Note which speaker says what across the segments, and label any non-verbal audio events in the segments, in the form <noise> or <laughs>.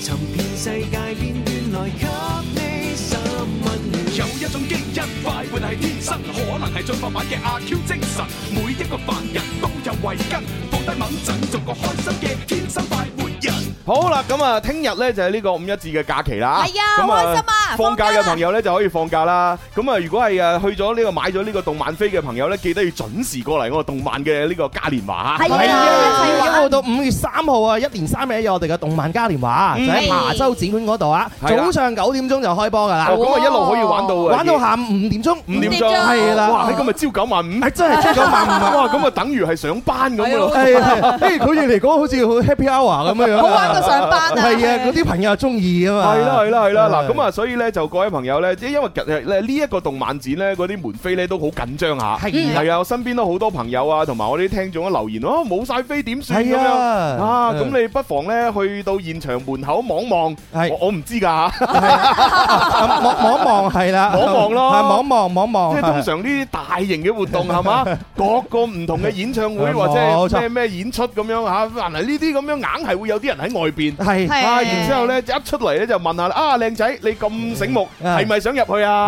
Speaker 1: 世界變原來給你十蚊暖。
Speaker 2: 有一種基因快活係天生，可能係進化版嘅阿 Q 精神。每一個凡人都有慧根，放
Speaker 3: <laughs>
Speaker 2: 低掹陣，做個開心嘅天生快活人。
Speaker 4: 好啦，咁啊，聽日咧就係呢個五一節嘅假期啦。
Speaker 3: 係啊
Speaker 4: 咁
Speaker 3: 好開心啊
Speaker 4: 放假
Speaker 3: 放假
Speaker 4: 嘅
Speaker 3: 啦
Speaker 4: 朋友咧就可以放假啦。咁啊，如果係誒去咗呢個買咗呢個動漫飛嘅朋友咧，記得要準時過嚟我個動漫嘅呢個嘉年華嚇。
Speaker 3: 係啊
Speaker 5: 係啊，
Speaker 3: 一齊玩
Speaker 5: 一號到五月三號啊，一連三日有我哋嘅動漫嘉年華，就喺琶洲展館嗰度啊，
Speaker 4: 係啦
Speaker 5: 早上九點鐘就開波噶啦
Speaker 4: 哦，，咁啊一路可以玩到啊
Speaker 5: 玩到下午五點鐘，
Speaker 4: 五點
Speaker 3: 五點
Speaker 4: 鐘，
Speaker 3: 鐘
Speaker 5: 係啦
Speaker 4: 哇！你今日朝九晚五，
Speaker 5: 係真係朝九晚五啊！
Speaker 4: 哇！咁啊，等於係上班咁咯。
Speaker 5: 係啊
Speaker 4: <laughs>
Speaker 5: 係，誒，佢哋嚟講好似好 happy hour 咁樣樣啊，
Speaker 3: 好玩過上班啊
Speaker 5: 係啊，嗰啲朋友中意啊嘛，
Speaker 4: 係啦係啦係啦，
Speaker 5: 係
Speaker 4: 嗱咁啊，所以咧就各位朋友咧，即係因為近日咧呢一個動漫展咧，嗰啲門飛咧都好緊張下。
Speaker 5: 係啊
Speaker 4: 係啊，我身邊都好多朋友啊，同埋我啲聽眾都留言，啊冇晒飛點算咁
Speaker 5: 係
Speaker 4: 樣
Speaker 5: 啊
Speaker 4: 啊？
Speaker 5: 嗯
Speaker 4: 咁你不妨咧去到現場門口望望，
Speaker 5: 係
Speaker 4: 我我唔知㗎嚇， <laughs>
Speaker 5: 啊望望望係啦，
Speaker 4: 望望咯
Speaker 5: 係望望望望，
Speaker 4: 即係通常呢啲大型嘅活動係
Speaker 5: <laughs>
Speaker 4: 嘛，各個唔同嘅演唱會
Speaker 5: 嗯
Speaker 4: 或者係
Speaker 5: 冇錯
Speaker 4: 咩咩演出咁樣嚇，嗱呢啲咁樣硬係會有啲人喺外邊。
Speaker 5: 係
Speaker 3: 係
Speaker 4: 啊！然之後咧，一出嚟咧就問下啦啊，靚仔，你咁醒目，
Speaker 5: 啊
Speaker 4: 係咪想入去啊？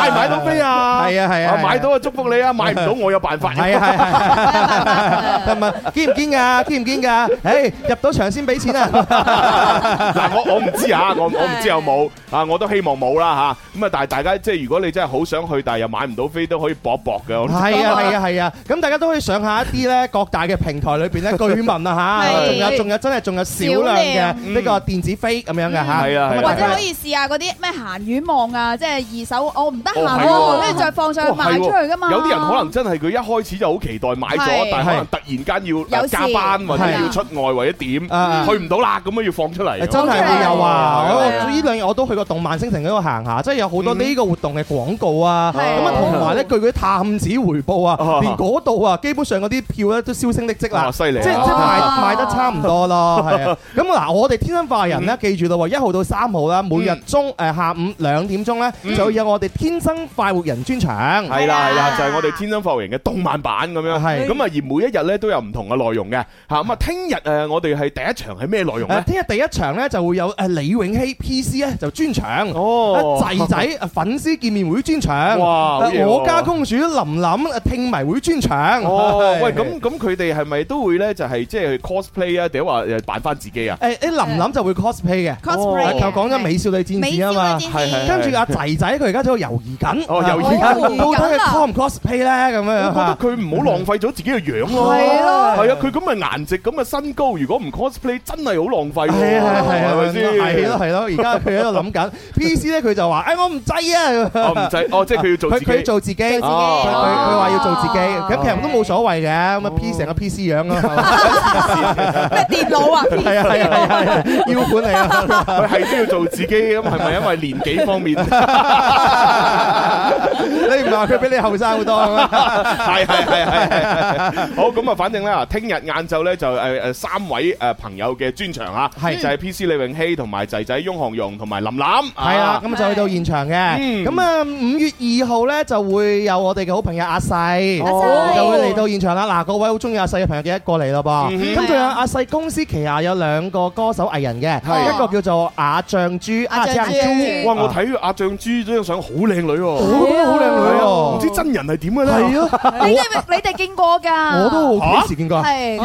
Speaker 4: 買唔買到飛啊？
Speaker 5: 係啊係啊係啊
Speaker 4: 買到啊祝福你啊，買唔到我有辦法。
Speaker 5: 係啊係啊， <laughs> 係咪堅唔堅㗎？堅唔堅㗎？誒入到場先俾錢啊！
Speaker 4: 嗱，我我唔知啊，我我唔知有冇啊，我都希望冇啦吓。咁啊，但係大家即係如果你真係好想去，但係又買唔到飛，都可以搏一搏嘅。我
Speaker 5: 係啊係啊係啊！咁大家都可以上下一啲咧各大嘅平台裏邊咧據聞啊嚇，
Speaker 3: 係
Speaker 5: 仲有仲有真係仲有少量嘅呢個電子飛咁樣嘅嚇，
Speaker 4: 係啊係啊
Speaker 5: 咁
Speaker 3: 或
Speaker 5: 啊
Speaker 3: 者可以試下嗰啲咩閒魚網啊，即係二手，我唔得閒
Speaker 4: 哦係喎
Speaker 3: 喎，跟住再放上去
Speaker 4: 哇係
Speaker 3: 賣出去噶嘛。
Speaker 4: 喎有啲人可能真係佢一開始就好期待買咗
Speaker 3: 係，
Speaker 4: 但係可能突然間要呃
Speaker 3: 有事
Speaker 4: 加班或者
Speaker 5: 係
Speaker 4: 要出外或者點，
Speaker 5: 啊
Speaker 4: 去唔到啦，咁樣要放出嚟。
Speaker 5: 真係會有啊！
Speaker 4: 係
Speaker 3: 啊
Speaker 5: 我呢兩日我都去過動漫星城嗰度行下，即係有好多呢個活動嘅廣告啊。
Speaker 3: 係啊
Speaker 5: 咁啊，同埋咧
Speaker 4: 哦
Speaker 5: 據嗰啲探子回報
Speaker 4: 啊
Speaker 5: 啊，連嗰度啊，基本上嗰啲票咧都銷聲匿跡
Speaker 4: 哇
Speaker 5: 啦。
Speaker 4: 犀利啊
Speaker 5: 即係即係賣
Speaker 3: 哦
Speaker 5: 賣得差唔
Speaker 4: <laughs>
Speaker 5: 多咯，係啊。咁嗱，我哋天生化人
Speaker 4: 嗯
Speaker 5: 咧，記住啦喎，一號到三號啦，每日中誒下午兩點鐘咧，就會有我哋天生快活人專場。
Speaker 4: 嗯係啦係
Speaker 3: 係
Speaker 4: 啦，
Speaker 3: 啦
Speaker 4: 就係我哋天生浮型嘅動漫版咁樣。
Speaker 5: 啊係
Speaker 4: 咁啊，而每一日咧都有唔同嘅內容嘅嚇。咁啊，聽日誒我哋係第一場係咩內容
Speaker 5: <laughs> 誒，
Speaker 4: 咧？
Speaker 5: 聽日第一場咧就會有誒李永熙 PC 咧就專場。啊
Speaker 4: 哦
Speaker 5: 仔仔粉絲見面會專場，啊
Speaker 4: 哇好嘢喎
Speaker 5: 我家公主琳琳聽迷會專場，
Speaker 4: 哦，
Speaker 5: 係
Speaker 4: 喂，咁咁佢哋係咪都會咧就係即係 cosplay 啊，定係話誒扮翻自己啊？
Speaker 5: 誒誒琳琳就會 cosplay 嘅，
Speaker 3: cosplay
Speaker 5: 就講咗美少女戰士啊嘛
Speaker 3: 美少，女戰
Speaker 4: 係
Speaker 3: 士
Speaker 4: 係係
Speaker 5: 跟住阿仔仔佢而家喺度猶豫緊，
Speaker 4: 哦猶豫
Speaker 3: 緊
Speaker 5: 啊
Speaker 3: 哦
Speaker 5: 到底
Speaker 3: 猶豫緊
Speaker 5: 佢
Speaker 3: 啊
Speaker 5: cos 唔 cosplay 啊咧咁樣
Speaker 4: 我覺
Speaker 5: 嚇
Speaker 4: 得。佢唔好浪費咗自己嘅樣咯。
Speaker 3: 係咯
Speaker 4: 係啊，佢咁嘅顏值，咁嘅身高，如果唔 cosplay 真係好浪費喎。
Speaker 5: 係啊係啊
Speaker 4: 係咪先？
Speaker 5: 係咯係咯，而家佢喺度諗緊 PC 咧，佢就話：，誒我唔制啊！
Speaker 4: 哦，唔制，
Speaker 5: <laughs>
Speaker 4: 哦，即係佢要做
Speaker 5: 佢
Speaker 4: 自
Speaker 5: 佢
Speaker 4: 己。
Speaker 5: 做自己，佢佢
Speaker 4: 哦
Speaker 5: 佢話要做自己，咁其實都冇所謂嘅，咁啊 P 成個 PC 樣啊係嘛，
Speaker 3: 咩 <laughs> 電腦啊？
Speaker 5: 係啊係啊係啊係啊，要本嚟啊！
Speaker 4: 佢係都要做自己咁，係咪因為年紀方面？
Speaker 5: <laughs> 你唔話佢比你後生好
Speaker 4: <laughs>
Speaker 5: 多啊？
Speaker 4: 係係係係係。 <laughs> 好咁啊，反正咧，嗱聽日晏晝咧就誒誒三位誒朋友嘅專場啊，
Speaker 5: 係
Speaker 4: 就係 P.C. 李永熙同埋仔仔翁航容同埋林林。
Speaker 5: 係
Speaker 4: 係
Speaker 5: 啦，。咁就去到現場
Speaker 4: 嗯
Speaker 5: 嘅。咁啊，五月二號咧就會有我哋嘅好朋友阿細，
Speaker 3: 細
Speaker 5: 就會嚟到現場啦。嗱，各位好中意阿細嘅朋友記得過嚟咯
Speaker 4: 嗯
Speaker 5: 噃。
Speaker 4: 哼
Speaker 5: 咁仲有阿細公司旗下有兩個歌手藝人嘅，
Speaker 3: 係
Speaker 5: 一個叫做雅象珠，
Speaker 3: 雅象珠
Speaker 4: 哇！我睇阿醬豬張相好靚女喎，
Speaker 5: 我覺得好靚女
Speaker 4: 係
Speaker 5: 喎，
Speaker 4: 唔知真人係點嘅咧？
Speaker 5: 係咯，
Speaker 3: 你哋你哋見過㗎？
Speaker 5: 我都
Speaker 4: 嚇
Speaker 5: 好幾時見過。
Speaker 3: 係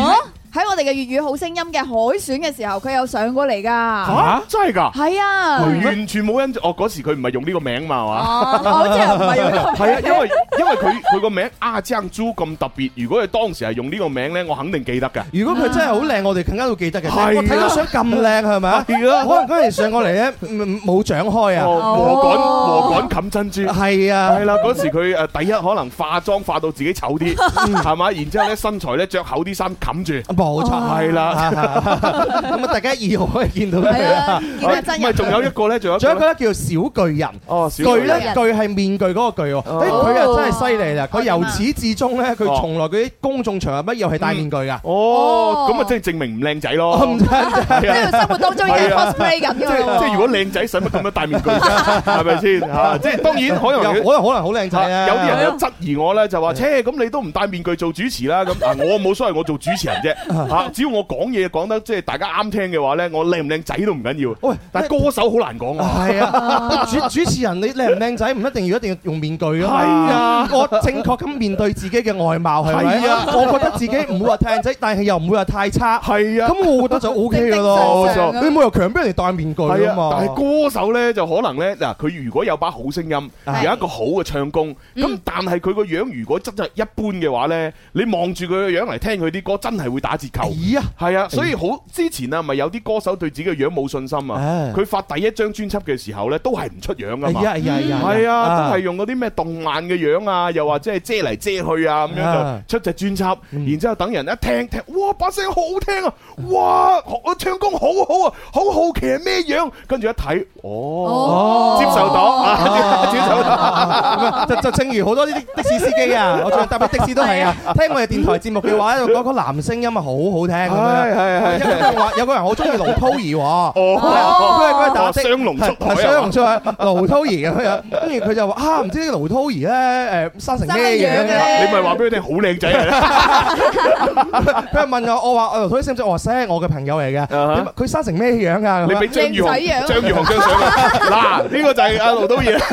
Speaker 3: 喺我哋嘅粵語好聲音嘅海選嘅時候，佢有上過嚟㗎。
Speaker 4: 嚇，真係㗎？
Speaker 3: 係啊， <laughs>
Speaker 4: 佢完全冇印象。哦，嗰時佢唔係用呢個名嘛，係嘛？
Speaker 3: 哦，我真係唔係用呢個
Speaker 4: 係啊，因為因為佢佢個名阿張豬咁特別，如果佢當時係用呢個名咧，我肯定記得㗎。
Speaker 5: 如果佢真係好靚，我哋更加會記得嘅。
Speaker 4: 係啊
Speaker 5: 我睇到相咁靚係咪啊？可
Speaker 4: 係啊
Speaker 5: 能嗰陣時上過嚟咧，嗯冇獎開
Speaker 4: 哦，
Speaker 5: 啊。
Speaker 3: 哦
Speaker 4: 禾稈禾稈冚珍珠。
Speaker 5: 係啊
Speaker 4: 係。啦，嗰時佢誒第一可能化妝化到自己醜啲，係嘛？然之後咧身材咧着厚啲衫冚住，
Speaker 5: 嗯冇錯，
Speaker 4: 係啦。
Speaker 5: <laughs> 咁啊，大家二號可以見到佢
Speaker 3: 係
Speaker 5: 啦。
Speaker 3: 啊，
Speaker 4: 啊
Speaker 3: 見到
Speaker 4: 唔
Speaker 3: 真
Speaker 4: 係
Speaker 3: 人。
Speaker 4: Ờ, 仲有一個咧，仲有一
Speaker 5: 仲有
Speaker 4: 個
Speaker 5: 一
Speaker 4: 呢
Speaker 5: 個咧叫小巨人，
Speaker 4: 哦，小
Speaker 5: 巨
Speaker 4: 咧
Speaker 3: 呢
Speaker 5: 咧巨係面具嗰個巨喎，誒佢啊真係犀利啦！佢由始至終咧，佢從來佢啲公眾場合乜又係戴面具噶，
Speaker 4: 哦，咁啊即係證明唔靚仔咯。
Speaker 3: 即
Speaker 4: 係
Speaker 3: 係
Speaker 4: 啊，
Speaker 3: 生活當中已經
Speaker 4: 係啊
Speaker 3: cosplay 緊
Speaker 4: 即
Speaker 3: 㗎
Speaker 4: 係
Speaker 3: 喎
Speaker 4: 即係如果靚仔使乜咁樣戴面具
Speaker 3: <laughs>
Speaker 4: 啫？係咪先嚇？即係當然可
Speaker 5: 又
Speaker 4: 能
Speaker 5: 可能。可能好靚仔啊！ <laughs>
Speaker 4: 有啲人有質疑我咧，就話：，切，咁你都唔戴面具做主持啦，咁啊，我冇所謂，我做主持人啫，吓，只要我講嘢講得即係大家啱聽嘅話咧，我靚唔靚仔都唔緊要。
Speaker 5: 喂
Speaker 4: 但係歌手好難講啊。
Speaker 5: 系
Speaker 4: <laughs>
Speaker 5: 啊，主主持人你靚唔靚仔唔一定要一定要用面具啊嘛。
Speaker 4: 係啊
Speaker 5: 我正確咁面對自己嘅外貌係咪？
Speaker 4: 係啊
Speaker 5: 我覺得自己唔會話太靚仔，但係又唔會話太差。
Speaker 4: 係啊，
Speaker 5: 咁我覺得就 O K 噶
Speaker 4: <laughs>
Speaker 5: 咯
Speaker 3: 正正常，常
Speaker 5: 你冇由強迫人哋戴面具
Speaker 4: 係
Speaker 5: 啊
Speaker 4: 啊，
Speaker 5: 嘛。
Speaker 4: 但係歌手咧就可能咧嗱，佢如果有把好聲音，
Speaker 5: 係嗯
Speaker 4: 有一個好嘅唱功，咁但係佢個樣如果真係一般嘅話咧，你望住佢個樣嚟聽佢啲歌，真係會打折扣。
Speaker 5: 咦啊！
Speaker 4: 係啊，所以好之前啊，咪有啲歌手對自己嘅樣冇信心啊
Speaker 5: 唉。
Speaker 4: 佢發第一張專輯嘅時候咧，都係唔出樣噶嘛
Speaker 5: 哎呀。哎呀哎呀！
Speaker 4: 係啊，都係用嗰啲咩動漫嘅樣啊，又或者係遮嚟遮去啊，咁樣
Speaker 5: 啊
Speaker 4: 就出隻專輯，然之後等人一聽聽，哇把聲好好聽啊，哇我唱功好好啊，好好奇係咩樣，跟住一睇，哦，
Speaker 3: 哦
Speaker 4: 接受到
Speaker 5: 哦
Speaker 4: 啊，接受到。
Speaker 5: 就就正如好多呢啲的士
Speaker 4: <laughs>
Speaker 5: 司機啊，我仲搭嘅的士都係啊，聽我哋電台節目嘅話，喺度講講男聲音啊，好好聽
Speaker 4: 係
Speaker 5: 咁樣。
Speaker 4: 係係，
Speaker 5: 有個話有個人好中意盧滔兒喎。
Speaker 4: 哦，
Speaker 5: 佢係佢係打的，
Speaker 4: 哦雙龍出海啊
Speaker 5: 係雙龍出海，盧滔兒咁樣，跟住佢就話啊，唔知呢個盧滔兒咧，誒生成咩樣
Speaker 3: 生咩樣
Speaker 5: 嘅？
Speaker 3: 嘅
Speaker 4: 你咪話俾佢聽好靚仔啊，
Speaker 5: <laughs> 佢問我，我話我盧滔兒識唔識？我話識，我嘅朋友嚟嘅。
Speaker 4: 哈
Speaker 5: 點啊佢生成咩樣㗎？
Speaker 4: Uh-huh 你
Speaker 5: 咁
Speaker 4: 俾
Speaker 5: 樣
Speaker 4: 張宇航
Speaker 3: 靚仔樣
Speaker 4: 張宇航張相啊，嗱呢個就係阿盧都嘢，
Speaker 5: <laughs>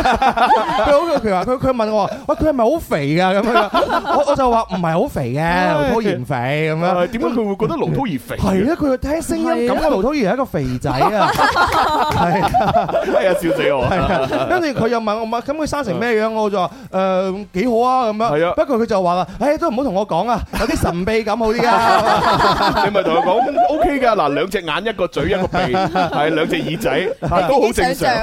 Speaker 5: 佢好佢話佢佢問我話，喂佢係咪好肥㗎？咁樣，我我就話唔係好肥嘅，盧滔兒唔肥咁樣。
Speaker 4: 點解佢會覺得盧都兒肥？
Speaker 5: 係啊，佢聽聲音咁，盧滔兒係一個肥仔啊，係啊。
Speaker 4: <laughs> 係啊，笑死我。
Speaker 5: 係啊，跟住佢又問我問，咁佢生成咩樣？我就話誒幾好啊咁
Speaker 4: 係啊
Speaker 5: 樣。不過佢就話啦，誒都唔好同我講啊，有啲神秘感好啲啊。
Speaker 4: <laughs> 你咪同佢講 O K 㗎，嗱兩隻眼一個嘴一個鼻，係兩隻耳仔，啊都好正常。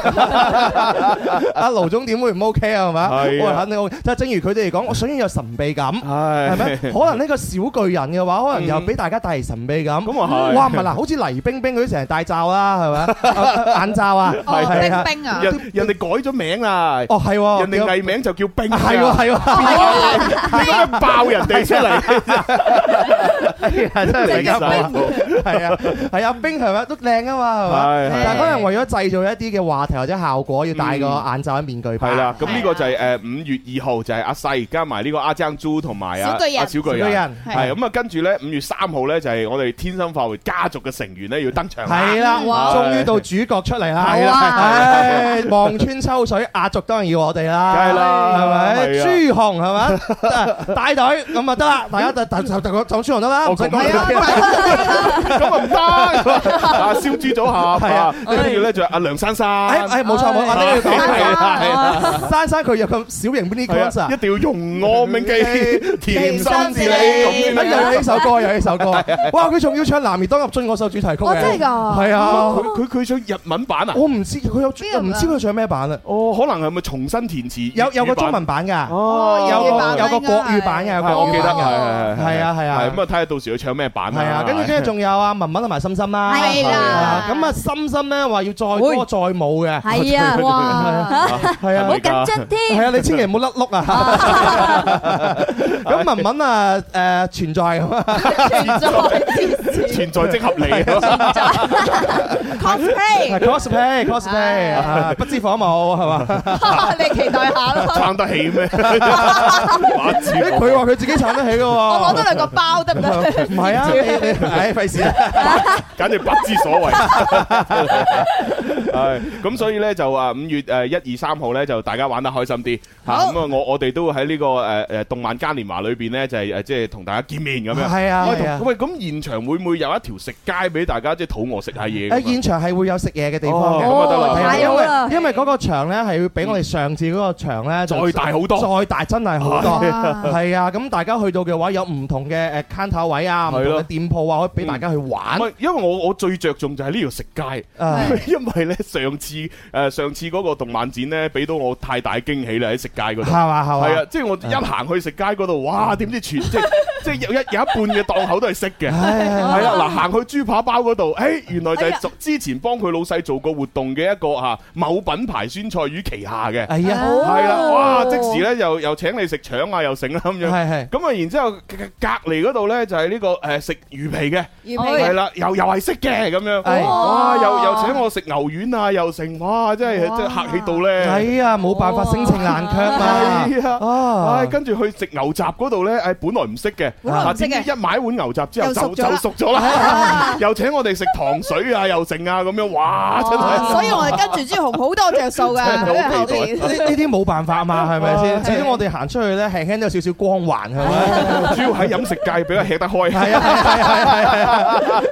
Speaker 5: 阿盧總點會唔 OK 啊？係咪？
Speaker 4: 係啊
Speaker 5: 我話肯定 OK。就正如佢哋嚟講，我想要有神秘感。係
Speaker 4: <laughs>
Speaker 5: 咪？
Speaker 4: 係嗯
Speaker 5: 可能呢個小巨人嘅話，可能又俾大家帶嚟神秘感。
Speaker 4: 咁啊係
Speaker 5: 哇，唔係嗱，好似黎冰冰佢都成日戴罩啦，係咪？
Speaker 4: <laughs>
Speaker 5: 啊眼罩啊，係
Speaker 3: 哦，
Speaker 5: 啊。
Speaker 3: 冰冰啊，
Speaker 4: 人人哋改咗名啦，
Speaker 5: 哦，係喎。
Speaker 4: 人哋藝名就叫冰㗎，
Speaker 5: 係喎，係喎。
Speaker 4: 你咁樣爆人哋出嚟，
Speaker 5: 係啊啊，真係
Speaker 3: 即係
Speaker 5: 手啊！係啊，係啊，冰係咪都靚啊嘛，係
Speaker 4: 係
Speaker 5: 嘛
Speaker 4: 係？
Speaker 5: 但係可能為咗製造一啲嘅話題或者效果，要戴個眼罩喺面具
Speaker 4: 嗯係
Speaker 5: 拍。
Speaker 4: 啦，咁呢個就係誒五月二號就係阿細加埋呢個阿張珠同埋啊
Speaker 3: 小巨人
Speaker 4: 阿小巨
Speaker 5: 小巨
Speaker 4: 人。
Speaker 5: 人
Speaker 4: 係咁啊，跟住咧，五月三號咧就係我哋天生快活家族嘅成員咧要登場啦。
Speaker 5: 係啦，
Speaker 3: 哇
Speaker 5: 終於到主角出嚟啦！
Speaker 4: 係啦
Speaker 5: 唉，望穿秋水，壓軸當然要我哋啦，
Speaker 4: 梗係啦
Speaker 5: 係咪？
Speaker 4: 係啊
Speaker 5: 朱紅
Speaker 4: <laughs>
Speaker 5: 係咪？得帶隊咁啊得啦，大家就就就就就朱紅得啦，唔使講啦。
Speaker 4: 咁啊唔得，啊燒豬組合
Speaker 5: 係
Speaker 4: 啊
Speaker 5: 啊，
Speaker 4: 跟住咧仲有阿梁珊
Speaker 5: 誒
Speaker 4: 珊。
Speaker 5: 誒，冇錯冇錯，我哋要
Speaker 4: 係
Speaker 5: 講
Speaker 4: 啦係啦。
Speaker 5: 珊珊佢有咁小型呢啲
Speaker 4: 係
Speaker 5: concert
Speaker 4: 啊，一。定要用我
Speaker 5: <laughs>
Speaker 4: 銘記甜心自 <laughs>
Speaker 5: 哎
Speaker 4: 理。咁
Speaker 5: 又有呢首歌，又有呢首歌，哇！佢仲要唱《男兒當入樽》嗰首主題曲嘅，
Speaker 3: 哦真係㗎
Speaker 5: 係
Speaker 4: 佢
Speaker 5: 啊，
Speaker 4: 佢佢想日文版啊？
Speaker 5: 我唔知佢有
Speaker 3: 邊個
Speaker 5: 唔知佢唱咩版啊？
Speaker 4: 哦，可能係咪重新填詞？
Speaker 5: 有有
Speaker 4: 個
Speaker 5: 個中文版㗎，
Speaker 4: 哦，
Speaker 5: 有
Speaker 3: 粵語
Speaker 5: 個
Speaker 3: 版
Speaker 5: 有個
Speaker 3: 應該
Speaker 5: 國
Speaker 3: 係
Speaker 5: 語版哦嘅，有個
Speaker 4: 係我記得
Speaker 5: 國語版嘅
Speaker 4: 係係
Speaker 5: 係啊係
Speaker 4: 係
Speaker 5: 啊
Speaker 4: 咁啊，睇下到時佢唱咩版
Speaker 5: 係啊，跟住
Speaker 4: <laughs>
Speaker 5: 跟住仲有啊，文文同埋心心啦，
Speaker 3: 係啦
Speaker 5: 係啊咁啊，心心咧話要載
Speaker 3: 喂
Speaker 5: 歌載舞嘅，<laughs>
Speaker 3: 係啊，哇，
Speaker 5: 係啊
Speaker 4: 好。緊
Speaker 3: 張
Speaker 5: 係啊，你千祈唔好甩碌啊！ <laughs> 咁文文啊，誒存在咁啊，
Speaker 3: 存在
Speaker 4: 存在即合理。
Speaker 3: <laughs> cosplay，
Speaker 5: cosplay cosplay 啊，不知火舞係嘛？
Speaker 4: <laughs>
Speaker 3: 你期待下咯。
Speaker 4: 撐得起咩？馬字幕
Speaker 5: <laughs> 佢話佢自己撐得起嘅喎。
Speaker 3: 我攞
Speaker 5: <laughs>
Speaker 3: 多兩個包得唔得？
Speaker 5: 唔係啊，你你唉費事啦。
Speaker 4: 簡直不知所 <laughs> 謂。係咁，所以咧就啊五月誒一二三號咧就大家玩得開心啲嚇。
Speaker 3: 好
Speaker 4: 咁啊，我我哋都會喺呢個誒誒動漫嘉年華裏邊咧，就係誒即係同大家見面咁樣。
Speaker 5: 係啊
Speaker 4: 喂
Speaker 5: 係啊
Speaker 4: 同喂，咁現場會唔會有一條食街俾大家即係肚餓食下嘢咁啊？
Speaker 5: 誒現場係會有食嘢嘅地方嘅。
Speaker 4: 哦咁啊得啦
Speaker 5: 係啊
Speaker 3: 太
Speaker 5: 因
Speaker 3: 好啦
Speaker 5: 為因為嗰個場咧係要比我哋上次嗰個場咧就
Speaker 4: 再大好多
Speaker 5: 再大真係好多。
Speaker 3: 哇
Speaker 5: 係啊，咁大家去到嘅話有唔同嘅誒 counter 位啊，唔同
Speaker 4: 係咯
Speaker 5: 嘅店鋪啊，可以俾大家去玩
Speaker 4: 唔。係，因為我我最着重就係呢條食街。
Speaker 5: 啊
Speaker 4: 因為咧上次誒、呃上次嗰個動漫展咧，俾到我太大驚喜啦！喺食街嗰度
Speaker 5: 係。嘛係嘛。嗯
Speaker 4: 係啊，即係我一行去食街嗰度，哇！點知全即係即係有一有一半嘅檔口都係識嘅。
Speaker 5: 唉
Speaker 4: 係啦，嗱，行去豬扒包嗰度，誒，原來就
Speaker 3: 哎
Speaker 4: 係
Speaker 3: 呀
Speaker 4: 做之前幫佢老細做過活動嘅一個嚇某品牌酸菜魚旗下嘅，
Speaker 5: 哎呀，
Speaker 3: 哦
Speaker 4: 係啦，哇！即時咧又又請你食腸啊，又成啦咁
Speaker 5: 係
Speaker 4: 樣。
Speaker 5: 係。
Speaker 4: 咁啊，然之後隔隔離嗰度咧就係呢個誒食魚皮嘅，
Speaker 3: 魚哎
Speaker 4: 係啦，又又係識嘅咁樣。
Speaker 5: 係
Speaker 4: 哇！又又請我食牛丸啊，又成，哇！真係
Speaker 3: 哇
Speaker 4: 真係客氣到咧。
Speaker 5: 係啊，冇辦法，
Speaker 3: 哦
Speaker 5: 性情難卻啊！
Speaker 4: 係啊，
Speaker 5: 啊
Speaker 4: 唉，跟住去食牛雜嗰度咧，誒，本來唔識嘅，
Speaker 3: 本來
Speaker 4: 啊
Speaker 3: 唔識嘅
Speaker 4: 點知一買碗牛雜之後
Speaker 3: 又
Speaker 4: 就
Speaker 3: 熟咗
Speaker 4: 就
Speaker 3: 啦
Speaker 4: 熟
Speaker 5: <laughs>
Speaker 4: 咗啦，又請我哋食糖水啊，又剩 <laughs> 啊咁樣，哇！真係
Speaker 3: 所以我哋跟住朱紅好多着數㗎，
Speaker 4: <laughs> 真係好
Speaker 3: 後
Speaker 4: 期待
Speaker 3: 邊
Speaker 5: 呢呢啲冇辦法嘛，係咪
Speaker 3: 哦
Speaker 5: 先？
Speaker 4: 係
Speaker 5: 至少我哋行出去咧，輕輕都有少少光環，係咪？
Speaker 3: <laughs>
Speaker 4: 主要喺飲食界比較吃得開。
Speaker 5: 係啊係啊係啊！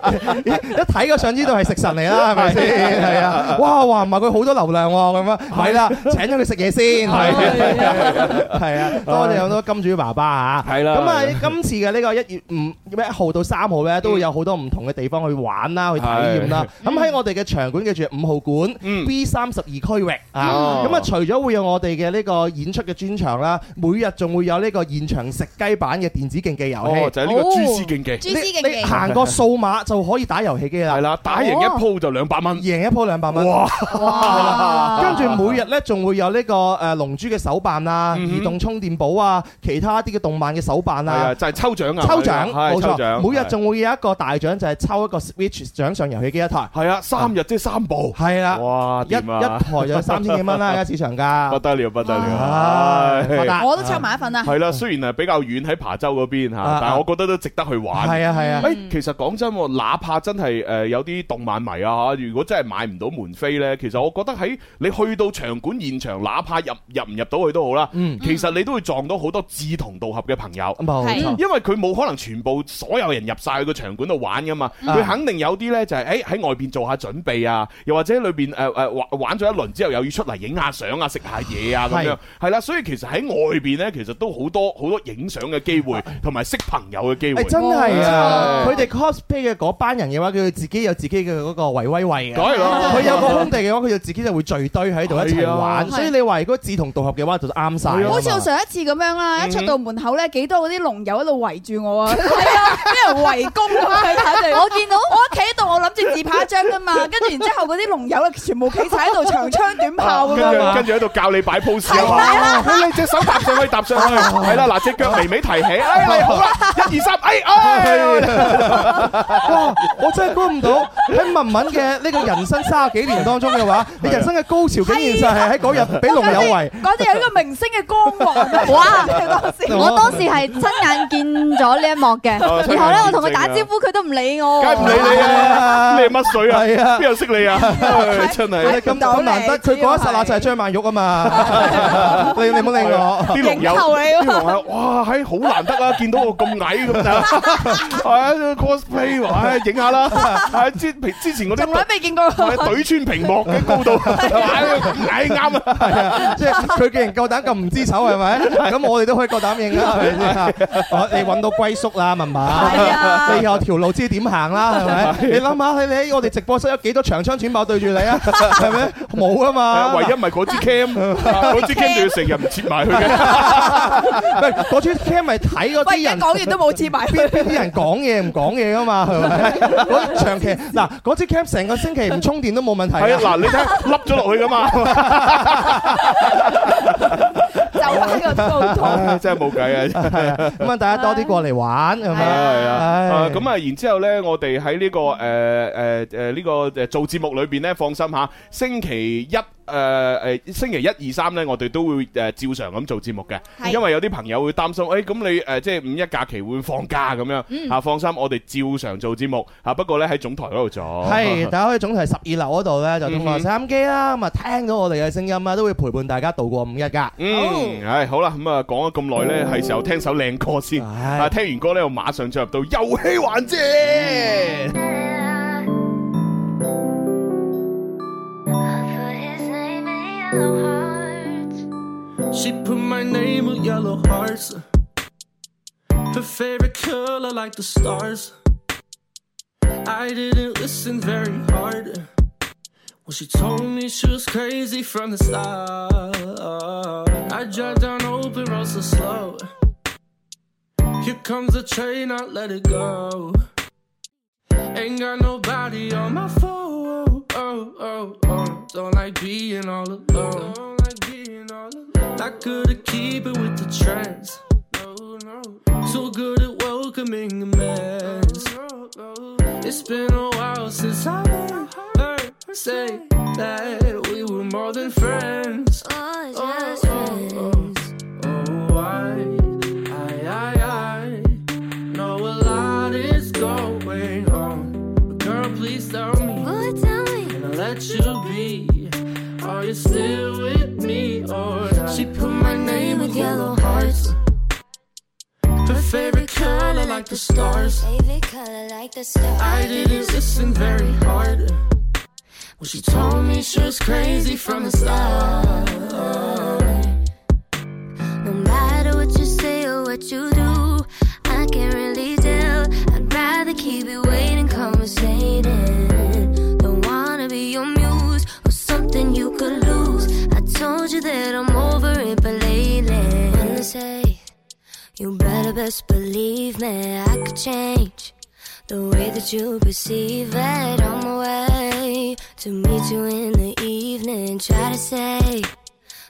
Speaker 5: 一睇個相知道係食神嚟啦，係咪先？係啊！哇哇，唔係佢好多流量喎，咁樣係啦，請咗佢食嘢先，係啊係啊！多謝好多金主爸爸啊！
Speaker 4: 係啦
Speaker 5: 咁啊，今次嘅呢個一月五一號到三號咧，都會有好多唔同嘅地方去玩啦，去體驗啦。咁喺我哋嘅場館記住五號館
Speaker 4: 嗯
Speaker 5: B 三十二區域啊
Speaker 4: 哦，
Speaker 5: 咁啊除咗會有我哋嘅呢個演出嘅專場啦，每日仲會有呢個現場食雞版嘅電子競技遊戲
Speaker 4: 哦，。就係呢個
Speaker 3: 哦
Speaker 4: 蛛絲競技，
Speaker 3: 蛛絲競
Speaker 5: 你
Speaker 3: 技
Speaker 5: 你行個數碼就可以打遊戲機啦
Speaker 4: 係，啦，打贏一鋪就兩百蚊。
Speaker 5: 贏一鋪兩百蚊。
Speaker 4: 哇！
Speaker 3: 哇
Speaker 5: 跟住每日咧仲會有呢個誒龍珠嘅手辦啊、
Speaker 4: 嗯哼
Speaker 5: 移動充電寶啊、其他啲嘅動漫嘅手辦
Speaker 4: 係
Speaker 5: 啊
Speaker 4: 啊，。就係抽獎啊！
Speaker 5: 抽獎
Speaker 4: 係
Speaker 5: 冇
Speaker 4: 抽
Speaker 5: 錯，
Speaker 4: 獎。
Speaker 5: 每日仲會有一個大獎，就係抽一個 Switch 掌上遊戲機一台。
Speaker 4: 係啊，三日即係三部。
Speaker 5: 係啦，
Speaker 4: 哇！
Speaker 5: 一
Speaker 4: 掂
Speaker 5: 一
Speaker 4: 啊！
Speaker 5: 台就三千幾蚊啦，而家市場
Speaker 4: 不
Speaker 5: 價。
Speaker 4: 得了，不得
Speaker 5: 啊
Speaker 4: 了！
Speaker 5: 發
Speaker 4: 唉
Speaker 5: 達
Speaker 3: 我都抽埋一份啊！
Speaker 4: 係啦，雖然係呃比較遠喺琶洲嗰邊嚇
Speaker 5: 啊，
Speaker 4: 但係我覺得都值得去玩。
Speaker 5: 係啊係啊，
Speaker 4: 誒，其實講真喎，哪怕真係誒有啲動漫迷啊嚇，如果真係買唔到門飛呢，其實我覺得喺你去到場館現場，哪怕入入唔入到去都好啦，
Speaker 5: 嗯
Speaker 4: 其實你都會撞到好多志同道合嘅朋友。啊
Speaker 5: 冇錯
Speaker 3: 係。
Speaker 4: 因為佢冇可能全部所有人入晒去個場館度玩噶嘛，
Speaker 5: 嗯
Speaker 4: 佢肯定有啲呢就係誒喺外邊做下準備啊，又或者裏邊誒誒玩玩咗一輪之後又要出嚟影下相啊、食下嘢啊咁樣，係啦，所以其實喺外邊呢，其實都好多好多影相嘅機會，同埋識朋友嘅機會
Speaker 5: 誒。真係啊！
Speaker 4: 冇
Speaker 5: 佢哋 cosplay 嘅嗰班人嘅話，佢自己有自己嘅嗰個維威位嘅。
Speaker 4: 梗係啦
Speaker 5: 佢有個空地嘅話，佢就自己就會聚堆喺度一齊
Speaker 4: 係
Speaker 5: 玩。
Speaker 3: 啊
Speaker 5: 所以你話如果志同道合嘅話，就啱晒啊啦嘛。
Speaker 3: 好似我上一次咁樣啊嗯啦，一出到門口咧，幾多嗰啲龍友喺度圍住我啊，係啊，俾人圍攻咁樣睇我見到我企喺度，我諗住自拍一張噶 <laughs> 嘛，跟住然之後嗰啲龍友啊，全部企晒喺度長槍短炮咁
Speaker 4: 跟
Speaker 3: 樣。啊
Speaker 4: 住跟住喺度教你擺 pose 啊嘛，哎你隻手搭上去搭
Speaker 5: <laughs>
Speaker 4: 上去，係啦，嗱隻腳微微提起，哎你好啦，一二三，哎哎，
Speaker 5: 哇！我真係估唔到喺文文嘅呢個人生三十幾年當中嘅話，你人生嘅高潮竟然就係喺嗰日俾龍友為。
Speaker 3: 嗰啲有呢個明星嘅光環，哇！當時
Speaker 6: 我當時係親眼見咗呢一幕嘅，
Speaker 4: 哦
Speaker 6: 然後咧我同佢打招呼，佢都唔理我
Speaker 4: 梗係唔
Speaker 6: 喎。
Speaker 4: 理你啊，你係乜水啊？
Speaker 5: 係啊
Speaker 4: 邊有識你啊？唉真係。
Speaker 5: 你咁咁難得，佢嗰一剎那就係張曼玉啊 <laughs> 嘛！你你唔好理我。
Speaker 4: 啲龍友，
Speaker 3: 影後你
Speaker 4: 啲龍友，哇，喺好難得啊！見到我咁矮咁就，
Speaker 3: <laughs>
Speaker 4: 係啊 cosplay，喎唉，影下啦，係之平之前嗰
Speaker 3: 從來
Speaker 4: 啲
Speaker 3: 未見過。
Speaker 4: 係懟穿屏幕嘅
Speaker 3: <laughs>
Speaker 4: 高度，唉矮啱啊！
Speaker 5: 係啊，即係佢既然夠膽咁唔知醜係咪？ <laughs> 咁我哋都可以夠膽認
Speaker 3: <laughs>
Speaker 5: 啦，係咪先啊？ <laughs> 我你揾到歸宿啦，文文。
Speaker 3: 係啊
Speaker 5: <laughs> 你以後條路知點行啦，係咪？你諗下，你喺我哋直播室有幾多長槍短炮對住你
Speaker 3: <laughs>
Speaker 5: 啊？係咪？冇啊嘛。
Speaker 4: 唯一咪嗰支
Speaker 5: <laughs>
Speaker 4: cam，嗰啊支 cam 仲要成日唔切埋佢嘅，
Speaker 5: <laughs> 喂，嗰出 cam 咪睇嗰
Speaker 3: 喂，
Speaker 5: 啲
Speaker 3: 一
Speaker 5: 人。
Speaker 3: 講
Speaker 5: <laughs>
Speaker 3: 完都冇接埋。
Speaker 5: 邊邊啲人講嘢唔講嘢噶嘛，係
Speaker 3: <laughs>
Speaker 5: 咪？嗰長期嗱，嗰支 cam 成個星期唔充電都冇問題
Speaker 4: 係啊，
Speaker 5: 㗎。
Speaker 4: 嗱，你睇下凹咗落去噶嘛，
Speaker 3: <laughs> 就喺個高度。
Speaker 4: 唉真係冇計啊！
Speaker 5: 係啊，咁啊，大家多啲過嚟玩係
Speaker 4: 係
Speaker 5: 咪？
Speaker 4: 啊，
Speaker 5: 唉
Speaker 4: 咁啊，然之後咧，我哋喺呢個誒誒誒呢個誒做節目裏邊咧，放心嚇，星期一。誒誒、星期一二三咧，我哋都會誒、照常咁做節目嘅，
Speaker 3: 係
Speaker 4: 因為有啲朋友會擔心，誒、咁你誒、即係五一假期會放假咁樣、啊，放心，我哋照常做節目啊，不過咧喺總台嗰度做， <laughs>
Speaker 5: 係，大家可以總台十二樓嗰度咧，就通過
Speaker 4: 哦嗯哼
Speaker 5: 收音機啦，咁啊聽到我哋嘅聲音啊，都會陪伴大家度過五一㗎。
Speaker 4: 嗯，唉，好啦，咁啊講咗咁耐咧，係時候聽首靚歌先，
Speaker 5: 唉
Speaker 4: 啊，聽完歌咧，我馬上進入到遊戲環節。
Speaker 7: She put my name with yellow hearts. Her favorite color, like the stars. I didn't listen very hard. Well, she told me she was crazy from the start. I drive down open roads so slow. Here comes the train, I let it go. Ain't got nobody on my phone. Oh, oh, oh. Don't like being all alone. Don't like being all alone. I couldn't keep it with the trends. No, no. So good at welcoming a mess. It's been a while since I heard her say that we were more than friends. Oh, oh, oh. Oh, I, I, I, I. let you be. Are you still with me or not? She put my name with yellow hearts. Her favorite color, like the stars.
Speaker 8: Favorite color like the stars.
Speaker 7: I didn't listen very hard. Well, she told me she was crazy from the start.
Speaker 8: No matter what you say or what you do, I can't really tell. I'd rather keep it waiting, conversating. Don't wanna be your muse or something you could lose. I told you that I'm over it, but lately, when they say you better best believe me, I could change the way that you perceive it. I'm away to meet you in the evening. Try to say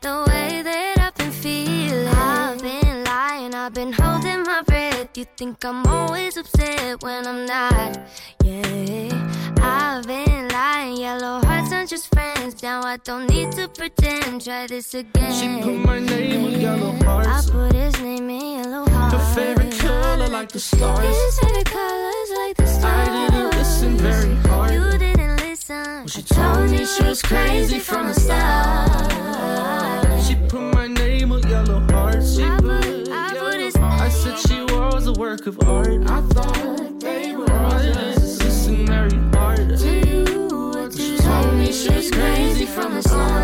Speaker 8: the way that I've been feeling. I've been lying, I've been holding my breath. You think I'm always upset when I'm not. Yeah, I've been lying. Yellow hearts aren't just friends. Now I don't need to pretend. Try this again.
Speaker 7: She put my name with yellow
Speaker 8: I
Speaker 7: hearts.
Speaker 8: put his name in yellow heart.
Speaker 7: Her favorite color, like the stars.
Speaker 8: His favorite colors like the stars.
Speaker 7: I didn't listen very hard.
Speaker 8: You didn't listen.
Speaker 7: She
Speaker 8: I
Speaker 7: told me she was crazy from the start. She put my name with yellow hearts. She
Speaker 8: I
Speaker 7: put,
Speaker 8: put- I
Speaker 7: yellow
Speaker 8: put his
Speaker 7: hearts. I said she was a work of art. I thought they were artists. Listen very hard. She told me she was crazy from the start.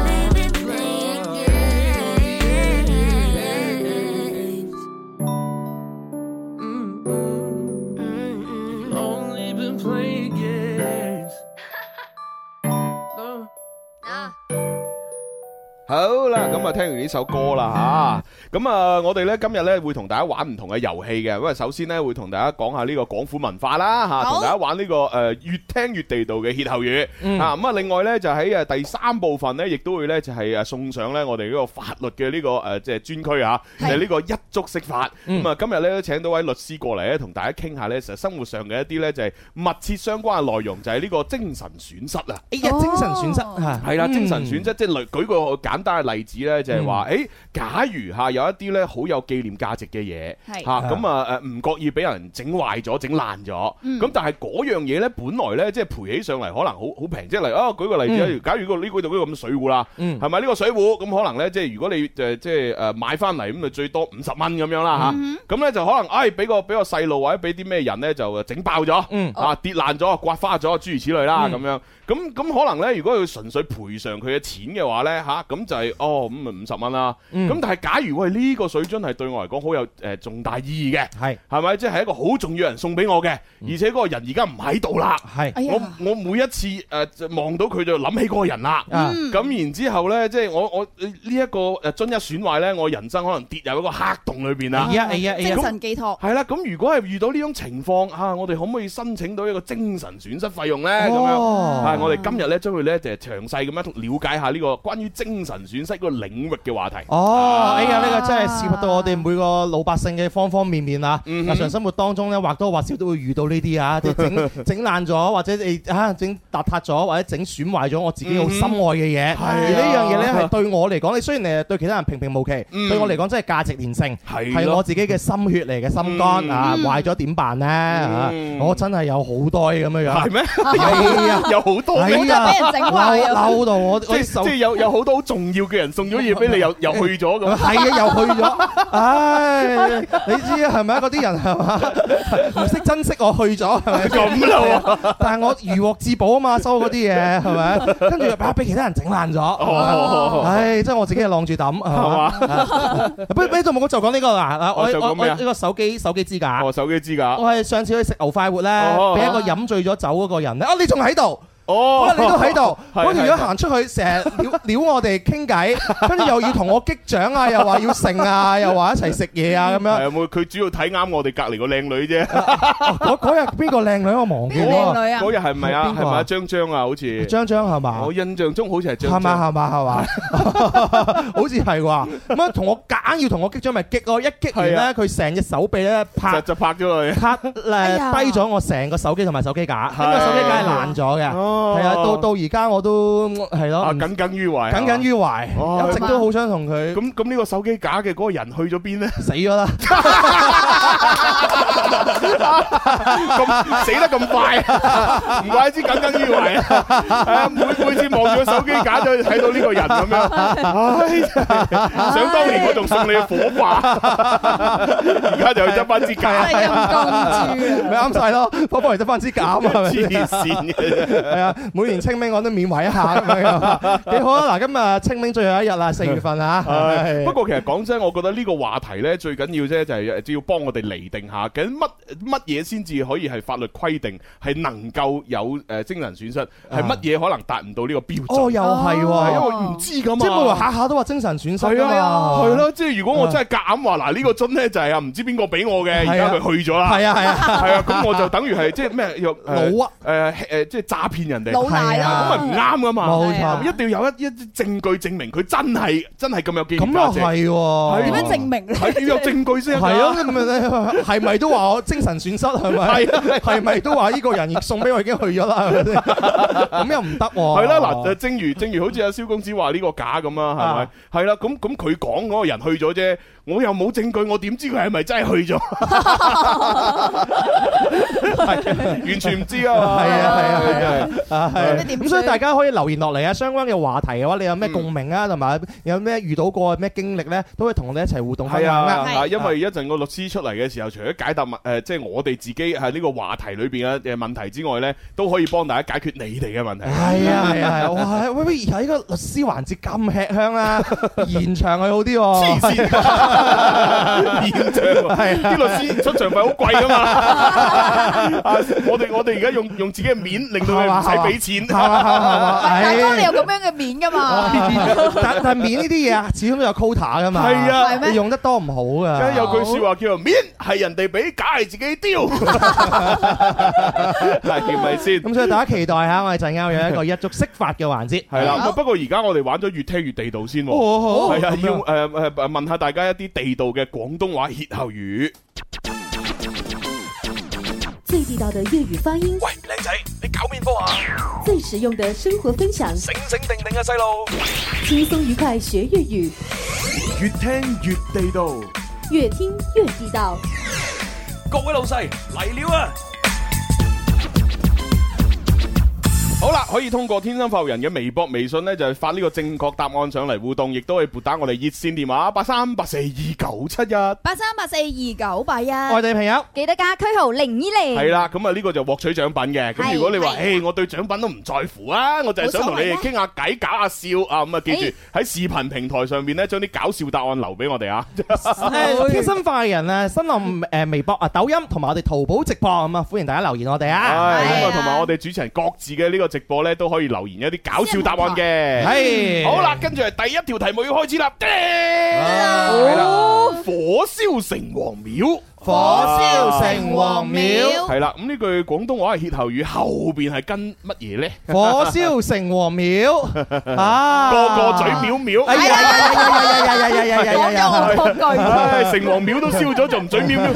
Speaker 7: Mm-mm. You've Only been playing <laughs> games. No.
Speaker 4: 好啦，咁啊，聽完呢首歌啦吓，咁啊，我哋呢今日呢會同大家玩唔同嘅遊戲嘅，咁啊，首先呢會同大家講下呢個廣府文化啦吓，
Speaker 3: 好
Speaker 4: 同大家玩呢個诶越聽越地道嘅歇後語啊，咁啊，另外呢，就喺诶第三部分呢，亦都會呢，就係诶送上呢我哋呢個法律嘅呢個诶即係專區啊，就係呢個一觸識法，咁啊，今日呢，請到位律師過嚟呢，同大家傾下呢，其實生活上嘅一啲呢，就係密切相關嘅內容，就係呢個精神損失啊。
Speaker 5: 哎呀，精神損失
Speaker 3: 哦
Speaker 5: 嚇，
Speaker 4: 係啦，
Speaker 5: 嗯
Speaker 4: 精神損失，即係例舉個簡單嘅例子咧，就係話，誒，假如嚇有一啲咧好有紀念價值嘅嘢，
Speaker 3: 係
Speaker 4: 嚇咁啊誒，唔覺意俾人整壞咗、整爛咗，
Speaker 3: 嗯
Speaker 4: 咁但係嗰樣嘢咧，本來咧即係賠起上嚟可能好好平，即係例如啊，舉個例子，假如個呢個度嗰個咁水壺啦，
Speaker 5: 嗯
Speaker 4: 係咪呢個水壺咁可能咧，即係如果你誒即係誒買翻嚟咁就最多五十蚊咁樣啦
Speaker 5: 嗯
Speaker 4: 嚇，咁咧就可能誒俾個俾個細路或者俾啲咩人咧就整爆咗。
Speaker 5: 嗯
Speaker 4: 啊跌爛咗、刮花咗，諸如此類啦
Speaker 5: 嗯
Speaker 4: 咁樣。咁咁可能咧，如果佢純粹賠償佢嘅錢嘅話咧，吓咁就係哦咁咪五十蚊啦。
Speaker 5: 嗯
Speaker 4: 咁但係假如喂呢個水樽係對我嚟講好有誒重大意義嘅，
Speaker 5: 係嗯
Speaker 4: 係咪？即係一個好重要嘅人送俾我嘅，而且嗰個人而家唔喺度啦。
Speaker 5: 係
Speaker 3: 哎呀
Speaker 4: 我我每一次誒就望到佢就諗起嗰個人啦。
Speaker 5: 啊
Speaker 4: 咁然之後咧，即係我我呢一個誒樽一損壞咧，我人生可能跌入一個黑洞裏邊啦啊
Speaker 5: 哎。呀哎呀哎呀
Speaker 3: 精，神寄托，
Speaker 4: 系啦，咁如果係遇到呢種情況啊，我哋可唔可以申請到一個精神損失費用呢？咁樣
Speaker 5: 哦
Speaker 4: 係我哋今日咧將會咧就係詳細咁樣了解下呢個關於精神損失個領域嘅話題。 <laughs>
Speaker 5: 哦，哎呀，呢個真係涉及到我哋每個老百姓嘅方方面面啊！
Speaker 4: 嗯
Speaker 5: 日常生活當中咧，或多或少都會遇到呢啲啊，即係整整爛咗，或者你啊整邋遢咗，或者整損壞咗我自己好心愛嘅嘢。
Speaker 4: 係啊
Speaker 5: 而呢樣嘢咧係對我嚟講，你雖然你係對其他人平平無奇，
Speaker 4: 嗯
Speaker 5: 對我嚟講真係價值連城，
Speaker 4: 係
Speaker 5: 係
Speaker 4: 咯
Speaker 5: 我自己嘅心血嚟嘅心肝啊！壞咗點辦呢？啊
Speaker 4: 嗯
Speaker 5: 我真係有好多嘢咁樣樣
Speaker 4: 係，咩？
Speaker 5: 係啊，
Speaker 4: <laughs> 有好多
Speaker 5: 哎
Speaker 4: 咩，
Speaker 3: 冇得俾人整壞啊！
Speaker 5: 嬲嬲到我
Speaker 4: 即
Speaker 5: 我
Speaker 4: 係
Speaker 5: 手
Speaker 4: 即。係有有好多好重要嘅人送咗嘢俾你，又又去咗咁。
Speaker 5: <laughs> 係啊，又去咗，唉，你知係咪啊？嗰啲人係嘛，唔識珍惜我去咗，係咪
Speaker 4: 咁啦
Speaker 5: 係啊但係我如獲至寶啊嘛，收嗰啲嘢係咪？跟住又把俾其他人整爛咗，
Speaker 4: 哦
Speaker 5: 唉，真係我自己係晾住抌，係嘛？
Speaker 4: <laughs>
Speaker 5: 不不，呢度冇講就講呢個啦，嗱，
Speaker 4: 哦就
Speaker 5: 我
Speaker 4: 講
Speaker 5: 我我
Speaker 4: 咩啊
Speaker 5: 呢個手機手機支架
Speaker 4: 我。手機支架，
Speaker 5: 我係上次去食牛快活咧
Speaker 4: 哦，
Speaker 5: 俾一個飲醉咗酒嗰個人咧，啊你仲喺度，
Speaker 4: 哦
Speaker 5: 哇！你都
Speaker 4: <laughs>
Speaker 5: 喺度，
Speaker 4: 係
Speaker 5: 嗰條友行出去，成日撩 <laughs> 撩我哋傾偈，跟住又要同我擊掌啊，又話要剩啊，又話一齊食嘢啊
Speaker 4: <laughs>
Speaker 5: 咁
Speaker 4: 係
Speaker 5: 樣。
Speaker 4: 啊，冇佢主要睇啱我哋隔離個靚女啫。
Speaker 5: 哦嗰嗰日邊個靚女我忘記
Speaker 3: 邊個 <laughs>
Speaker 5: 咗，
Speaker 3: 靚女啊
Speaker 4: 嗰日係咪啊？
Speaker 5: 邊個
Speaker 4: 係
Speaker 5: 啊
Speaker 4: 咪啊？張張啊？好似
Speaker 5: 張張係嘛
Speaker 4: 我？印象中好似係
Speaker 5: 係
Speaker 4: 張
Speaker 5: 嘛
Speaker 4: 張。
Speaker 5: 係嘛係 <laughs> 嘛，好似係啩？咁啊同我夾硬要同我擊掌咪擊咯，一擊完
Speaker 4: 係
Speaker 5: 咧
Speaker 4: 啊
Speaker 5: 佢成隻手臂咧
Speaker 4: 就
Speaker 5: 拍。
Speaker 4: 就拍咗佢。 <laughs>
Speaker 5: 拍誒
Speaker 3: 呀
Speaker 5: 低咗我成個手機同埋手機架，
Speaker 4: 係
Speaker 5: 因為手機架係爛咗嘅，
Speaker 4: 哦
Speaker 5: 係啊，到到而家我都係
Speaker 4: 啊，
Speaker 5: 咯，唔
Speaker 4: 耿耿於懷。
Speaker 5: 耿耿於懷，
Speaker 4: 哦
Speaker 5: 一直都好想同佢
Speaker 4: 咁咁呢個手機架嘅嗰個人去咗邊呢？
Speaker 5: 死咗啦。
Speaker 4: 咁死得咁快，唔怪之耿耿於懷啊！係啊每每次望住個手機架就睇到呢個人咁樣，唉，想當年我仲送你火把，而家就得翻支架，
Speaker 3: 真係陰公豬啊！
Speaker 5: 咪啱晒咯，幫幫嚟得翻支架啊嘛，係咪
Speaker 4: 黐
Speaker 5: 先？
Speaker 4: 線嘅。
Speaker 5: 係啊，每年清明我都緬懷一下咁
Speaker 4: <laughs>
Speaker 5: 樣，幾好啊！嗱，今日清明最後一日啦，四月份啊，
Speaker 4: 唉
Speaker 5: 係
Speaker 4: 不過其實講真，我覺得呢個話題呢，最緊要啫，就係要幫我哋釐定下，究竟乜乜嘢先至可以係法律規定係能夠有誒精神損失，係乜嘢可能達唔到呢個標準？
Speaker 5: 哦，又係
Speaker 4: 係啊因
Speaker 5: 喎，
Speaker 4: 為唔知噶嘛，
Speaker 5: 即係冇話下下都話精神損失
Speaker 4: 係
Speaker 5: 㗎嘛
Speaker 4: 啊，係咯，即係如果我真係夾硬話嗱，呢個樽咧就係啊，唔知邊個俾我嘅，而家佢去咗啦，
Speaker 5: 係啊係啊，
Speaker 4: 係啊，咁我就等於係即係咩又
Speaker 5: 老啊，
Speaker 4: 誒誒，即係詐騙人哋，
Speaker 3: 老大
Speaker 5: 係啊
Speaker 3: 啦，
Speaker 4: 咁咪唔啱噶嘛，
Speaker 5: 冇
Speaker 3: 係啊
Speaker 5: 錯，
Speaker 4: 一定要有一一啲證據證明佢真係真係咁有紀念價值
Speaker 5: 咁，又係喎，
Speaker 3: 點
Speaker 4: 係啊
Speaker 3: 樣證明咧？
Speaker 4: 係要有哦證據先得㗎
Speaker 5: 係啊，咁咪係咪都話我精神損失係咪？
Speaker 4: 係啊係啊
Speaker 5: 係咪都話呢個人送俾我已經去咗啦？係咪先？咁又唔得喎。
Speaker 4: 係啦，嗱，就正如正如好似阿蕭公子話呢個假咁啦
Speaker 5: 啊，
Speaker 4: 係咪？係啦，咁咁佢講嗰個人去咗啫，我又冇證據，我點知佢係咪真係去咗？係完全唔知啊嘛！
Speaker 5: 係啊係啊係啊啊
Speaker 3: 咁
Speaker 5: 係
Speaker 3: 你點
Speaker 5: 咁所以
Speaker 3: 算
Speaker 5: 大家可以留言落嚟啊，相關嘅話題嘅話，你有咩共鳴啊，同埋有咩遇到過咩經歷咧，都可以同我哋一齊互動分
Speaker 4: 係
Speaker 5: 享
Speaker 4: 啊，
Speaker 5: 啦。
Speaker 4: 嗱，因為一陣個律師出嚟嘅時候，除咗解答問誒，即係我哋自己喺呢個話題裏邊嘅誒問題之外咧，都可以幫大家解決你哋嘅問題。
Speaker 5: 係啊係啊係啊，哇！喂喂，而家呢個律師環節咁吃香啊，現場佢好啲喎。
Speaker 4: 線，現 <laughs> 場
Speaker 5: 係啊
Speaker 4: 啲律師出場費好貴噶嘛。
Speaker 5: <laughs>
Speaker 4: 啊我哋我哋而家用用自己嘅面，令到佢唔使俾錢。
Speaker 5: 係嘛係嘛係嘛
Speaker 3: <laughs> 但係當你
Speaker 5: 唉
Speaker 3: 有咁樣嘅面噶嘛，
Speaker 5: 哎但但面呢啲嘢啊，始終都有 quota 噶嘛。
Speaker 4: 係啊
Speaker 3: 係咩
Speaker 5: 你用得多唔好
Speaker 4: 而家
Speaker 5: 噶。
Speaker 4: 有句説話叫做面係人哋俾，假係自己丟，
Speaker 5: <laughs>
Speaker 4: 係咪先？
Speaker 5: 咁所以大家期待下，我哋陣間會有一個一觸識法嘅環節。
Speaker 4: 係啦，咁不過而家我哋玩咗越聽越地道先喎。
Speaker 5: 哦，
Speaker 4: 係啊，
Speaker 5: 咁樣
Speaker 4: 要誒誒誒問下大家一啲地道嘅廣東話歇後語。
Speaker 9: <laughs> 最地道的粵語发音，
Speaker 2: 喂，靚仔，你搞面科啊？
Speaker 9: 最实用的生活分享，
Speaker 2: 醒醒定定啊，細路！
Speaker 9: 轻松愉快学粵語，
Speaker 2: 越聽越地道。
Speaker 9: 越听越地道。
Speaker 2: 各位老細嚟了啊！
Speaker 4: 好啦，可以通過天生發育人嘅微博、微信呢，就係發呢個正確答案上嚟互動，亦都可以撥打我哋熱線電話八三八四二九七一。
Speaker 3: 八三八四二九八一，
Speaker 5: 外地朋友。
Speaker 6: 記得加區號零二零。
Speaker 4: 係啦，咁啊呢個就獲取獎品嘅。咁
Speaker 6: 係
Speaker 4: 如果你話，
Speaker 6: 係
Speaker 4: 誒我對獎品都唔在乎啊，我就係想同你哋傾下偈、搞下笑啊。咁啊，記住喺視頻平台上面呢，將啲搞笑答案留俾我哋啊。
Speaker 3: <laughs>
Speaker 5: 誒天生快人啊，新浪誒微博啊、抖音同埋我哋淘寶直播咁啊，歡迎大家留言我哋啊。
Speaker 4: 係咁啊，
Speaker 3: 啊
Speaker 4: 同埋我哋主持人各自嘅呢個直播呢，都可以留言一啲搞笑答案嘅。
Speaker 5: 係
Speaker 4: 好啦，，跟住係第一條題目要開始啦。係啦火燒城隍廟。
Speaker 5: 火燒城隍廟，
Speaker 4: 系啦，咁呢句廣東話嘅歇後語後边係跟乜嘢咧？
Speaker 5: 火燒城
Speaker 4: <laughs>
Speaker 5: 隍廟啊，
Speaker 4: 個個嘴。藐藐，
Speaker 5: 哎呀呀呀呀呀呀呀呀呀呀
Speaker 3: 講咗
Speaker 5: 呀！
Speaker 3: 我嗰句，
Speaker 4: 唉城隍廟都燒咗，仲唔嘴藐藐？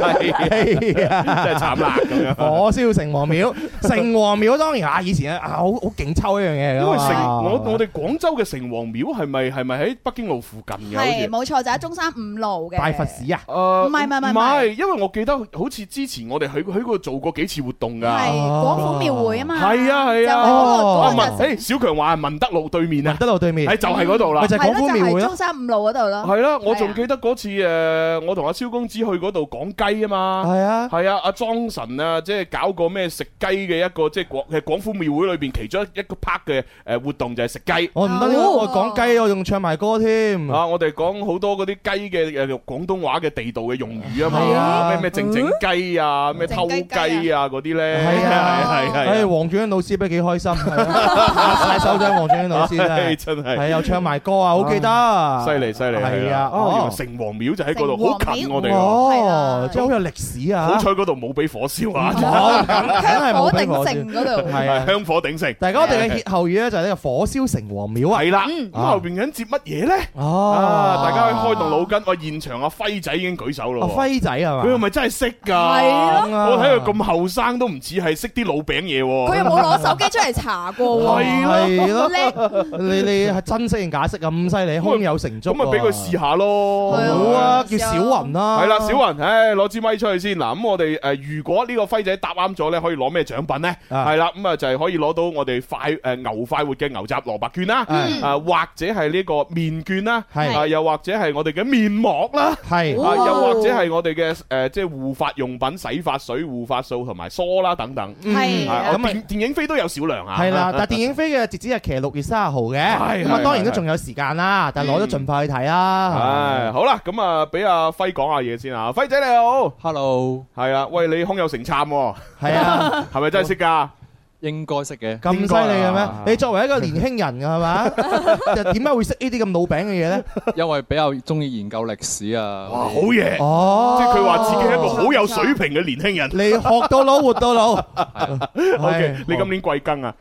Speaker 4: 係
Speaker 5: 哎呀
Speaker 4: 真係慘啦咁樣。
Speaker 5: 火燒城隍廟，城隍廟當然啊，以前啊好好勁抽一樣嘢
Speaker 4: 因
Speaker 5: 㗎
Speaker 4: 為
Speaker 5: 嘛
Speaker 4: 城我我哋廣州嘅城隍廟係咪係咪喺北京路附近嘅？好
Speaker 3: 係
Speaker 4: 似
Speaker 3: 冇錯，就喺中山五路嘅
Speaker 5: 大佛寺啊，
Speaker 4: 誒
Speaker 3: 唔係唔係唔係
Speaker 4: 呃唔係，因為我記得好似之前我哋喺喺嗰度做過幾次活動㗎。
Speaker 3: 係廣府廟會啊嘛，
Speaker 4: 係啊係啊
Speaker 3: 就係
Speaker 5: 哦
Speaker 3: 嗰個
Speaker 4: 啊
Speaker 3: 嗰個
Speaker 4: 文
Speaker 3: 就
Speaker 4: 誒小強話係文德路對面啊，
Speaker 5: 得路對面
Speaker 4: 係就係嗰度啦
Speaker 5: 咪。就係廣
Speaker 3: 係
Speaker 5: 府
Speaker 3: 咯，就
Speaker 5: 廟會
Speaker 3: 係
Speaker 5: 咯
Speaker 3: 中。山五路嗰度咯，
Speaker 4: 係啦，我
Speaker 3: 係
Speaker 4: 仲
Speaker 3: 啊
Speaker 4: 記得嗰次誒，我同阿蕭公子去嗰度講雞啊嘛。
Speaker 5: 係啊，
Speaker 4: 係啊，阿莊神啊，即係搞過咩食雞嘅一個，即係廣誒廣府廟會裏邊其中一一個 part 嘅誒活動就係食雞。
Speaker 5: 我唔得呢個，
Speaker 3: 哦
Speaker 5: 我講雞，我仲唱埋歌添。
Speaker 4: 啊！我哋講好多嗰啲雞嘅誒廣東話嘅地道嘅用語啊
Speaker 5: 係
Speaker 4: 嘛，
Speaker 5: 啊
Speaker 4: 咩咩靜靜雞啊，咩偷雞啊嗰啲咧，
Speaker 5: 係啊
Speaker 4: 係
Speaker 5: 唉，
Speaker 4: 係
Speaker 5: 黃俊英老師都
Speaker 4: <laughs>
Speaker 5: 幾開心，係啊拍晒手掌，黃俊英老師真
Speaker 4: 係，
Speaker 5: 係，
Speaker 4: 真係
Speaker 5: 係又唱埋歌啊，好記得，
Speaker 4: 犀利犀利
Speaker 5: 係啊，
Speaker 4: 哦原來
Speaker 5: 哦，
Speaker 4: 城隍廟就喺嗰度，
Speaker 3: 城
Speaker 4: 好
Speaker 3: 隍
Speaker 4: 近
Speaker 3: 廟
Speaker 4: 我哋喎，
Speaker 3: 係
Speaker 5: 哦
Speaker 3: 啦，
Speaker 5: 真係好有歷史啊
Speaker 4: 好，彩嗰度冇俾火燒 <laughs> 啊，
Speaker 5: 冇，梗係
Speaker 3: 火
Speaker 5: 冇
Speaker 3: 定
Speaker 5: 俾我
Speaker 3: 城嗰度，
Speaker 5: 係啊，
Speaker 4: 香火鼎盛，
Speaker 5: 大家我哋嘅歇後語咧就係呢個火燒城隍廟啊，
Speaker 4: 係啦，
Speaker 6: 嗯
Speaker 4: 咁後邊緊接乜嘢咧？
Speaker 5: 哦
Speaker 4: 啊！大家可以開動腦筋，我現場阿輝仔已經舉手咯
Speaker 5: 哦，
Speaker 4: 喎。
Speaker 5: 輝仔係嘛？啊
Speaker 4: 佢係咪真係識㗎？
Speaker 3: 係
Speaker 5: 咯
Speaker 4: 我睇佢咁後生都唔似係識啲老餅嘢
Speaker 3: 佢
Speaker 4: 喎。
Speaker 3: 又冇攞手機出嚟查過喎，
Speaker 5: 係咯，
Speaker 3: 好叻，
Speaker 5: 你你係真識定假識咁犀利，胸有成竹
Speaker 4: 咁
Speaker 5: 啊。
Speaker 4: 咪俾佢試下咯。
Speaker 3: 係
Speaker 5: 好啊，叫小雲啦。
Speaker 4: 係啦，小雲，唉，攞支咪出去先。嗱，咁我哋誒，如果呢個輝仔答啱咗咧，可以攞咩獎品咧？
Speaker 5: 啊
Speaker 4: 係啦，咁啊就係可以攞到我哋快誒牛快活嘅牛雜蘿蔔券啦，
Speaker 5: 嗯
Speaker 4: 啊或者係呢個面券啦，
Speaker 5: 係
Speaker 4: 啊又或者係我哋嘅面膜啦。
Speaker 5: 係
Speaker 4: 啊，又或者係我哋嘅誒，即係護髮用品、洗髮水、護髮素同埋梳啦等等。
Speaker 3: 係
Speaker 4: 啊
Speaker 5: 咁
Speaker 4: 咁
Speaker 5: 咪
Speaker 4: 電電影飛都有少量啊。
Speaker 5: 嗯係啦，但係電影飛嘅截止日期係六月三十號嘅，
Speaker 4: 係
Speaker 5: 咁啊
Speaker 4: 係
Speaker 5: 當然都
Speaker 4: 係
Speaker 5: 仲有時間啦，但係攞咗盡快去睇啦。
Speaker 4: 唉，好啦，咁啊，俾阿輝講下嘢先啊。輝仔你好，
Speaker 10: Hello，
Speaker 4: 係啊，喂，你胸有成杉喎，
Speaker 5: 係啊，
Speaker 4: 係咪真係識㗎？
Speaker 10: 應該識嘅。
Speaker 5: 咁犀利嘅
Speaker 4: 應該
Speaker 5: 咩
Speaker 4: 啊？
Speaker 5: 你作為一個年輕人係嘛，就點解會識呢啲咁老餅嘅嘢咧？
Speaker 10: 因為比較中意研究歷史啊。
Speaker 4: 哇，好嘢！
Speaker 5: 哦，
Speaker 4: 即係佢話自己係一個好有水平嘅年輕人。
Speaker 5: 你學到老活到
Speaker 4: <laughs>
Speaker 5: 老，
Speaker 4: O K，
Speaker 5: 係
Speaker 4: 你今年貴庚啊？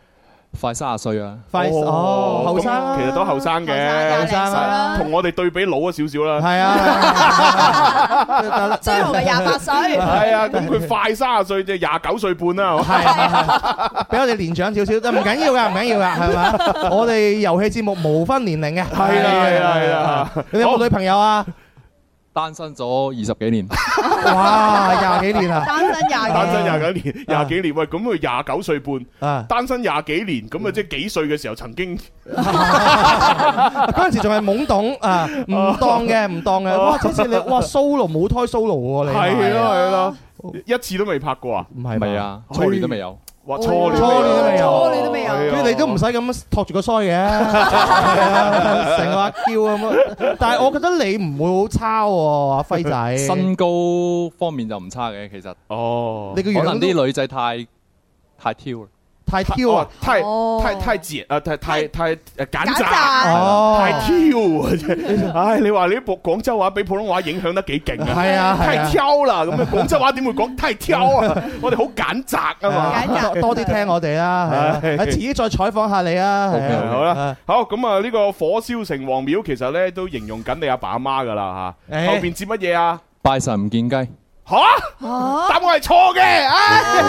Speaker 10: 快三十歲啊！
Speaker 5: 快哦，後生啊
Speaker 4: 咁其實都後生
Speaker 3: 後
Speaker 4: 嘅，
Speaker 3: 生廿零歲啦
Speaker 4: 同我哋對比老咗少少啦。
Speaker 5: 係啊，
Speaker 3: 張豪咪廿八歲，
Speaker 4: 係啊，咁佢快三十歲，即係廿九歲半啦。係嘛
Speaker 5: 係啊，比我哋年長少少，但唔緊要噶，唔緊要噶，
Speaker 4: <laughs>
Speaker 5: 係嘛？我哋遊戲節目無分年齡嘅，啊
Speaker 4: 係啦係啦係啦，
Speaker 5: 你有
Speaker 4: 好
Speaker 5: 冇女朋友啊？
Speaker 10: 單身咗二十幾年，
Speaker 5: 哇，廿幾年啊！
Speaker 3: 單身廿幾，
Speaker 4: <laughs> 單身廿幾年，廿幾年喂，咁佢廿九歲半，
Speaker 5: 啊！嗯
Speaker 4: 單身廿幾年，咁啊即係幾歲嘅時候曾經
Speaker 5: 嗰陣時仲係懵懂啊，唔當嘅，唔當嘅。哇！即使你哇 solo 母胎 solo 喎，你
Speaker 4: 哦
Speaker 5: 啊
Speaker 4: 係啊咯係咯，一次都未拍過啊！
Speaker 5: 唔係
Speaker 10: 係咪
Speaker 5: 嘛？
Speaker 10: 啊？初戀都未有。
Speaker 4: 哇，初戀
Speaker 5: 初戀都未有
Speaker 3: 初戀都未有
Speaker 4: 係啊
Speaker 5: 跟住你都唔使咁樣托住個腮嘅， <laughs> 係啊成個阿嬌咁啊！但係我覺得你唔會好差喎，阿輝仔。
Speaker 10: 身高方面就唔差嘅，其實
Speaker 4: 哦
Speaker 5: 你。個
Speaker 10: 可
Speaker 5: 樣
Speaker 10: 能
Speaker 5: 都
Speaker 10: 啲女仔太太挑啦。
Speaker 5: 太挑啊！
Speaker 4: 哦太
Speaker 3: 哦
Speaker 4: 太太節啊，太太太誒簡
Speaker 3: 簡
Speaker 4: 雜
Speaker 3: 雜。
Speaker 5: 哦，
Speaker 4: 太挑啊！真係唉，你話你啲廣廣州話俾普通話影響得幾勁啊！
Speaker 5: 係啊係
Speaker 4: 太
Speaker 5: 啊！
Speaker 4: 挑啦，咁啊廣州話點會講太挑
Speaker 5: <laughs>
Speaker 4: 啊？我哋好揀擇啊
Speaker 5: Ờ,
Speaker 4: 嘛。
Speaker 3: 簡雜
Speaker 5: 多多啲聽我哋啦，係啊
Speaker 4: 係
Speaker 5: 啊遲啲再採訪下你啊，係啊
Speaker 10: OK，
Speaker 4: Dạ. 好啦
Speaker 5: 啊
Speaker 4: 好咁啊！呢個火燒城隍廟其實咧都形容緊你阿爸阿媽噶啦
Speaker 5: 誒
Speaker 4: 吓，後邊接乜嘢啊？
Speaker 10: 拜神唔見雞，
Speaker 4: 吓，
Speaker 5: Ờ?
Speaker 4: 答案係錯嘅，
Speaker 5: 哦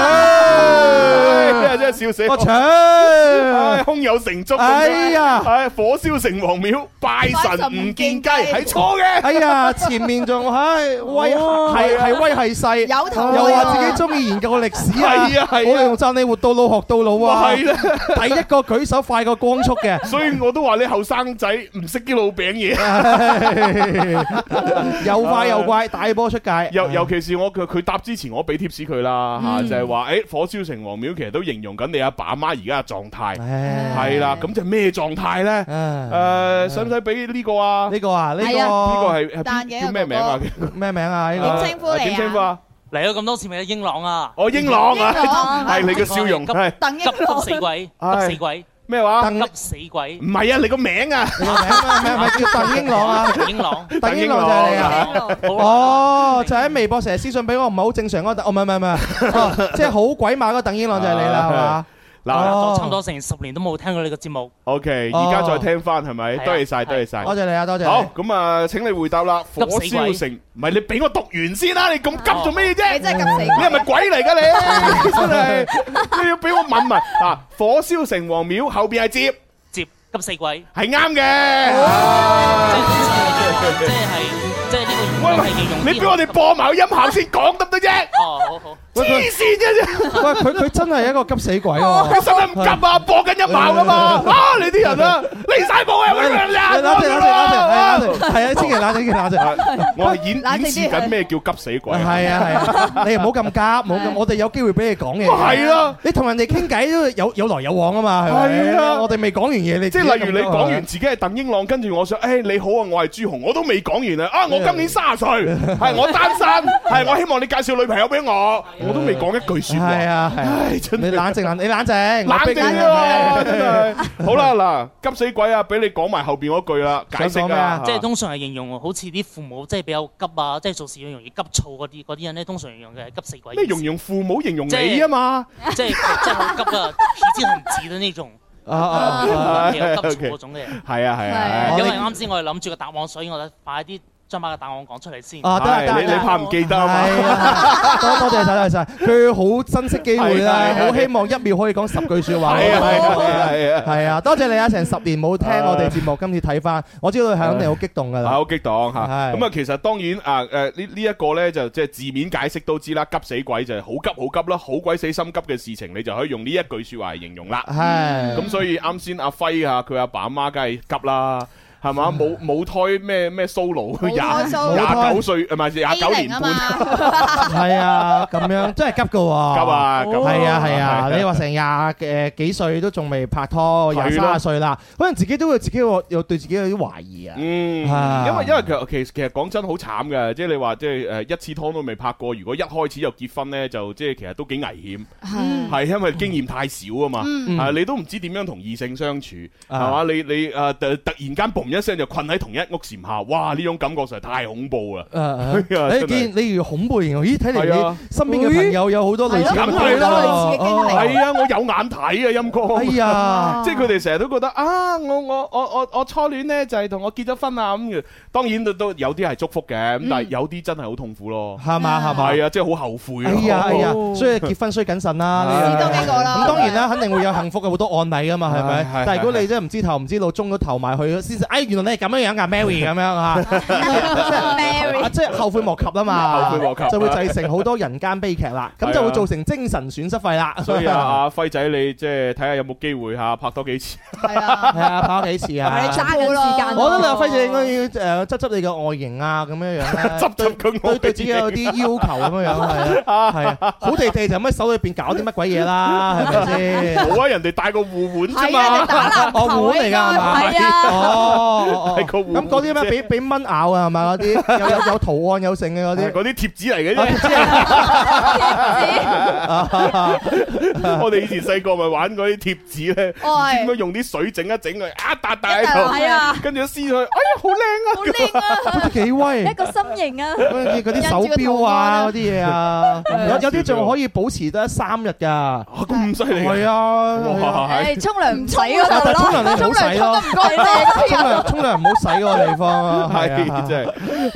Speaker 4: 唉，真係笑死
Speaker 5: 我
Speaker 4: 我！唉，
Speaker 5: 搶！
Speaker 4: 胸有成竹咁樣。
Speaker 5: 哦哎呀！
Speaker 4: 唉，火燒城隍廟，拜神唔見雞，係錯嘅。
Speaker 5: 哎呀，前面仲唉威係係威係勢，
Speaker 3: 有頭啊
Speaker 5: 又話自己中意研究歷史啊，
Speaker 4: 係啊係啊
Speaker 5: 我哋仲讚你活到老學到老啊，
Speaker 4: 係啦。，
Speaker 5: 第一個舉手快過光速嘅
Speaker 4: 所以我都話你後生仔唔識啲老餅嘢，
Speaker 5: 又快又快，大波出界，
Speaker 4: 尤尤其是我佢佢答之前，我俾貼士佢啦嚇，
Speaker 5: 嗯
Speaker 4: 就係話誒火燒城隍廟其實都形容緊你阿爸阿媽而家嘅狀態，
Speaker 5: 唉
Speaker 4: 係啦，咁就咩狀態咧？
Speaker 5: 唉
Speaker 4: 誒，使唔使俾呢個啊？呢
Speaker 5: 呢個啊呢
Speaker 3: 係
Speaker 4: 個
Speaker 5: 個
Speaker 4: 係係
Speaker 3: 但嘅
Speaker 4: 叫叫咩名啊？
Speaker 5: 咩名啊呢
Speaker 3: 點
Speaker 5: 個
Speaker 3: 稱呼你啊
Speaker 4: 點
Speaker 11: à.
Speaker 4: 稱呼啊？
Speaker 11: 嚟咗咁多次咪有英朗啊，
Speaker 4: 我英朗
Speaker 3: 英
Speaker 4: 啊，
Speaker 3: 朗
Speaker 4: 係你嘅笑容
Speaker 11: 急
Speaker 4: 係
Speaker 3: 鄧
Speaker 11: 急
Speaker 3: 英
Speaker 11: 急
Speaker 3: 朗
Speaker 11: 死鬼，
Speaker 4: 唉
Speaker 11: 急死鬼，
Speaker 4: 咩話？
Speaker 5: 鄧
Speaker 11: 急死鬼
Speaker 4: 唔，係啊，你個名啊，
Speaker 5: 你個名咩咩咪叫鄧英朗
Speaker 11: <laughs>
Speaker 5: 啊？
Speaker 11: 英朗，
Speaker 5: 鄧英朗就係你
Speaker 4: 鄧英朗
Speaker 5: 啊！哦，就喺微博成日私信俾我，唔係好正常嗰個鄧，哦唔係唔係
Speaker 4: <laughs>
Speaker 5: 唔係，哦即係好鬼馬嗰個鄧英朗就係你
Speaker 4: À.
Speaker 5: 啦，係嘛？
Speaker 4: 嗱
Speaker 5: 哦
Speaker 11: 差唔多成十年都冇聽過你個
Speaker 4: <laughs>
Speaker 11: 節目，
Speaker 4: ，OK，
Speaker 5: 哦
Speaker 4: 而家再聽翻係咪？
Speaker 11: 係啊
Speaker 4: 多謝晒，
Speaker 11: 係
Speaker 4: 多謝晒。
Speaker 5: 多謝你啊，多謝你。
Speaker 4: 好，咁啊，請你回答啦。火
Speaker 11: 急死鬼
Speaker 4: 燒城，唔係你俾我讀完先啦，你咁急
Speaker 5: 哦
Speaker 4: <laughs> 做咩啫？
Speaker 3: 你真係咁
Speaker 4: 你
Speaker 3: 死，
Speaker 4: 係咪鬼嚟噶你？真係，你要俾我問埋嗱，火燒城隍廟後邊係接，
Speaker 11: 接急死鬼，
Speaker 4: 係啱嘅。
Speaker 11: 即係即係即係呢個語係形容
Speaker 4: 你俾我哋播埋個音效先講得唔得啫？
Speaker 11: 哦，好好，
Speaker 5: 喂
Speaker 4: 黐
Speaker 5: 佢
Speaker 4: 線嘅啫，
Speaker 5: 喂佢佢真係一個急死鬼喎！
Speaker 4: 你使唔使咁急啊？播緊音效噶嘛？啊，你啲人啊，離晒譜啊！
Speaker 5: 你冷靜，冷靜，冷靜，係啊，千祈冷靜，千祈冷靜。
Speaker 4: 我係演
Speaker 3: 冷靜啲
Speaker 4: 演示緊咩叫急死鬼。
Speaker 5: 係啊係啊，你唔好咁急，冇咁，我哋有機會俾你講嘢。
Speaker 4: 係啦，
Speaker 5: 你同人哋傾偈都有有來有往啊嘛，係咪？
Speaker 4: 係啊
Speaker 5: 我哋未講完嘢，你
Speaker 4: 即係例如你講完自己係鄧英朗，跟住我想，誒你好啊，我係朱紅，我都未講完啊！啊，我今年卅歲，係我單身，係我希望你介紹女朋友俾我，我都未講一句説話。
Speaker 5: 係啊係啊
Speaker 4: 唉，真
Speaker 5: 你
Speaker 4: 係
Speaker 5: 冷靜冷，你冷靜，
Speaker 4: 冷靜啲喎，真係。好啦，嗱，急死鬼啊，俾你講埋後邊嗰句啦，解
Speaker 5: 想講
Speaker 4: 釋
Speaker 5: 咩
Speaker 4: 啊
Speaker 5: 啊。
Speaker 11: 即係通常係形容好似啲父母即係比較急啊，即係做事容易急躁嗰啲嗰啲人咧，通常形容嘅係急死鬼， <laughs>
Speaker 4: 咩形容父母形容你啊嘛？
Speaker 11: 即係即係好急啊，皮之行子的呢種。
Speaker 5: 啊啊
Speaker 11: 啊急躁
Speaker 4: OK à,
Speaker 11: 嗰種嘅人。
Speaker 4: 係啊係啊係啊
Speaker 11: 因
Speaker 5: 哦
Speaker 11: 為啱先我哋諗住個答案，所以我哋快啲將把個答案講出嚟先。
Speaker 5: 啊，得啊得啊
Speaker 4: 你你怕唔記得啊嘛
Speaker 5: 係啊多多謝晒，多謝晒，佢好珍惜機會啦
Speaker 4: 係，係係
Speaker 5: 好希望一秒可以講十句説話。
Speaker 4: 係啊係啊係啊係啊
Speaker 5: 係啊，多謝你啊！成十年冇聽我哋節目，今次睇翻，我知道你肯定好激動㗎
Speaker 4: 啊
Speaker 5: 啦。
Speaker 4: 好激動嚇，
Speaker 5: 係
Speaker 4: 咁啊其實當然啊誒呢呢一個呢，就即係字面解釋都知啦，急死鬼就係好急好急啦，好鬼死心急嘅事情，你就可以用呢一句説話嚟形容啦。
Speaker 5: 係
Speaker 4: 咁所以啱先阿輝啊，佢阿爸阿媽梗係急啦。係嘛？冇冇胎咩咩 solo 廿
Speaker 5: 胎 solo 啊
Speaker 4: 廿九歲，唔係廿九年半，
Speaker 5: 係啊，咁樣真係急㗎喎。
Speaker 4: 急啊急啊
Speaker 5: 係啊係
Speaker 4: 係啊
Speaker 5: 啊，你話成廿誒幾歲都仲未拍拖，廿
Speaker 4: 係咯
Speaker 5: 三十歲啦，可能自己都會自己有有對自己有啲懷疑啊。
Speaker 4: 嗯，
Speaker 5: 啊
Speaker 4: 因為因為其實其實其實講真好慘嘅，即係你話即係呃誒一次拖都未拍過，如果一開始就結婚呢，就即係其實都幾危險，係因為經驗太少啊嘛，
Speaker 5: 嗯
Speaker 4: 啊你都唔知點樣同異性相處，係嘛？
Speaker 5: 啊
Speaker 4: 你你誒突突然間嘣一聲就困喺同一屋檐下，哇！呢種感覺實在太恐怖啦，
Speaker 5: 誒
Speaker 4: <laughs> 哎呀真
Speaker 5: 誒，你
Speaker 4: 係
Speaker 5: 見你如恐怖形容，咦？睇嚟
Speaker 4: 係啊
Speaker 5: 你身邊嘅朋友有好多類似嘅
Speaker 4: 梗
Speaker 5: 經
Speaker 4: 係
Speaker 5: 歷
Speaker 4: 啦，
Speaker 5: 喎
Speaker 4: 係啊，我有眼睇啊，陰公。
Speaker 5: 哎呀
Speaker 4: <laughs> 即係佢哋成日都覺得啊，我我我我我初戀咧就係同我結咗婚啊咁。當然都都有啲係祝福嘅，咁但係有啲真係好痛苦咯。
Speaker 5: 係嘛係嘛
Speaker 4: 係啊，即係好後悔咯。
Speaker 5: 哎呀哎呀，所以結婚需謹慎啦。呢樣
Speaker 4: 試多幾個啦
Speaker 5: 咁當然啦，肯定會有幸福嘅好多案例噶嘛，係咪
Speaker 4: 啊係係？啊
Speaker 5: 但係如果你真係唔知頭唔知路，中咗頭埋去 <laughs> 先，哎，原來你係咁樣樣㗎
Speaker 4: <laughs>
Speaker 5: ，Mary 咁樣
Speaker 12: <laughs>
Speaker 5: 嚇
Speaker 3: Mary
Speaker 5: 啊即係後悔莫及啊
Speaker 4: <laughs> 後
Speaker 5: 嘛，
Speaker 4: 悔莫及啊
Speaker 5: 就會製成好多人間悲劇啦，咁就會造成精神損失費啦。
Speaker 4: 所以啊，阿
Speaker 5: <laughs>
Speaker 4: 輝仔，你即係睇下有冇機會嚇拍多幾次。
Speaker 5: <laughs> 係啊，跑幾次啊？
Speaker 4: 係你
Speaker 3: 揸緊時間咯
Speaker 5: 我覺得你輝姐應該要誒執執你嘅外形啊，咁樣樣咧，
Speaker 4: <laughs>
Speaker 5: 執
Speaker 4: 執佢
Speaker 5: 對對自己有啲要求咁樣樣係
Speaker 4: <laughs>
Speaker 5: 啊，係啊，好地地就乜手裏邊搞啲乜鬼嘢啦，係
Speaker 4: <laughs>
Speaker 5: 咪先？
Speaker 4: 冇啊，人哋帶個護腕啫
Speaker 5: 係啊
Speaker 4: 嘛
Speaker 5: 你打 <laughs> 籃，球
Speaker 4: 哦
Speaker 5: 嚟㗎係嘛
Speaker 4: 係
Speaker 5: 哦哦哦，
Speaker 4: 係個護
Speaker 5: 咁嗰啲咩俾俾蚊咬啊，係咪
Speaker 4: <laughs>
Speaker 5: 嗰啲有有有圖案有剩嘅嗰啲？
Speaker 4: 啊嗰啲貼紙嚟嘅啫。
Speaker 5: 啊
Speaker 3: <laughs>
Speaker 4: 我哋以前細個咪玩嗰啲貼紙咧，唔知
Speaker 3: 哦係
Speaker 4: 點樣用啲水整一整佢，啊笪笪
Speaker 3: 一笪落去
Speaker 4: 喺
Speaker 3: 啊
Speaker 4: 度，跟住撕佢，哎呀好靚啊！
Speaker 5: 都幾威，
Speaker 3: 一個心形啊，
Speaker 5: 嗰啲嗰啲手錶啊，嗰啲
Speaker 4: <laughs>
Speaker 5: 嘢啊，
Speaker 3: 係
Speaker 5: 有有啲仲可以保持得三日㗎。
Speaker 4: 咁犀利
Speaker 5: 㗎！係啊，係啊
Speaker 3: 誒沖涼唔使嗰度
Speaker 5: 但係
Speaker 3: 咯，
Speaker 5: 沖涼你唔好洗咯，沖涼
Speaker 3: <laughs> 沖涼沖得唔乾淨
Speaker 5: 沖涼唔好洗嗰個地方啊，係啊
Speaker 4: <laughs> 係真係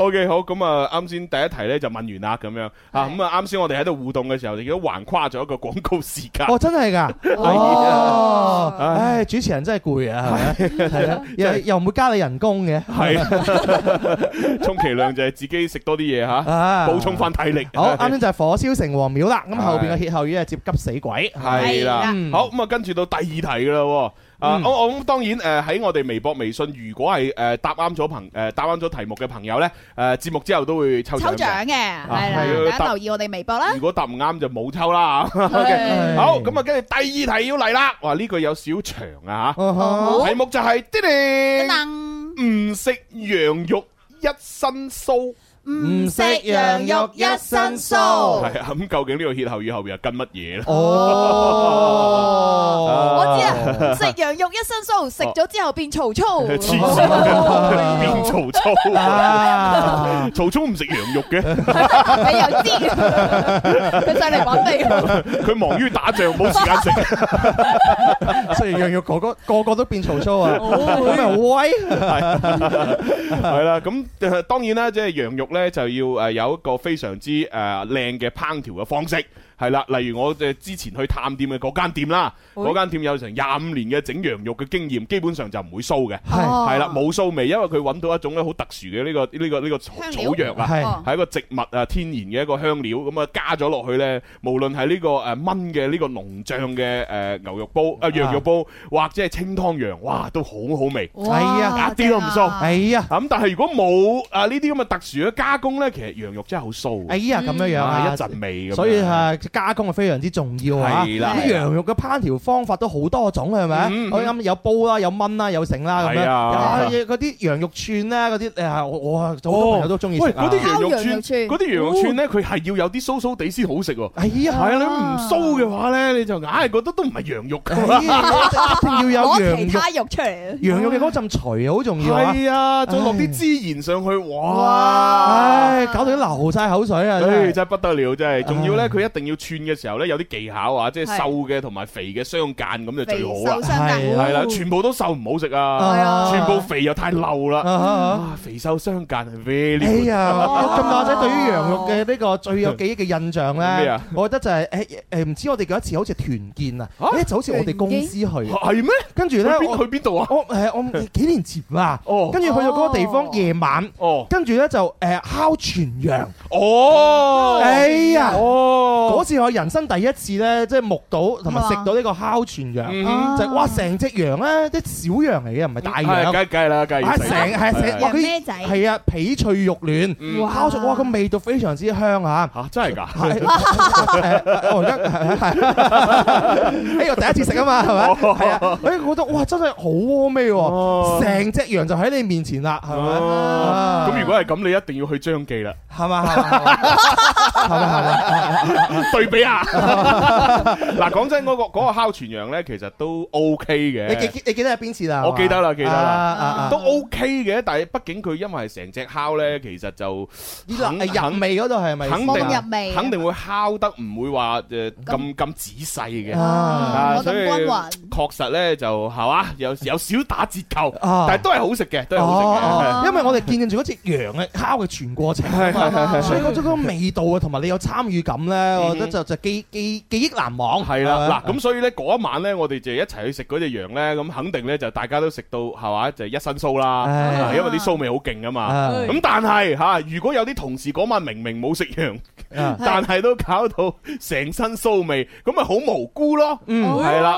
Speaker 4: ，OK 好咁啊！啱先第一題咧就問完啦，咁樣啊咁啊！啱先我哋喺度互動嘅時候，亦都橫跨咗一個廣告時間。啊
Speaker 5: 哦，真係㗎！哦，唉，主持人真係攰啊，係咪？係啊，又又唔會加你人工嘅，
Speaker 4: 係，<laughs>
Speaker 5: <laughs>
Speaker 4: 充其量就係自己食多啲嘢吓，
Speaker 5: 啊
Speaker 4: 補充翻體力。
Speaker 5: 好，啱先就係火燒城隍廟啦，咁
Speaker 4: 係
Speaker 5: 後邊嘅歇後語係接急死鬼，
Speaker 4: 係啦
Speaker 5: 嗯，
Speaker 4: 好咁啊，跟住到第二題噶啦喎。啊，
Speaker 5: 嗯
Speaker 4: 我我咁當然誒喺我哋微博、微信，如果係誒答啱咗朋誒答啱咗題目嘅朋友咧，誒節目之後都會抽
Speaker 3: 抽
Speaker 4: 獎
Speaker 3: 獎
Speaker 4: 嘅。
Speaker 3: 嘅，係啦，
Speaker 4: 係啊
Speaker 3: 大家留意我哋微博啦
Speaker 4: 如。果答唔啱就冇抽
Speaker 3: <laughs>
Speaker 4: 啦。OK，好咁啊，跟住第二題要嚟啦。哇，呢個有少長啊
Speaker 5: 哦嚇。
Speaker 4: 題目就係啲你唔食羊肉一身騷。
Speaker 5: 唔食羊肉一身騷
Speaker 3: 哦
Speaker 4: 係啊，咁究竟呢個歇後語後邊係跟乜嘢咧？
Speaker 5: 哦
Speaker 3: <laughs> 我知啊，食羊肉一身騷，食咗之後變曹 <laughs> 操。
Speaker 4: 黐線嘅，變曹操
Speaker 5: 啊，
Speaker 4: 曹操唔食羊肉嘅，
Speaker 3: 你又知，佢上嚟揾你。
Speaker 4: 佢忙於打仗，冇時間食。
Speaker 5: <laughs> 雖然羊肉哥哥個個都變曹操啊，咁咪
Speaker 3: 哦
Speaker 5: 好威。
Speaker 4: 係啦，咁呃當然啦，即係羊肉咧就要誒有一個非常之誒靚嘅烹調嘅方式。係啦，例如我誒之前去探店嘅嗰間店啦，
Speaker 2: 會
Speaker 4: 嗰間店有成廿五年嘅整羊肉嘅經驗，基本上就唔會馊嘅，
Speaker 2: 係
Speaker 4: 係啦，冇馊味，因為佢揾到一種咧好特殊嘅呢個呢個呢個草
Speaker 2: 香料
Speaker 4: 草藥啊
Speaker 2: 係，
Speaker 4: 係一個植物啊天然嘅一個香料，咁啊加咗落去咧，無論係呢個誒燜嘅呢個濃醬嘅誒牛肉煲啊羊肉煲，或者係清湯羊，哇都好好味，
Speaker 5: 哇係啊
Speaker 4: 一哎啲都唔馊，
Speaker 5: 係啊，
Speaker 4: 咁但係如果冇啊呢啲咁嘅特殊嘅加工咧，其實羊肉真係好馊，
Speaker 5: 哎呀咁樣樣啊
Speaker 4: 啊一陣味咁，
Speaker 5: 所以啊係加工係非常之重要啊！
Speaker 4: 係啦
Speaker 5: 咁羊肉嘅烹調方法都好多種係咪
Speaker 4: 嗯嗯？
Speaker 5: 我啱有煲啦，有炆啦，有成啦咁
Speaker 4: 係
Speaker 5: 樣。
Speaker 4: 啊
Speaker 5: 啊嗰啲羊肉串咧，嗰啲誒我我好多朋友都中意
Speaker 4: 哦
Speaker 5: 食
Speaker 4: 喂，
Speaker 5: 啊。
Speaker 4: 嗰啲羊肉串，嗰啲羊肉串
Speaker 5: 哦
Speaker 4: 咧，佢係要有啲酥酥地先好食喎。
Speaker 5: 哎呀
Speaker 4: 係啊，你唔酥嘅話咧，你就硬係覺得都唔係羊肉㗎。
Speaker 5: 哦啊
Speaker 3: <laughs>
Speaker 5: 一定 <laughs> 要有
Speaker 3: 攞
Speaker 5: 羊
Speaker 3: 其
Speaker 5: 肉
Speaker 3: 他肉出嚟。啊
Speaker 5: 羊肉嘅嗰陣除好重要啊！
Speaker 4: 係啊，再落啲孜然上去，哇！
Speaker 5: 唉，搞到啲流晒口水啊！真係
Speaker 4: 唉，真係不得了，真係。仲要咧，佢一定要要串嘅時候咧，有啲技巧啊，即係
Speaker 3: 係
Speaker 4: 瘦嘅同埋肥嘅相間咁就最
Speaker 3: 肥
Speaker 4: 好
Speaker 3: 瘦
Speaker 4: 啦。
Speaker 3: 相間
Speaker 4: 係啦，全部都瘦唔好食啊，
Speaker 5: 啊
Speaker 4: 全部肥又太漏啦。
Speaker 5: 啊啊
Speaker 4: 啊，肥瘦相間係 very good
Speaker 5: 哎呀，咁大仔對於羊肉嘅呢個最有記憶嘅印象
Speaker 4: 咩
Speaker 5: 咧
Speaker 4: 啊，
Speaker 5: 我覺得就係誒誒，唔知我哋嗰一次好似團建啊，誒就好似我哋公司去，係
Speaker 4: 咩？
Speaker 5: 跟住咧，
Speaker 4: 去邊
Speaker 5: 我
Speaker 4: 去邊度啊？
Speaker 5: 我誒我幾年前啦，跟住去到嗰個地方夜晚，跟住咧就誒烤全羊。
Speaker 4: 哦，
Speaker 5: 哎呀，
Speaker 4: 哦，
Speaker 5: 嗰次我人生第一次咧，即係目睹同埋食到呢個烤全羊
Speaker 4: 嗯，
Speaker 5: 就係哇成隻羊咧，啲小羊嚟嘅，唔係大
Speaker 4: 係
Speaker 5: 羊。
Speaker 4: 梗係梗係啦，梗係要
Speaker 5: 啊
Speaker 4: 食
Speaker 5: 成係成哇
Speaker 3: 羊
Speaker 5: 佢
Speaker 3: 咩仔 <laughs>
Speaker 5: 係啊皮脆肉嫩
Speaker 4: 嗯，
Speaker 3: 哇
Speaker 5: 烤熟哇個味道非常之香啊！
Speaker 4: 嚇真係㗎
Speaker 5: <laughs> 係係我而家係 <laughs> 係，誒我第一次食啊嘛係
Speaker 4: 哦
Speaker 5: 咪？係啊，誒覺得哇真係好窩味喎，成隻羊就喺你面前啦，係咪？
Speaker 4: 哦咁如果係咁，你一定要去張
Speaker 5: <laughs>
Speaker 4: 記啦。<laughs>
Speaker 5: 係嘛係嘛
Speaker 4: 對比下，嗱講真嗰個嗰個烤全羊咧，其實都 OK
Speaker 5: 你記
Speaker 4: 嘅。
Speaker 5: 記你記得係邊次啦？
Speaker 4: 我記得啦，記得
Speaker 5: 啊
Speaker 4: 啦
Speaker 5: 啊，
Speaker 4: 都 OK 嘅，但係畢竟佢因為係成隻烤咧，其實就肯
Speaker 5: 啊入味嗰度係咪？
Speaker 4: 肯
Speaker 3: 冇咁
Speaker 4: 定
Speaker 3: 入味啊
Speaker 4: 肯定會烤得唔會話誒咁咁仔細嘅，
Speaker 3: 啊冇咁
Speaker 4: 所以
Speaker 3: 均
Speaker 4: 確實咧就係嘛，有有少打折扣，
Speaker 5: 啊
Speaker 4: 但係都係好食嘅，都係好
Speaker 5: 哦，
Speaker 4: 食嘅。
Speaker 5: 因為我哋見證住嗰隻羊嘅烤嘅全過程啊
Speaker 4: 係係係
Speaker 5: 嘛，
Speaker 4: 係
Speaker 5: 所以嗰種嗰個味道啊，同埋你有參與感咧，我覺得就就記記記憶難忘。
Speaker 4: 係啦，嗱咁所以咧嗰一晚咧，我哋就一齊去食嗰隻羊咧，咁肯定咧就大家都食到係嘛，就一身鬚啦，
Speaker 5: 唉啊
Speaker 4: 啊因為啲鬚味好勁噶嘛。
Speaker 5: 唉
Speaker 4: 咁但係嚇，如果有啲同事嗰晚明明冇食羊，
Speaker 5: 啊
Speaker 4: 但係都搞到成身鬚味，咁咪好無辜咯。
Speaker 5: 嗯
Speaker 4: 係
Speaker 5: 哦
Speaker 4: 啦，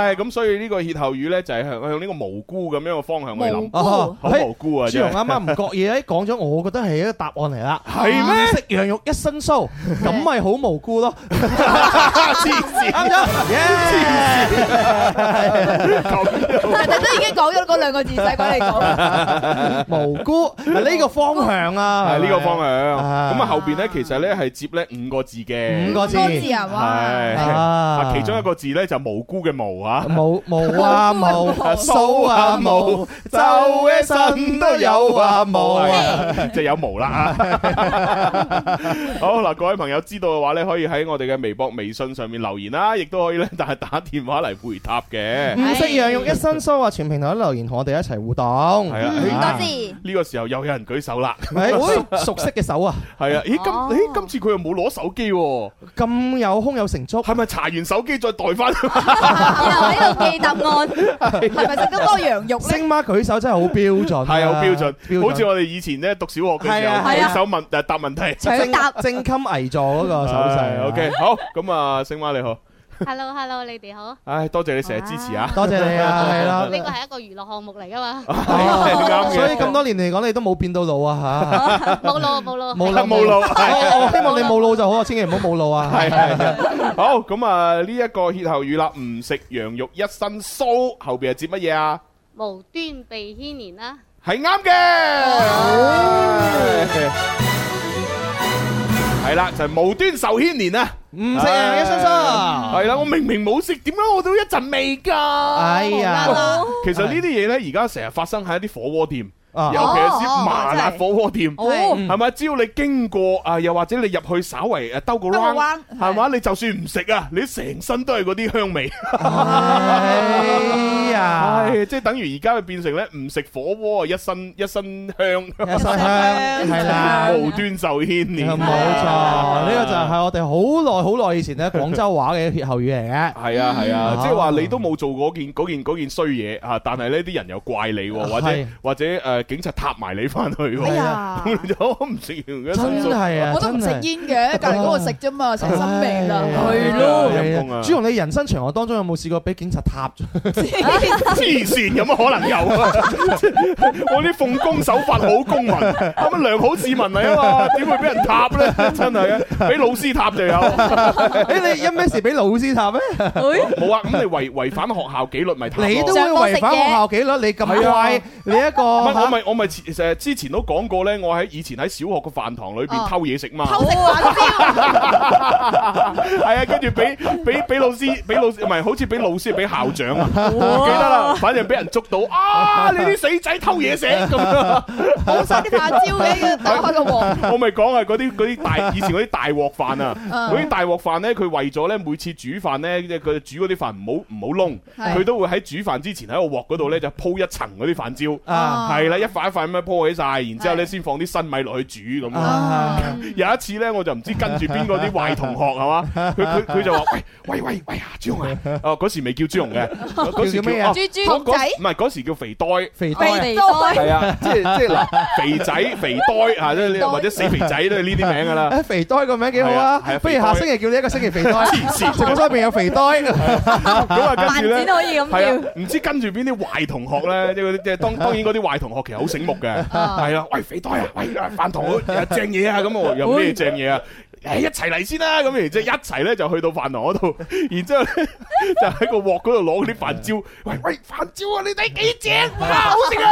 Speaker 4: 唉，咁所以呢個歇後語咧就係向向呢個無辜咁樣嘅方向去諗，
Speaker 5: 哦
Speaker 4: 好無辜啊！
Speaker 5: 嘿朱
Speaker 4: 真係
Speaker 5: 紅啱
Speaker 4: <laughs>
Speaker 5: 啱唔覺意 <laughs> 咧講咗，我覺得係一個答案嚟啦。
Speaker 4: 係咩
Speaker 5: 食羊肉一身
Speaker 4: <laughs>
Speaker 5: 鬚，咁咪好無辜
Speaker 3: <laughs>
Speaker 5: 咯。啱咗
Speaker 3: 但係都已經講咗嗰兩個字，使鬼你講。
Speaker 5: 無辜係呢個方向啊，
Speaker 4: 係呢個方向。
Speaker 5: 啊
Speaker 4: 咁啊後邊咧其實咧係接咧五個字嘅，
Speaker 5: 五個字五個字
Speaker 3: 啊哇
Speaker 4: 係
Speaker 5: 啊
Speaker 4: 啊其中一個字咧就無辜嘅無啊。
Speaker 5: 冇冇啊 <laughs> 冇，
Speaker 4: <laughs>
Speaker 5: 須啊冇，周一身都有啊冇啊。
Speaker 4: 即係有毛啦。 <laughs> 好嗱，各位朋友知道嘅話咧，可以喺我哋嘅微博、微信上面留言啦，亦都可以咧，但係打電話嚟回答嘅。
Speaker 5: 唔食羊肉一身酥啊！全平台都留言同我哋一齊互動，
Speaker 4: 係
Speaker 3: 嗯
Speaker 4: 啊，
Speaker 5: 係
Speaker 4: 哎呢個時候又有人舉手啦。 <laughs>
Speaker 5: 熟熟悉嘅手啊，
Speaker 4: 係啊，咦今
Speaker 3: 哦
Speaker 4: 咦今次佢又冇攞手機喎，
Speaker 5: 咁有胸有成竹，
Speaker 4: 係咪查完手機再代翻？
Speaker 3: 喺度記答案，
Speaker 5: 啊
Speaker 3: 係咪食得多羊肉咧？
Speaker 5: 星媽舉手真係好標準啊，
Speaker 4: 係好標準，好似
Speaker 5: 我
Speaker 4: 我哋以前咧讀小學嘅時
Speaker 5: 係啊
Speaker 4: 候
Speaker 5: 係啊
Speaker 4: 舉手問誒答問題。
Speaker 5: 正正襟危坐嗰個手勢。
Speaker 4: 係 OK，好咁啊，星媽你好，
Speaker 12: Hello Hello，你哋好。
Speaker 4: 唉，多謝你成日支持啊，
Speaker 5: 多謝你啊係啦
Speaker 12: 呢個係一個娛樂項目嚟噶
Speaker 7: <laughs>
Speaker 12: 嘛，
Speaker 7: Ờ,
Speaker 4: 啱嘅
Speaker 5: 所以咁多年嚟講，你都冇變到老啊嚇。
Speaker 12: 冇腦冇腦。
Speaker 5: 冇老
Speaker 4: <laughs> 冇老係
Speaker 5: 我我希望你冇老就好啊，千祈唔好冇老啊。
Speaker 4: 系系好咁啊！呢一個歇後語啦，唔食羊肉一身酥，後边係接乜嘢啊？
Speaker 12: 無端被牽連啦。
Speaker 4: 係啱嘅，係啦，就係無端受牽連啊！
Speaker 5: 唔食
Speaker 4: À.
Speaker 5: 羊肉一身酥
Speaker 4: 係啦，我明明冇食，點解我都一陣味㗎？
Speaker 5: 哎呀
Speaker 4: 喂其實呢啲嘢呢，而家成日發生喺一啲火鍋店。
Speaker 5: 啊
Speaker 4: 尤其係啲麻辣火鍋店，
Speaker 3: 哦
Speaker 4: 係咪？只要你經過啊，又或者你入去稍為誒兜個
Speaker 3: 兜個
Speaker 4: round，
Speaker 3: 彎
Speaker 4: 係嘛？你就算唔食啊，你成身都係嗰啲香味。
Speaker 5: 哎呀，
Speaker 4: 唉，即係等於而家佢變成咧唔食火鍋啊，一身一身香，
Speaker 5: 有晒香係啦。
Speaker 4: 無端受牽連。
Speaker 5: 冇錯，呢個就
Speaker 4: Dạ.
Speaker 5: 係我哋好耐好耐以前咧廣州話嘅歇後語嚟嘅。
Speaker 4: 係啊係啊
Speaker 5: 嗯，
Speaker 4: 即係話你都冇做嗰件嗰件嗰件衰嘢啊，但係呢啲人又怪你喎，或
Speaker 5: 係
Speaker 4: 者或者誒警察踏 <laughs> 埋你翻去
Speaker 3: 哎
Speaker 4: 喎，
Speaker 3: 呀，
Speaker 4: 咁你就我唔食完嘅
Speaker 5: 真係啊，
Speaker 3: 我都唔食
Speaker 5: 真係
Speaker 3: 煙嘅，隔離嗰個食啫嘛，成身味啦，
Speaker 5: 唉
Speaker 3: 係咯。
Speaker 4: 陰公啊
Speaker 5: 朱紅，你人生長河當中有冇試過俾警察踏咗？
Speaker 4: 黐線，有乜可能有啊？我啲奉公守法好公民，啱啱良好市民嚟啊嘛，點會俾人踏咧？真係啊，俾老師踏就有。
Speaker 5: 誒，你因咩事俾老師踏咩？
Speaker 4: 冇啊，咁你違違反學校紀律咪談咯
Speaker 5: 你都會違反學校紀律，你咁
Speaker 4: 係啊
Speaker 5: 乖，你一
Speaker 4: 唔係我
Speaker 5: 個
Speaker 4: 咪我咪前誒之前都講過咧，我喺以前喺小學嘅飯堂裏邊
Speaker 3: 啊
Speaker 4: 偷嘢食嘛，
Speaker 3: 偷食飯標，
Speaker 4: 係啊，跟住俾俾俾老師俾老師唔係好似俾老師俾校長啊，跟得啦，反正俾人捉到啊！你啲死仔偷嘢食咁樣，
Speaker 3: 冇晒啲辣椒嘅
Speaker 4: <laughs>
Speaker 3: 打開個鑊
Speaker 4: 我咪講啊係嗰啲嗰啲大以前嗰啲大鑊飯啊，
Speaker 3: 嗯
Speaker 4: 嗰啲大鑊飯咧，佢為咗咧每次煮飯咧，即係佢煮嗰啲飯唔好唔好燶，
Speaker 2: 係
Speaker 4: 佢都會喺煮飯之前喺個鑊嗰度咧就鋪一層嗰啲飯焦，
Speaker 2: 啊
Speaker 4: 係啦，一塊一塊咁樣鋪起晒，然之後咧先放啲新米落去煮咁樣。
Speaker 5: 啊
Speaker 4: 有一次咧，我就唔知跟住邊個啲壞同學係嘛，佢佢佢就話喂。喂喂喂啊，朱紅啊！哦，嗰時未叫朱紅
Speaker 5: <laughs>
Speaker 4: 嘅，嗰時
Speaker 5: 叫咩啊
Speaker 4: 哦
Speaker 5: 豬豬
Speaker 4: 嗰嗰
Speaker 5: 仔
Speaker 4: 唔係嗰時叫肥呆，
Speaker 5: 肥
Speaker 3: 呆肥呆
Speaker 4: 係啊，即係即係嗱，肥仔、肥呆啊，即
Speaker 5: 肥呆
Speaker 4: 係或者死肥仔都係呢啲名噶啦。
Speaker 5: <laughs> 誒肥呆個名幾好啊
Speaker 4: 係啊係啊！
Speaker 5: 不如下星期叫你一個星期肥呆，
Speaker 4: 黐線
Speaker 5: 直播室入邊有肥呆。
Speaker 4: 咁啊，跟住咧，
Speaker 5: 萬子都可以咁叫
Speaker 4: 係啊，唔知跟住邊啲壞同學咧，即係嗰啲即係當
Speaker 5: 啊
Speaker 4: 當然嗰啲壞同學其實好醒目嘅，係啊，喂肥呆啊，喂啊飯堂好有正嘢啊，咁我有咩正嘢啊？誒一齊嚟先啦，咁然之後一齊咧就去到飯堂嗰度， <laughs> 然之後咧就喺個鑊嗰度攞嗰啲飯焦， <laughs> 喂喂飯焦啊，你睇幾
Speaker 3: <laughs>
Speaker 4: 正，哇好食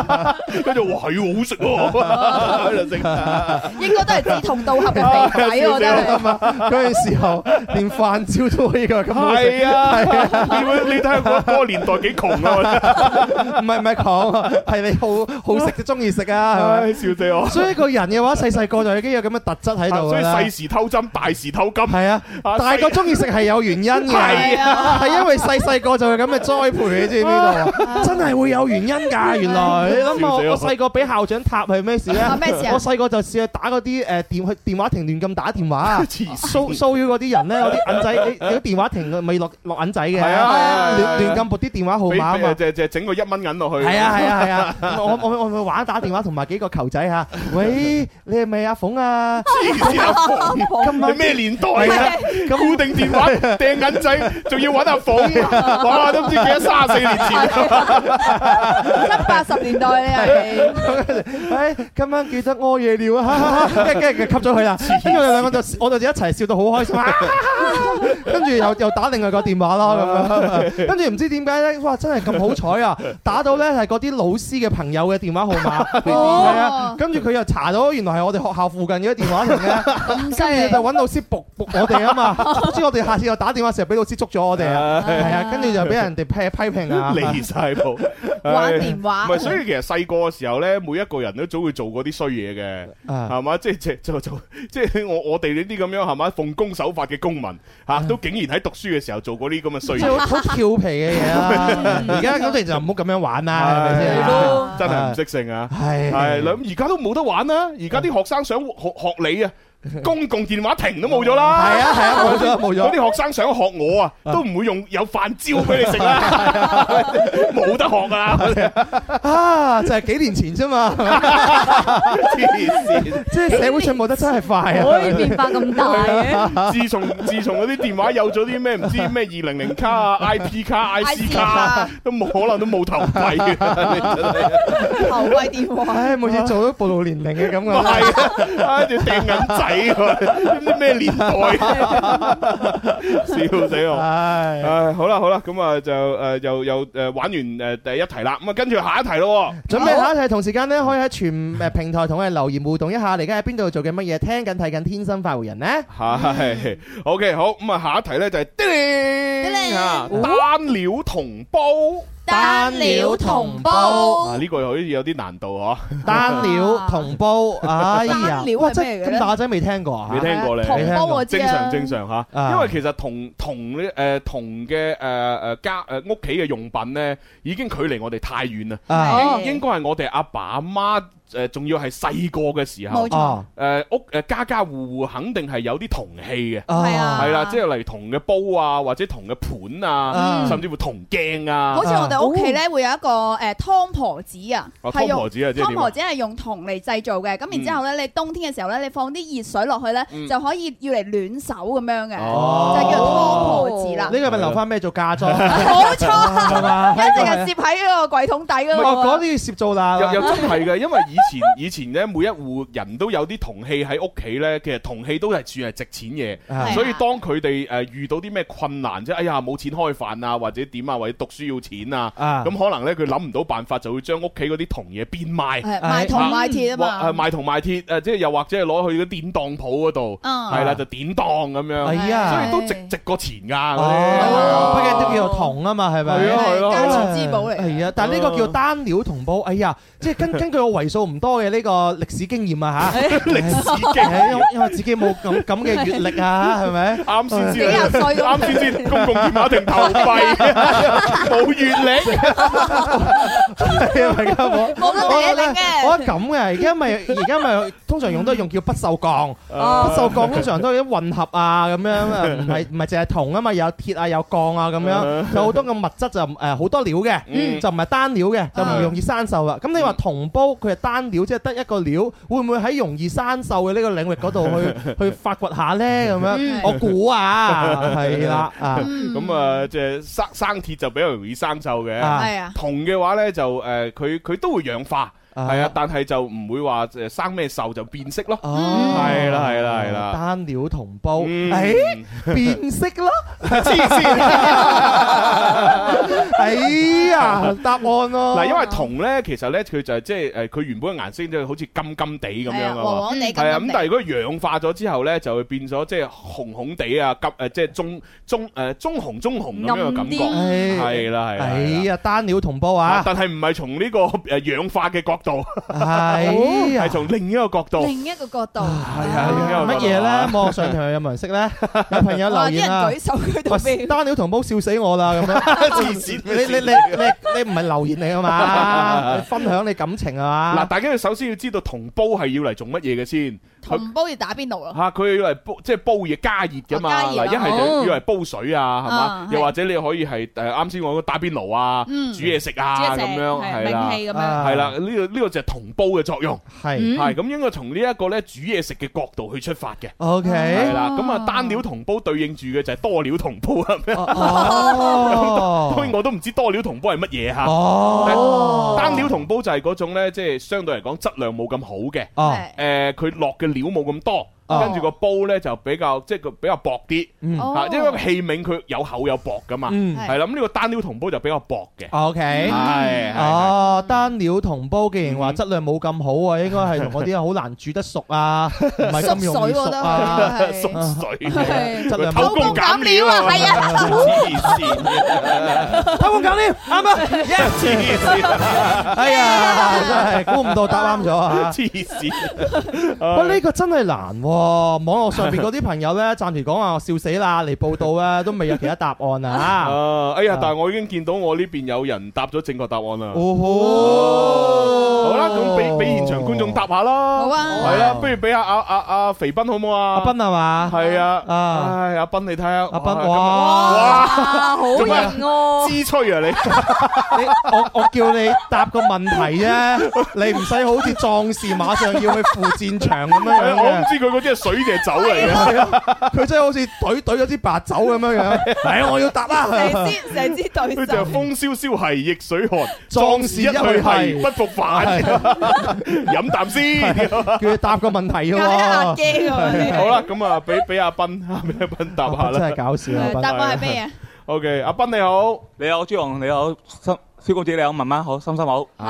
Speaker 4: 啊！跟住哇係喎好食喎，喺度
Speaker 5: <laughs>
Speaker 4: 食。
Speaker 3: 應該都係志同道合
Speaker 5: 啊
Speaker 3: 嘅肥仔，我覺得係。
Speaker 5: 嗰陣時候連飯焦都可以㗎，咁好食
Speaker 4: 係啊
Speaker 5: 係
Speaker 4: 你會你睇下嗰嗰個年代幾窮啊我覺得！
Speaker 5: 唔係唔係講，係你好好食就中意食啊，係咪
Speaker 4: 唉笑死我
Speaker 5: 所以個人嘅話，細細個就已經有咁嘅特質喺度
Speaker 4: 所
Speaker 5: 㗎
Speaker 4: 以
Speaker 5: 啦
Speaker 4: 細時偷針，大時偷金。係
Speaker 5: 啊，大個中意食係有原因嘅，
Speaker 4: 係啊
Speaker 5: 係因為細細個就係咁嘅栽培，你知唔知道啊？真係會有原因㗎，原來你諗
Speaker 4: 笑
Speaker 5: 我
Speaker 4: 死我
Speaker 5: 我細個俾校長塔係咩事咧
Speaker 3: 啊咩事啊？
Speaker 5: 我細個就試去打嗰啲誒電去電話亭亂咁打電話啊，騷騷擾嗰啲人咧，嗰啲銀仔，你有啲電話亭佢咪落落銀仔嘅，
Speaker 4: 係啊係啊係啊
Speaker 5: 亂亂咁撥啲電話號碼啊
Speaker 4: 俾俾
Speaker 5: 嘛。
Speaker 4: 就就整個一蚊銀落去。
Speaker 5: 係啊
Speaker 4: <laughs>
Speaker 5: 係啊係啊！我我我我咪玩打電話同埋幾個球仔嚇，
Speaker 4: <laughs>
Speaker 5: 喂，你係咪阿鳳啊？
Speaker 4: 黐線阿鳳
Speaker 5: 今晚
Speaker 4: 啊你咩年代啊？固定電話掟銀仔，仲要揾阿
Speaker 5: <laughs>
Speaker 4: 鳳，哇！都唔知幾多三十四年
Speaker 5: 啊
Speaker 3: 七八十年代
Speaker 5: <laughs>
Speaker 3: 你係。
Speaker 5: 唉，哎今晚記得屙夜尿啊！
Speaker 3: <laughs>
Speaker 5: 跟跟住吸咗佢啦，跟住我哋兩個就我哋就一齊笑到好開心，
Speaker 3: <laughs>
Speaker 5: 啊跟住又又打另外個電話啦
Speaker 3: <laughs>
Speaker 5: 咁樣，跟住唔知點解咧，哇！真係咁好彩啊！打到咧係嗰啲老師嘅朋友嘅電話號碼，
Speaker 3: <laughs> 哦
Speaker 5: 係啊，跟住佢又查到原來係我哋學校附近嘅電話亭咧，
Speaker 3: 咁犀
Speaker 5: 跟
Speaker 3: 利
Speaker 5: 住就揾老師仆仆我哋啊
Speaker 3: <laughs>
Speaker 5: 嘛，所以我哋下次又打電話成日俾老師捉咗我哋啊，係啊，跟住就俾人哋批批評
Speaker 3: <laughs>
Speaker 5: 啊，
Speaker 4: 離晒譜，
Speaker 5: 玩
Speaker 4: 唉
Speaker 5: 電話
Speaker 4: 唔係，所以其實細個嘅時候咧，每一個人都總會做過啲衰嘢嘅，
Speaker 5: 啊
Speaker 4: 係嘛？即係即係就就即係我我哋呢啲咁樣係嘛？奉公守法嘅公民嚇，都竟然喺讀書嘅時候做過呢啲咁嘅衰
Speaker 5: 即係好好
Speaker 4: 嘢，
Speaker 5: 調皮嘅嘢
Speaker 4: <laughs>
Speaker 5: <laughs> 啦。而家咁你就唔好咁樣玩啦，係咪先？
Speaker 4: 真係唔識性啊！
Speaker 5: 係
Speaker 4: 係啦，咁而家都冇得玩啦，而家啲學生想學學你啊！公共電話亭都冇咗啦，
Speaker 5: 係啊係
Speaker 4: <laughs>
Speaker 5: 啊冇咗冇咗
Speaker 4: 嗰啲學生想學我啊，都唔會用有飯焦俾你食
Speaker 5: <laughs>
Speaker 4: 啦，冇得學啊！
Speaker 5: 啊，就係幾年
Speaker 4: <laughs>
Speaker 5: 前啫嘛，即係社會進步得真係快啊！
Speaker 4: 可以變化 <laughs>
Speaker 5: 咁
Speaker 4: 係
Speaker 5: <laughs>
Speaker 4: 啊自從自從嗰啲電話有咗啲咩唔知咩二零零卡啊、IP 卡、IC 卡，都冇可能都冇 <laughs> 頭幣嘅真係。 <laughs>
Speaker 3: 頭位電話，
Speaker 5: 唉，每次做都暴露年齡嘅咁
Speaker 4: 係
Speaker 5: 啊！
Speaker 4: <laughs> 啊，仲掟銀仔喎，唔知咩年代， <laughs> 笑死我！
Speaker 5: 唉，
Speaker 4: 唉，好啦好啦，咁啊就誒又又誒玩完誒第一題啦，咁啊跟住下一題咯喎，
Speaker 5: 準備下一題，同時間咧可以喺全 <laughs> 誒平台同我哋留言互動一下，你而家喺邊度做緊乜嘢？聽緊睇緊《天生快活人》呢？
Speaker 4: 係，OK 好，咁啊下一題咧就係叮鈴啊，
Speaker 5: 哦
Speaker 4: 單料同煲，
Speaker 5: 單料同煲
Speaker 4: 啊呢個好似有啲難度嗬，
Speaker 5: 單料同煲，哎呀
Speaker 3: <laughs> 單料，係
Speaker 5: 哇！真
Speaker 3: 咩嚟嘅
Speaker 5: 係
Speaker 3: 咧
Speaker 5: 咁大個仔未聽過啊？
Speaker 4: 你聽過咧？
Speaker 5: 未聽過
Speaker 3: 啊
Speaker 4: 正常正常吓，因為其實同同呢誒同嘅誒誒家誒屋企嘅用品咧，已經距離我哋太遠啦
Speaker 5: 啊。
Speaker 4: 應應該係我哋阿爸阿媽誒，仲要係細個嘅時候。
Speaker 5: 冇錯
Speaker 4: 誒屋誒家家戶戶肯定係有啲銅器嘅。
Speaker 5: 係
Speaker 3: 啊
Speaker 4: 係啦，即係例如銅嘅煲啊，或者銅嘅盤啊，
Speaker 3: 嗯哦
Speaker 4: 甚至乎銅鏡啊。
Speaker 3: 好似我哋屋企咧會有一個誒湯婆子啊，
Speaker 4: 哦
Speaker 3: 係
Speaker 4: 湯
Speaker 3: 用
Speaker 4: 婆子啊即係點啊
Speaker 3: 湯婆子係用銅嚟製造嘅，咁然之後咧，你冬天嘅時候咧，你放啲熱水落去
Speaker 4: 嗯
Speaker 3: 咧，就可以要嚟暖手咁樣嘅，
Speaker 5: 哦
Speaker 3: 就叫湯婆子啦。
Speaker 5: 呢個咪留翻咩做嫁妝？
Speaker 3: 冇
Speaker 4: <laughs>
Speaker 5: 係嘛
Speaker 3: 錯，一直係攝喺個櫃桶底嗰
Speaker 5: 哦，嗰
Speaker 3: 度。啊
Speaker 5: 啲要攝做啦。
Speaker 4: 又又真係嘅，因為以前以前咧，每一户人都有啲銅器喺屋企咧，其實銅器都係算係值錢嘢，
Speaker 5: 係
Speaker 4: 所以當佢哋誒遇到啲咩困難即係哎呀冇錢開飯啊，或者點啊，或者讀書要錢啊，
Speaker 5: 啊
Speaker 4: 咁可能咧佢諗唔到辦法，就會將屋企嗰啲銅嘢變賣，
Speaker 3: 係賣銅
Speaker 4: 啊
Speaker 3: 賣鐵啊嘛
Speaker 4: 或誒賣銅賣鐵誒，即係又或者係攞去嗰啲典當鋪嗰度，
Speaker 3: 嗯
Speaker 4: 係啦就典當咁樣，
Speaker 5: 哎呀
Speaker 4: 所以都值值過錢㗎嗰啲。
Speaker 5: 哦，不
Speaker 4: 係啊
Speaker 5: 過都叫做龍啊嘛，係咪？
Speaker 4: 係啊係啊係啊
Speaker 3: 家傳之寶嚟
Speaker 5: 係啊，但係呢個叫單料同步。哎呀，即係根根據我為數唔多嘅呢個歷史經驗
Speaker 3: <laughs>
Speaker 5: 啊嚇，歷
Speaker 4: 史經
Speaker 5: 驗，因為因為自己冇咁咁嘅閲歷啊，係咪？
Speaker 4: 啱先知啊幾廿歲咁啱先知公共電話亭投
Speaker 5: <laughs>
Speaker 4: 幣冇閲歷
Speaker 5: 係啊，係啊我
Speaker 3: 冇得
Speaker 5: 我
Speaker 3: 比
Speaker 5: 呢
Speaker 3: 你嘅
Speaker 5: 我覺得咁嘅，而家咪而家咪通常用都係用叫不鏽鋼，
Speaker 4: 哦
Speaker 5: 不鏽鋼通常都係啲混合啊咁樣，唔
Speaker 4: <laughs>
Speaker 5: 係唔係淨係銅啊嘛，有鐵啊有鋼啊咁
Speaker 4: 嗯
Speaker 5: 樣，有好多嘅物質就誒好多料嘅，
Speaker 4: 嗯
Speaker 5: 就唔係單料嘅，就唔容易生鏽啊啦。咁你話銅煲佢係單料，即係得一個料，會唔會喺容易生鏽嘅呢個領域嗰度
Speaker 4: <laughs>
Speaker 5: 去去發掘下咧？咁樣
Speaker 4: 嗯
Speaker 5: <laughs> 我估
Speaker 4: <laughs>
Speaker 5: 啊，係啦啊。
Speaker 4: 咁啊，即係生生鐵就比較容易生鏽嘅，
Speaker 5: 啊係啊
Speaker 4: 銅嘅話咧就誒，佢佢都會氧化。係啊，但係就唔會話誒生咩鏽就變色
Speaker 5: 哦
Speaker 4: 咯。係啦，係啦，係啦。
Speaker 5: 單料同煲，
Speaker 4: 啊嗯
Speaker 5: 誒變色咯，
Speaker 4: <laughs> 黐線！
Speaker 5: 哎呀，答案咯。
Speaker 4: 嗱，因為銅咧，其實咧佢就係即係誒，佢原本嘅顏色就好似金金地咁樣啊
Speaker 3: 係啊
Speaker 4: 嘛，
Speaker 3: 黃黃地金金地
Speaker 4: 係啊，咁但係如果氧化咗之後咧，就會變咗即係紅紅地啊，金誒即係棕棕誒棕紅棕紅咁樣嘅感覺，
Speaker 5: 暗啲
Speaker 4: 係啦係啦。
Speaker 5: 哎呀，單料同煲
Speaker 4: 啊
Speaker 5: 啊！
Speaker 4: 但係唔係從呢個誒氧化嘅角度，
Speaker 5: 係啊
Speaker 4: 係從哦另一個角度，
Speaker 3: 另一個角度，
Speaker 7: Ờ,
Speaker 5: 乜嘢咧？網上同有冇人識咧？有朋
Speaker 3: <laughs>
Speaker 5: 友留言啊！
Speaker 3: 哇啲人舉手舉到
Speaker 5: 喂單料同煲笑死我啦！咁樣
Speaker 4: <laughs> 黐線
Speaker 5: 你你你你你唔係留言嚟
Speaker 4: <laughs>
Speaker 5: 啊嘛？你分享你感情啊
Speaker 4: 嗱，
Speaker 5: 嘛？
Speaker 4: 大家要首先要知道銅煲係要嚟做乜嘢嘅先。佢
Speaker 3: 同煲要打邊爐咯。
Speaker 4: 嚇佢要嚟煲，即係煲嘢加熱噶嘛。
Speaker 3: 啊哦加熱
Speaker 4: 嗱，
Speaker 3: 啊
Speaker 4: 一係
Speaker 3: 哦
Speaker 4: 就要嚟煲水啊，係嘛
Speaker 3: 啊？
Speaker 4: 又或者你可以係誒啱先我打邊爐啊，
Speaker 3: 嗯
Speaker 4: 煮嘢食啊
Speaker 3: 煮嘢食
Speaker 4: 咁樣，
Speaker 3: 係
Speaker 4: 係啦，
Speaker 3: 冥氣咁樣
Speaker 4: 係啦，呢個呢個就係銅煲嘅作用。
Speaker 5: 啊係
Speaker 3: 嗯
Speaker 4: 係咁應該從呢一個咧煮嘢食嘅角度去出發嘅。
Speaker 5: OK
Speaker 4: 係啦，咁啊單料銅煲對應住嘅就係多料銅煲啊。
Speaker 5: 哦
Speaker 4: <laughs> 當然我都唔知多料銅煲係乜嘢嚇。
Speaker 5: 哦
Speaker 4: 但係單料銅煲就係嗰種咧，即係相對嚟講質量冇咁好嘅。
Speaker 5: 哦
Speaker 4: 誒佢落嘅料冇咁多，
Speaker 5: 哦
Speaker 4: 跟住個煲咧就比較即係佢比較薄啲，
Speaker 5: 嗯
Speaker 4: 嚇因為個器皿佢有厚有薄噶嘛，
Speaker 5: 嗯
Speaker 4: 哦係啦，咁呢個單料銅煲就比較薄嘅，
Speaker 5: 啊 OK，
Speaker 4: 係係
Speaker 5: 哦，單料同煲既然話質量冇咁好啊，應該係同嗰啲好難煮得熟
Speaker 4: <laughs>
Speaker 5: 啊，唔係咁容易熟
Speaker 13: à. <laughs>
Speaker 5: 啊，
Speaker 4: 縮水
Speaker 5: 係質量
Speaker 4: 偷工減料
Speaker 13: à.
Speaker 4: 啊，
Speaker 5: 係啊
Speaker 4: 黐線，
Speaker 5: 偷工減料
Speaker 13: à.
Speaker 5: 啱啊，
Speaker 4: 黐線，
Speaker 5: <laughs> 哎呀，真係估唔到答啱咗啊！
Speaker 4: <laughs> 黐線，
Speaker 5: <laughs> 喂，呢個真係難喎！網絡上邊嗰啲朋友咧，暫時講話我笑死啦，嚟報道咧都未有其他答
Speaker 4: <laughs>
Speaker 5: 案啊！
Speaker 4: 啊，哎呀！但係我已經見到我呢邊有人答咗正確答案啦。
Speaker 5: 哦，
Speaker 4: 好啦，咁俾俾現場觀眾答下啦。好啊，係啦，不如俾阿阿阿阿肥斌好唔好啊？
Speaker 5: 阿斌係嘛？
Speaker 4: 係啊，
Speaker 5: 啊
Speaker 4: 唉，阿斌你睇下，阿
Speaker 5: 斌
Speaker 4: 今日
Speaker 5: 哇
Speaker 4: 哇，
Speaker 5: 好
Speaker 4: 做咩啊
Speaker 5: 型哦
Speaker 4: 知吹啊你，
Speaker 5: <laughs> 你我我叫你答個問題啫，你唔使好似壯士馬上要去赴戰場
Speaker 4: <laughs>
Speaker 5: 咁樣樣
Speaker 4: 哎我唔
Speaker 5: 嘅。
Speaker 4: 知佢嗰啲係水定係酒嚟嘅。
Speaker 5: 係啊佢真係好似懟懟咗支白酒咁樣樣。
Speaker 4: <laughs>
Speaker 5: 係啊，我要答啦。
Speaker 3: 支成支對
Speaker 4: 佢就係風蕭蕭係逆水寒，
Speaker 5: 壯
Speaker 4: 壯
Speaker 5: 士
Speaker 4: 士
Speaker 5: 一
Speaker 4: 一
Speaker 5: 去
Speaker 4: 去
Speaker 5: 係
Speaker 4: 係不復返， <laughs> 飲啖先。
Speaker 5: <laughs> 叫佢答個問題
Speaker 4: <laughs>
Speaker 5: 嘅喎。 <laughs> Ờ.
Speaker 4: 好啦，咁啊，俾俾阿 <laughs> 斌，俾阿斌答下啦。
Speaker 5: 真係搞笑
Speaker 4: Ờ,
Speaker 5: 啊阿斌答案係咩
Speaker 3: 啊
Speaker 4: ？O K，阿斌你好，
Speaker 14: 你好朱紅，你好心蕭公子，你好文文好，心心好，
Speaker 4: À,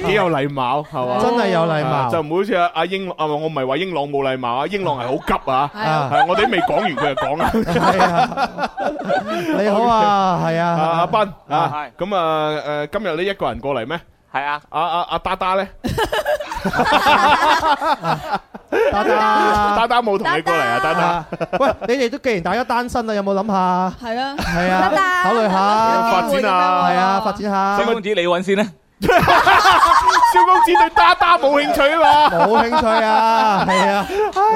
Speaker 4: 係幾有禮貌係嘛？
Speaker 5: 真係有禮貌
Speaker 4: 啊就唔好似阿阿英啊，我唔係話英朗冇禮貌啊，英朗係好急啊，
Speaker 5: 係啊
Speaker 4: 係我哋都未講完佢就講啦。
Speaker 5: 你好啊，係
Speaker 4: 啊
Speaker 5: 啊。
Speaker 4: 阿斌啊，咁啊誒，今日你一個人過嚟咩？
Speaker 14: 係啊，
Speaker 4: 阿阿阿達達咧，
Speaker 5: 達達
Speaker 4: 達達冇同你過嚟啊，達達。
Speaker 5: 喂，你哋都既然大家單身啦，有冇諗下？
Speaker 3: 係啊，
Speaker 5: 係啊，考慮下
Speaker 14: 發展啊
Speaker 5: 係啊，發展下。
Speaker 14: 蕭公子你揾先啦，
Speaker 4: 蕭公子對打打冇興趣啊嘛，
Speaker 5: 冇興趣啊，係啊，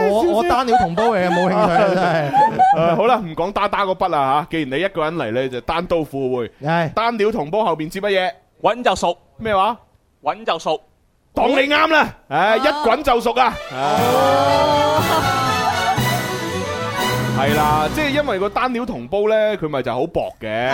Speaker 5: 我我單料同煲嚟嘅，冇興趣啊，
Speaker 4: Ờ.
Speaker 5: 真係。
Speaker 4: 誒好啦，唔講打打嗰筆啦嚇，既然你一個人嚟咧，就單刀赴會，單料同煲後邊接乜嘢？
Speaker 14: 揾就熟
Speaker 4: 咩話？
Speaker 14: 揾就熟，
Speaker 4: 當你啱啦，誒一滾就熟啊！係啦，即係因為個單料同煲咧，佢咪就係好薄嘅，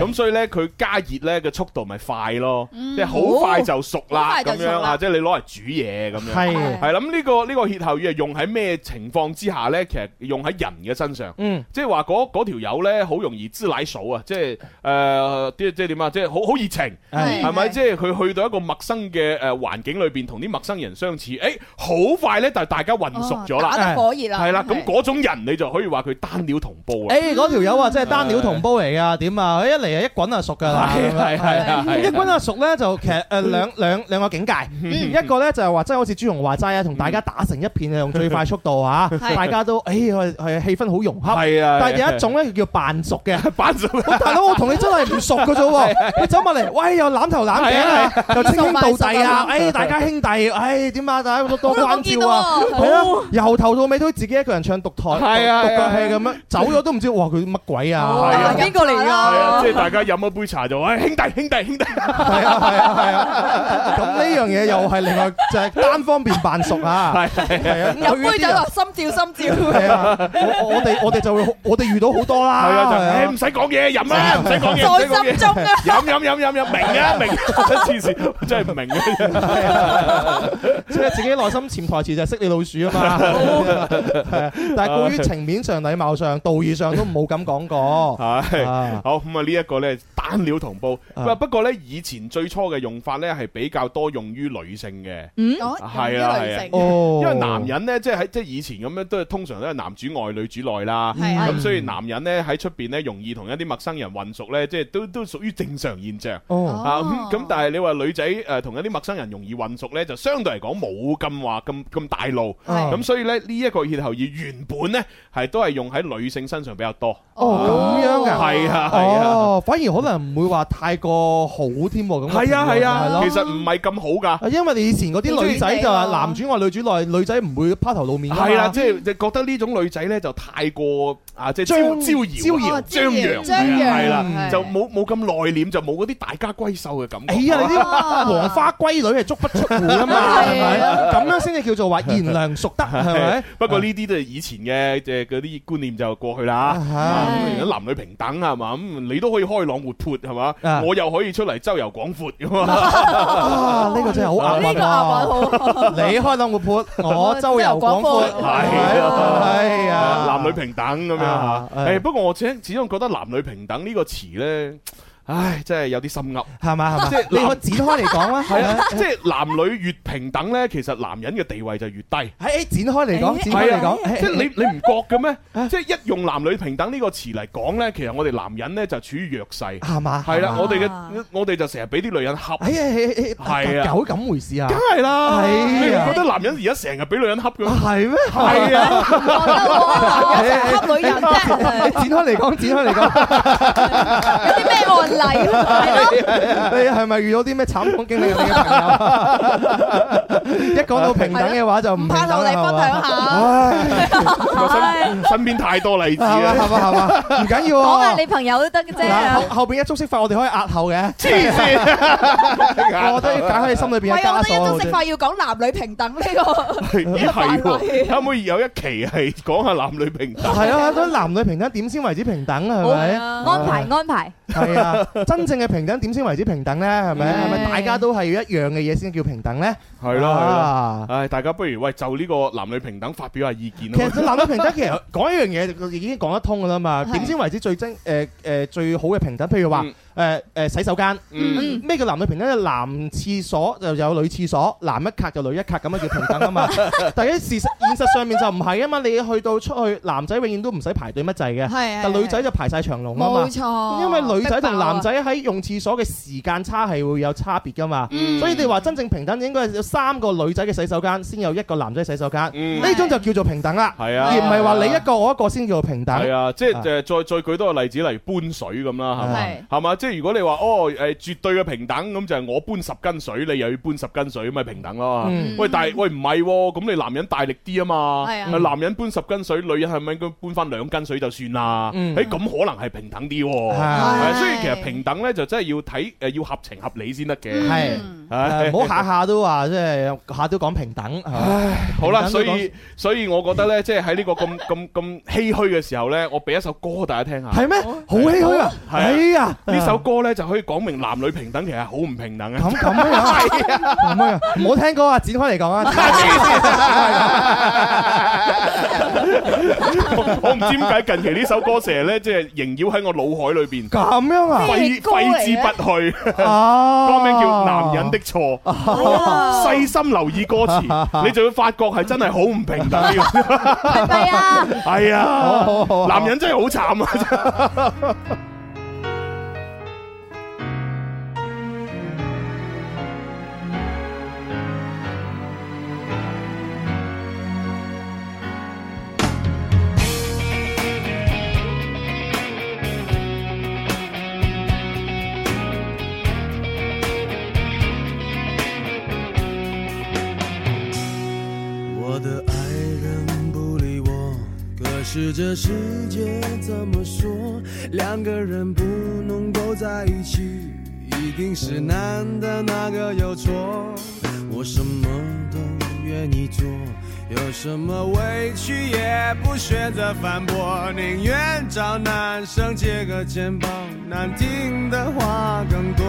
Speaker 4: 咁所以咧佢加熱咧嘅速度咪快咯，
Speaker 2: 嗯
Speaker 4: 即係好快就熟啦
Speaker 2: 好快
Speaker 4: 咁
Speaker 2: 就熟啦
Speaker 4: 樣啊！即係你攞嚟煮嘢咁樣，
Speaker 5: 係
Speaker 4: 係啦。咁呢個呢個歇後語係用喺咩情況之下咧？其實用喺人嘅身上，
Speaker 5: 嗯
Speaker 4: 即係話嗰嗰條友咧好容易知奶數啊！即係誒即係即係點啊？即係好好熱情，
Speaker 5: 係
Speaker 4: 係咪？即係佢去到一個陌生嘅誒環境裏邊，同啲陌生人相處，誒好快咧，但係大家混熟咗啦，
Speaker 3: 哦打得火熱啦
Speaker 4: 係啦。
Speaker 3: 係
Speaker 4: 咁嗰種人你就可以話話佢單料同步啊。
Speaker 5: 誒嗰條友啊，真係單料同煲嚟噶，點啊？佢一嚟啊，一滾啊熟噶啦，
Speaker 4: <laughs> 係係係係係嗯
Speaker 5: 一滾啊熟咧就其實誒兩兩兩個境界，一個咧就係話真係好似朱紅話齋啊，同大家打成一片啊，用最快速度啊，
Speaker 4: <laughs> 係
Speaker 5: 大家都誒係氣氛好融洽，
Speaker 4: 係啊
Speaker 5: 但係
Speaker 4: 係啊
Speaker 5: 有一種咧叫扮熟嘅，
Speaker 4: <laughs> 扮熟，
Speaker 5: 大佬我同你真係唔熟嘅
Speaker 4: <laughs>
Speaker 5: 啫
Speaker 4: 係
Speaker 5: 喎，你走埋嚟，喂又攬頭攬頸啊，又稱兄道弟
Speaker 4: <laughs>
Speaker 5: 啊，誒大家兄弟，誒點啊，大家多多關照啊，
Speaker 4: 好耐冇見喎
Speaker 5: 係啊，由頭到尾都自己一個人唱獨台，
Speaker 4: 係啊
Speaker 5: 獨
Speaker 4: 係啊
Speaker 5: 腳戲咁樣，走咗都唔知哇佢乜鬼啊！
Speaker 3: 哦
Speaker 4: 係啊
Speaker 15: 邊個嚟㗎
Speaker 4: 係啊，即係大家飲一杯茶就，誒兄弟兄弟兄弟，
Speaker 5: 咁呢樣嘢又係另外就係單方面扮熟啊，
Speaker 4: 係
Speaker 5: <laughs> 係啊，
Speaker 3: 飲
Speaker 5: 對
Speaker 3: 杯酒
Speaker 5: 於啲人
Speaker 3: 就心照心照。
Speaker 5: 係啊，我我哋我哋就會我哋遇到好多啦，
Speaker 4: 係啊就
Speaker 5: 係
Speaker 4: 誒唔使講嘢飲啦，唔使講嘢，唔使講嘢
Speaker 5: 在心中 <laughs> 啊
Speaker 4: 飲飲飲飲飲，明啊明， <laughs> 真係黐線，真係唔明啊！
Speaker 5: 即係自己內心潛台詞就係識你老鼠
Speaker 4: Ờ.
Speaker 5: 啊嘛，係啊，但係過於情面上、禮貌上、道義上都冇咁講過，
Speaker 4: 係
Speaker 5: 啊
Speaker 4: 好咁啊！呢一個咧單料同步，不不過咧以前最初嘅用法咧係比較多用於女性嘅，
Speaker 3: 嗯
Speaker 4: 係啊係
Speaker 3: 用於
Speaker 4: 啊
Speaker 5: 因
Speaker 3: 女性，
Speaker 4: 為男人咧即係喺即係以前咁樣都係通常都係男主外女主內啦，
Speaker 5: 嗯
Speaker 3: 係啊
Speaker 4: 咁所以男人咧喺出邊咧容易同一啲陌生人混熟咧，即係都都屬於正常現象，
Speaker 5: 哦
Speaker 4: 啊咁咁但係你話女仔誒同一啲陌生人容易混熟咧，就相對嚟講冇咁話咁咁大路，
Speaker 5: 係
Speaker 4: 咁所以咧呢一個歇後語原本咧係都係用喺女性身上比較多。
Speaker 5: 哦，咁樣噶，
Speaker 4: 係啊係啊
Speaker 5: 哦，反而可能唔會話太過好添喎，咁嘅
Speaker 4: 係啊係
Speaker 5: 情況係咯
Speaker 4: 啊，其實唔係咁好㗎。
Speaker 5: 因為你以前嗰啲女仔就
Speaker 4: 係
Speaker 5: 係男主外女主內，女仔唔會拋頭露面㗎嘛
Speaker 4: 係啦，即係你覺得呢種女仔咧就太過啊，即係招
Speaker 5: 張
Speaker 4: 招搖
Speaker 5: 哦
Speaker 4: 啊、
Speaker 5: 張
Speaker 4: 張
Speaker 5: 揚
Speaker 4: 揚、
Speaker 5: 張揚
Speaker 4: 係啦，
Speaker 5: 係
Speaker 4: 就冇冇咁內斂，就冇嗰啲大家閨秀嘅感覺。
Speaker 5: 哎呀，你啲黃花閨女係足不出户㗎嘛， <laughs> 係啊咪？咁樣先至叫做話啊賢良淑
Speaker 4: <laughs>
Speaker 5: 德，係咪？
Speaker 4: 不過呢啲都係以前嘅即係嗰啲觀念就過去啦。啊咁男女平等係嘛，咁你都可以開朗活潑係嘛
Speaker 5: 啊，
Speaker 4: 我又可以出嚟周遊廣闊咁
Speaker 5: <laughs> 啊！呢個真係好
Speaker 4: 呢個
Speaker 5: 啱運喎，你開朗活潑，我 <laughs> 周遊廣闊，
Speaker 4: 係啊，
Speaker 5: 係啊
Speaker 4: 男女平等咁樣嚇
Speaker 5: 啊。係
Speaker 4: 誒，不過我始始終覺得男女平等呢個詞咧，唉，真係有啲心噏，
Speaker 5: 係嘛係嘛
Speaker 4: 即係？
Speaker 5: 你
Speaker 4: 男
Speaker 5: 可以展開嚟講啦，
Speaker 4: 係啊，即係男女越平等咧，其實男人嘅地位就越低。
Speaker 5: 喺展開嚟講，展開
Speaker 4: 係
Speaker 5: 嚟
Speaker 4: 啊
Speaker 5: 講，哎啊
Speaker 4: 即係你你唔覺嘅咩？即係一用男女平等呢個詞嚟講咧，其實我哋男人咧就處於弱勢，
Speaker 5: 係嘛
Speaker 4: 係啦
Speaker 5: 係嘛，
Speaker 4: 我哋嘅我哋就成日俾啲女人恰，
Speaker 5: 哎呀，係
Speaker 4: 係啊
Speaker 5: 狗咁回事啊，
Speaker 4: 梗係啦，你
Speaker 5: 係
Speaker 4: 唔覺
Speaker 5: 啊，
Speaker 4: 得男人而家成日俾女人恰嘅咩？
Speaker 5: 係咩？
Speaker 4: 係啊，
Speaker 5: 你展開嚟講，展開嚟講。
Speaker 3: 咩案例？
Speaker 5: 你係咪遇到啲咩慘痛經歷啊？你嘅朋友 <laughs> 一講到平等嘅話就唔怕
Speaker 3: 同你分享下
Speaker 4: 身身邊太多例子啊
Speaker 5: 係
Speaker 4: 啦，
Speaker 5: 嘛係嘛係嘛，唔緊要
Speaker 6: 講下
Speaker 5: 啊
Speaker 6: 你。朋友都得嘅
Speaker 5: 嗱
Speaker 6: 啫。
Speaker 5: 後後邊一觸識法，我哋可以壓後嘅。
Speaker 4: 黐 <laughs> 線
Speaker 5: 我覺得要解開你心裏
Speaker 3: 喂，
Speaker 5: 邊
Speaker 3: 啊
Speaker 5: 嘅
Speaker 6: 啊
Speaker 3: 我覺得
Speaker 5: 枷
Speaker 3: 一
Speaker 5: 鎖。
Speaker 3: 種食法要講男女平等呢個。
Speaker 4: 咦係喎，可唔可以有一期係講下男女平等？
Speaker 5: 係啊，咁男女平等點先為之平等啊？係咪？
Speaker 6: 安排安排，
Speaker 5: 係啊，真正嘅平等點先為之平等咧？係咪？
Speaker 6: 嗯
Speaker 5: 係咪大家都係要一樣嘅嘢先叫平等咧？
Speaker 4: 系咯系咯
Speaker 5: 啊，
Speaker 4: 唉，大家不如喂就呢個男女平等發表下意見啊
Speaker 5: 其實
Speaker 4: 啦。
Speaker 5: 男 <laughs> 女平等其實講一樣嘢已經講得通噶啦嘛，點先為之最精誒誒最好嘅平等？譬如話誒誒洗手間，
Speaker 4: 嗯
Speaker 5: 咩叫男女平等咧？男廁所就有女廁所，男一格就女一格咁樣叫平等 <laughs> 啊嘛。但係喺事實現實上面就唔係啊嘛，你去到出去男仔永遠都唔使排隊乜滯嘅，
Speaker 3: 係係
Speaker 5: 但女仔就排晒長龍啊嘛。
Speaker 3: 冇錯
Speaker 5: 因為女仔
Speaker 3: 逼
Speaker 5: 同
Speaker 3: 爆啊
Speaker 5: 男仔喺用廁所嘅時間差係會有差別噶嘛，
Speaker 3: 嗯
Speaker 5: 所以你話真正平等應該係有三個女仔嘅洗手間先有一個男仔洗手間，
Speaker 4: 嗯
Speaker 5: 呢種就叫做平等啦。
Speaker 4: 係啊
Speaker 5: 而唔係話你一個我一個先叫做平等。
Speaker 4: 係啊，即係誒，再再舉多個例子，例如搬水咁啦，係
Speaker 5: 係
Speaker 4: 嘛，係嘛，即係如果你話哦誒絕對嘅平等，咁就係我搬十斤水，你又要搬十斤水，咁咪平等咯
Speaker 5: 嗯。
Speaker 4: 喂，但係喂唔係喎，咁你男人大力啲啊嘛，
Speaker 5: 係啊
Speaker 4: 男人搬十斤水，女人係咪應該搬翻兩斤水就算啦？
Speaker 5: 嗯
Speaker 4: 誒咁可能係平等啲喎，
Speaker 5: 係
Speaker 4: 係啊所以其實平等咧就真係要睇誒要合情合理先得嘅，
Speaker 5: 係
Speaker 4: 唉
Speaker 5: 誒唔好下下都話即係下都講平等。唉
Speaker 4: <laughs> 好啦，所以所以我覺得咧，即係喺呢個咁咁咁唏噓嘅時候咧，我俾一首歌大家聽下。
Speaker 5: 係咩？好唏噓啊！
Speaker 4: 係啊
Speaker 5: 哎呀，
Speaker 4: 呢首歌咧就可以講明男女平等其實係好唔平等嘅。
Speaker 5: 哎
Speaker 4: <laughs>
Speaker 5: <laughs> 咁咁樣樣，咁樣樣唔好聽歌啊！展開嚟講啊！
Speaker 4: 我 <laughs> 我唔知點解近期呢首歌成日咧，即係縈繞喺我腦海裏邊。
Speaker 5: 咁樣啊
Speaker 4: 揮揮之不去。
Speaker 5: 哦
Speaker 4: 歌 <laughs> 名叫《男人的錯》，細心留意歌
Speaker 5: <laughs>
Speaker 4: 詞，你就會發覺係真係好唔平等呢個。
Speaker 3: 係咪啊？
Speaker 4: 係啊
Speaker 5: 好好好，
Speaker 4: 男人真係好
Speaker 5: <laughs>
Speaker 4: 慘啊！真係
Speaker 15: 我的爱人不理我，可是这世界怎么说？两个人不能够在一起，一定是男的那个有错。我什么都愿意做，有什么委屈也不选择反驳，宁愿找男生借个肩膀，难听的话更多。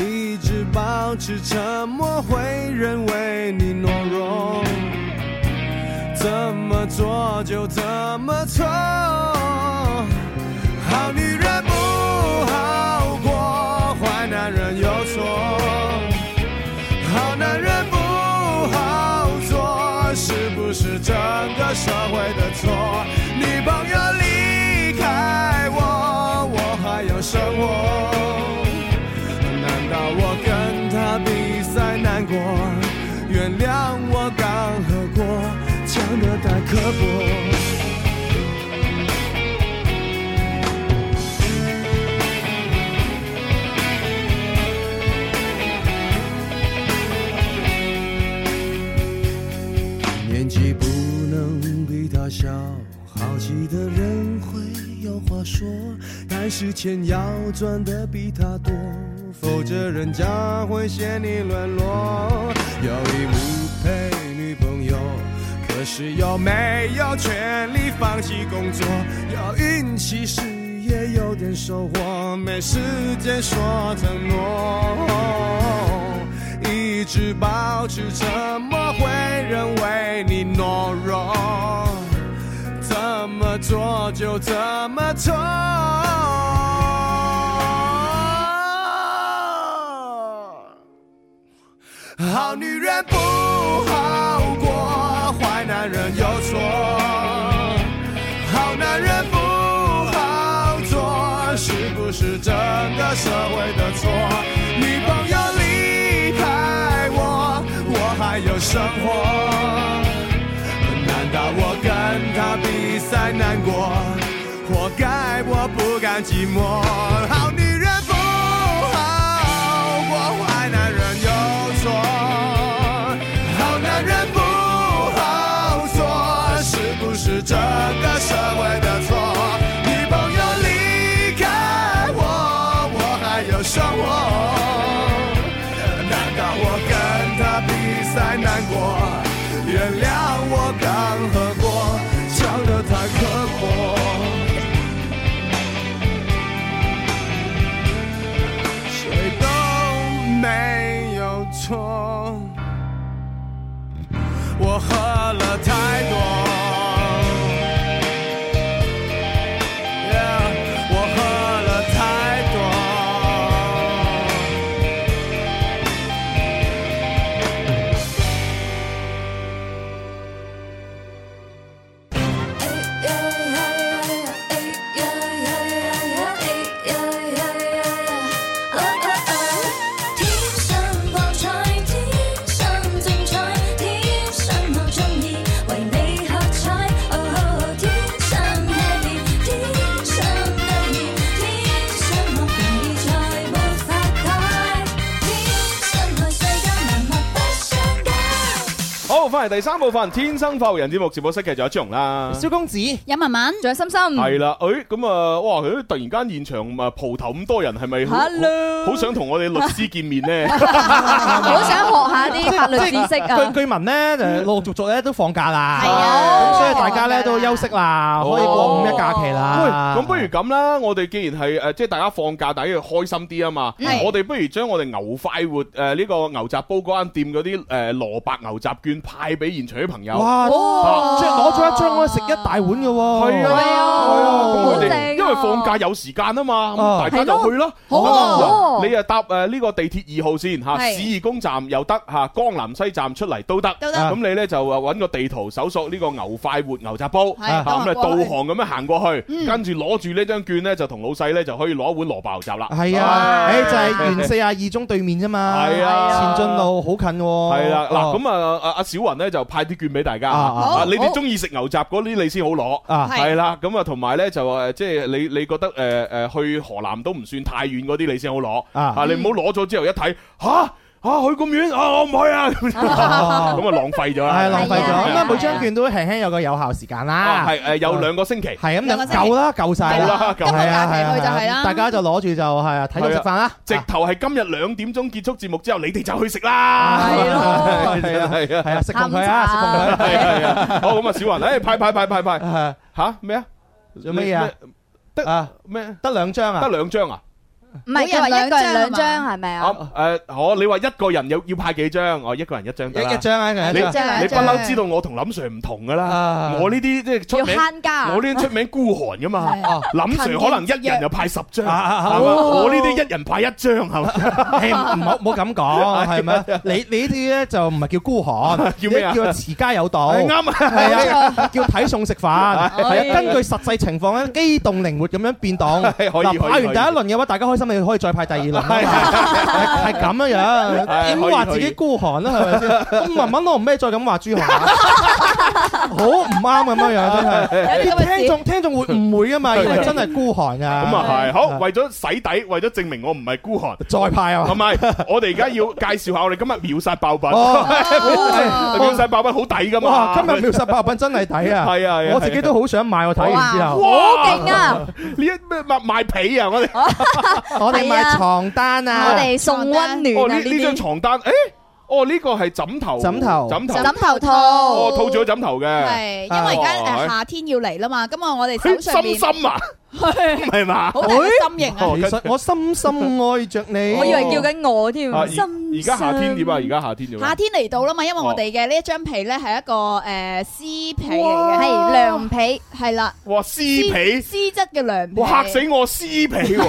Speaker 15: 一直保持沉默，会认为你懦弱。怎么做就怎么错，好女人不好过，坏男人有错。好男人不好做，是不是整个社会的错？女朋友离开我，我还要生活。难道我跟他比赛难过？原谅我刚喝过，讲得太刻薄。年纪不能比他小，好奇的人会有话说，但是钱要赚的比他多，否则人家会嫌你软弱。有义务陪女朋友，可是有没有权利放弃工作？有运气时也有点收获，没时间说承诺。一直保持沉默，会认为你懦弱。怎么做就怎么错。好女人不好过，坏男人有错。好男人不好做，是不是整个社会的错？女朋友离开我，我还有生活。难道我跟他比赛难过？活该我不甘寂寞。好女人不好过，坏男人有错。好男人不好做，是不是整个社会的错？女朋友离开我，我还有生活。难道我跟他比赛难过？原谅我刚喝过，讲得太刻薄。
Speaker 8: Oh, Oh,
Speaker 4: 翻嚟第三部分《天生發育人》節目直播室嘅仲有朱紅啦。
Speaker 5: 蕭公子、
Speaker 3: 尹文文，仲有心
Speaker 6: 嗯
Speaker 3: 心，
Speaker 4: 系啦，誒咁啊，哇！佢突然間現場啊蒲頭咁多人，係咪好
Speaker 3: Hello
Speaker 4: 好想同我哋律師見面 <laughs> 呢？
Speaker 5: <laughs>
Speaker 6: 好想學下啲法律知識
Speaker 5: 據
Speaker 6: 啊！
Speaker 5: 據聞咧，就陸陸續續咧都放假啦，係啊，咁所以大家咧都休息啦，可以過五一假期
Speaker 4: 喂，
Speaker 5: 啦。
Speaker 4: 咁不如咁啦，我哋既然係誒，即係大家放假，大家要開心啲啊嘛。
Speaker 5: 係
Speaker 4: 我哋不如將我哋牛快活誒呢個牛雜煲嗰間店嗰啲誒蘿蔔牛雜券派俾現場啲朋友。
Speaker 5: 哇！
Speaker 4: 啊
Speaker 5: 即係攞咗一張可以食一大碗嘅喎。
Speaker 4: 係啊，咁
Speaker 5: 好
Speaker 4: 佢
Speaker 5: 正
Speaker 4: 哋
Speaker 5: 啊
Speaker 4: 因為放假有時間啊嘛，咁大家
Speaker 5: 係咯
Speaker 4: 就去啦。
Speaker 5: 好啊
Speaker 4: 咁
Speaker 5: 好啊
Speaker 4: 你啊搭誒呢個地鐵二號線嚇，
Speaker 5: 係
Speaker 4: 市義宮站又得嚇，江南西站出嚟都得。
Speaker 5: 都得
Speaker 4: 咁你咧就誒揾個地圖搜索呢個牛快活牛雜煲，
Speaker 5: 係
Speaker 4: 啊咁啊
Speaker 5: 導航過
Speaker 4: 導
Speaker 5: 去
Speaker 4: 航咁樣行過去，
Speaker 5: 嗯
Speaker 4: 跟住攞住呢張券咧就同老細咧就可以攞一碗蘿蔔牛雜啦。
Speaker 5: 係啊，誒就係原四廿二中對面啫嘛。
Speaker 4: 係啊
Speaker 5: 前進路好近喎。
Speaker 4: 係啦，嗱
Speaker 5: 哦
Speaker 4: 咁啊，阿阿小雲咧就派啲券俾大家，
Speaker 5: 啊啊
Speaker 4: 啊
Speaker 5: 好
Speaker 4: 你哋中意食牛雜嗰啲你先好
Speaker 5: 啊
Speaker 4: 攞，係啦，咁啊同埋咧就誒即係你你覺得誒誒去河南都唔算太遠嗰啲你先好攞，
Speaker 5: 啊
Speaker 4: 啊你唔好攞咗之後一睇吓啊去咁遠啊我唔去
Speaker 5: <laughs>
Speaker 4: 啊，咁啊
Speaker 5: 哦
Speaker 4: 浪費咗啦，
Speaker 5: 係浪費咗，咁啊每張券都輕輕有個有效時間啦。
Speaker 4: 啊係誒有兩個星期，係
Speaker 5: 係咁就夠啦，夠晒
Speaker 4: 夠啦夠啦
Speaker 5: 係啊
Speaker 4: 今個假期去
Speaker 5: 係啊
Speaker 4: 就係
Speaker 5: 係
Speaker 4: 啦
Speaker 5: 啊，大家就攞住就係啊睇到食飯啦。，
Speaker 4: 直頭係今日兩點鐘結束節目之後你哋就去食啦，係咯，係啊係啊係啊
Speaker 5: 食同佢啊，食同佢。
Speaker 4: 係係啊，好咁啊，小雲，誒派派派派派，吓咩啊？
Speaker 5: 做咩嘢啊？
Speaker 4: 得
Speaker 5: 啊
Speaker 4: 咩？
Speaker 5: 得兩張啊？
Speaker 4: 得兩張啊？
Speaker 6: 唔係佢話一個人兩張係咪啊？
Speaker 4: 誒，我你話一個人要要派幾張？我一個人一張得啦
Speaker 5: 一一張啊一個人
Speaker 4: 你
Speaker 5: 一張啊
Speaker 4: 你不嬲知道我同林 Sir 唔同噶啦，我呢啲即係出名
Speaker 6: 要慳家，
Speaker 4: 我呢啲出名孤寒噶嘛
Speaker 6: 係啊，
Speaker 4: 林 Sir 可能
Speaker 5: 勤儉節
Speaker 4: 一人
Speaker 5: 約
Speaker 4: 就派十張，係
Speaker 5: 哦啊啊啊
Speaker 4: 嘛？
Speaker 5: 哦
Speaker 4: 我呢啲一人派一張係嘛？
Speaker 5: 誒唔好唔好咁講，係咪？你你呢啲咧就唔係叫孤寒，
Speaker 4: 叫咩啊
Speaker 5: 叫持家有道，
Speaker 4: 係啱啊
Speaker 5: 係
Speaker 4: 冇錯
Speaker 5: 啊，叫睇餸食飯，係
Speaker 4: 係
Speaker 5: 啊，根據實際情況咧，機動靈活咁樣變動。
Speaker 4: 係可以
Speaker 5: 嗱
Speaker 4: 可以
Speaker 5: 派完第一輪嘅話，大家開心，你可以再派第二輪啊嘛，係係咁樣
Speaker 4: 係
Speaker 5: 樣，點話
Speaker 4: 可以
Speaker 5: 自己
Speaker 4: 可以
Speaker 5: 孤寒啦？係咪先？咁文文我唔咩再咁話朱紅啊，好唔啱咁樣樣真係。啲聽眾聽眾會誤會啊嘛，以為真係孤寒㗎。
Speaker 4: 咁啊係，好為咗洗底，為咗證明我唔係孤寒，
Speaker 5: 再派啊
Speaker 4: 唔係，我哋而家要介紹下我哋今日秒殺爆品， <laughs>
Speaker 5: 哦
Speaker 4: 秒殺爆品好抵噶嘛，
Speaker 5: 哇！今日秒十八品真係抵啊！
Speaker 4: <laughs> 係啊係啊
Speaker 5: 我自己都好想買，我睇完之後，
Speaker 4: 哇
Speaker 6: 好勁啊！
Speaker 4: 呢一咩賣賣被啊，我哋
Speaker 5: 我哋
Speaker 6: 係啊
Speaker 5: 買床單啊，
Speaker 6: 我哋送温
Speaker 4: 哦
Speaker 6: 暖
Speaker 4: 呢
Speaker 6: 啊！
Speaker 4: 呢張
Speaker 6: 呢啲
Speaker 4: 床單，誒。哦，呢個係枕頭，
Speaker 5: 枕頭
Speaker 4: 枕頭，
Speaker 3: 枕頭套
Speaker 4: 哦，套住咗枕頭嘅，
Speaker 3: 係因為而家誒
Speaker 4: 哦
Speaker 3: 夏天要嚟啦嘛，咁啊我哋手上
Speaker 4: 心
Speaker 3: 面
Speaker 4: 心啊，唔係嘛，
Speaker 3: 好大嘅心形啊
Speaker 4: 哦
Speaker 5: 其實我深深愛着你。
Speaker 6: <laughs> <laughs> 我以為叫緊我添
Speaker 4: 啊，而
Speaker 3: 心
Speaker 4: 而家夏天點啊？而家夏天點啊？
Speaker 3: 夏天嚟到啦嘛，因為我哋嘅呢一張被咧係一個誒絲被嚟嘅，係涼被，係啦，
Speaker 4: 哇絲被
Speaker 3: 絲質嘅涼被，
Speaker 4: 哇嚇死我絲皮喎，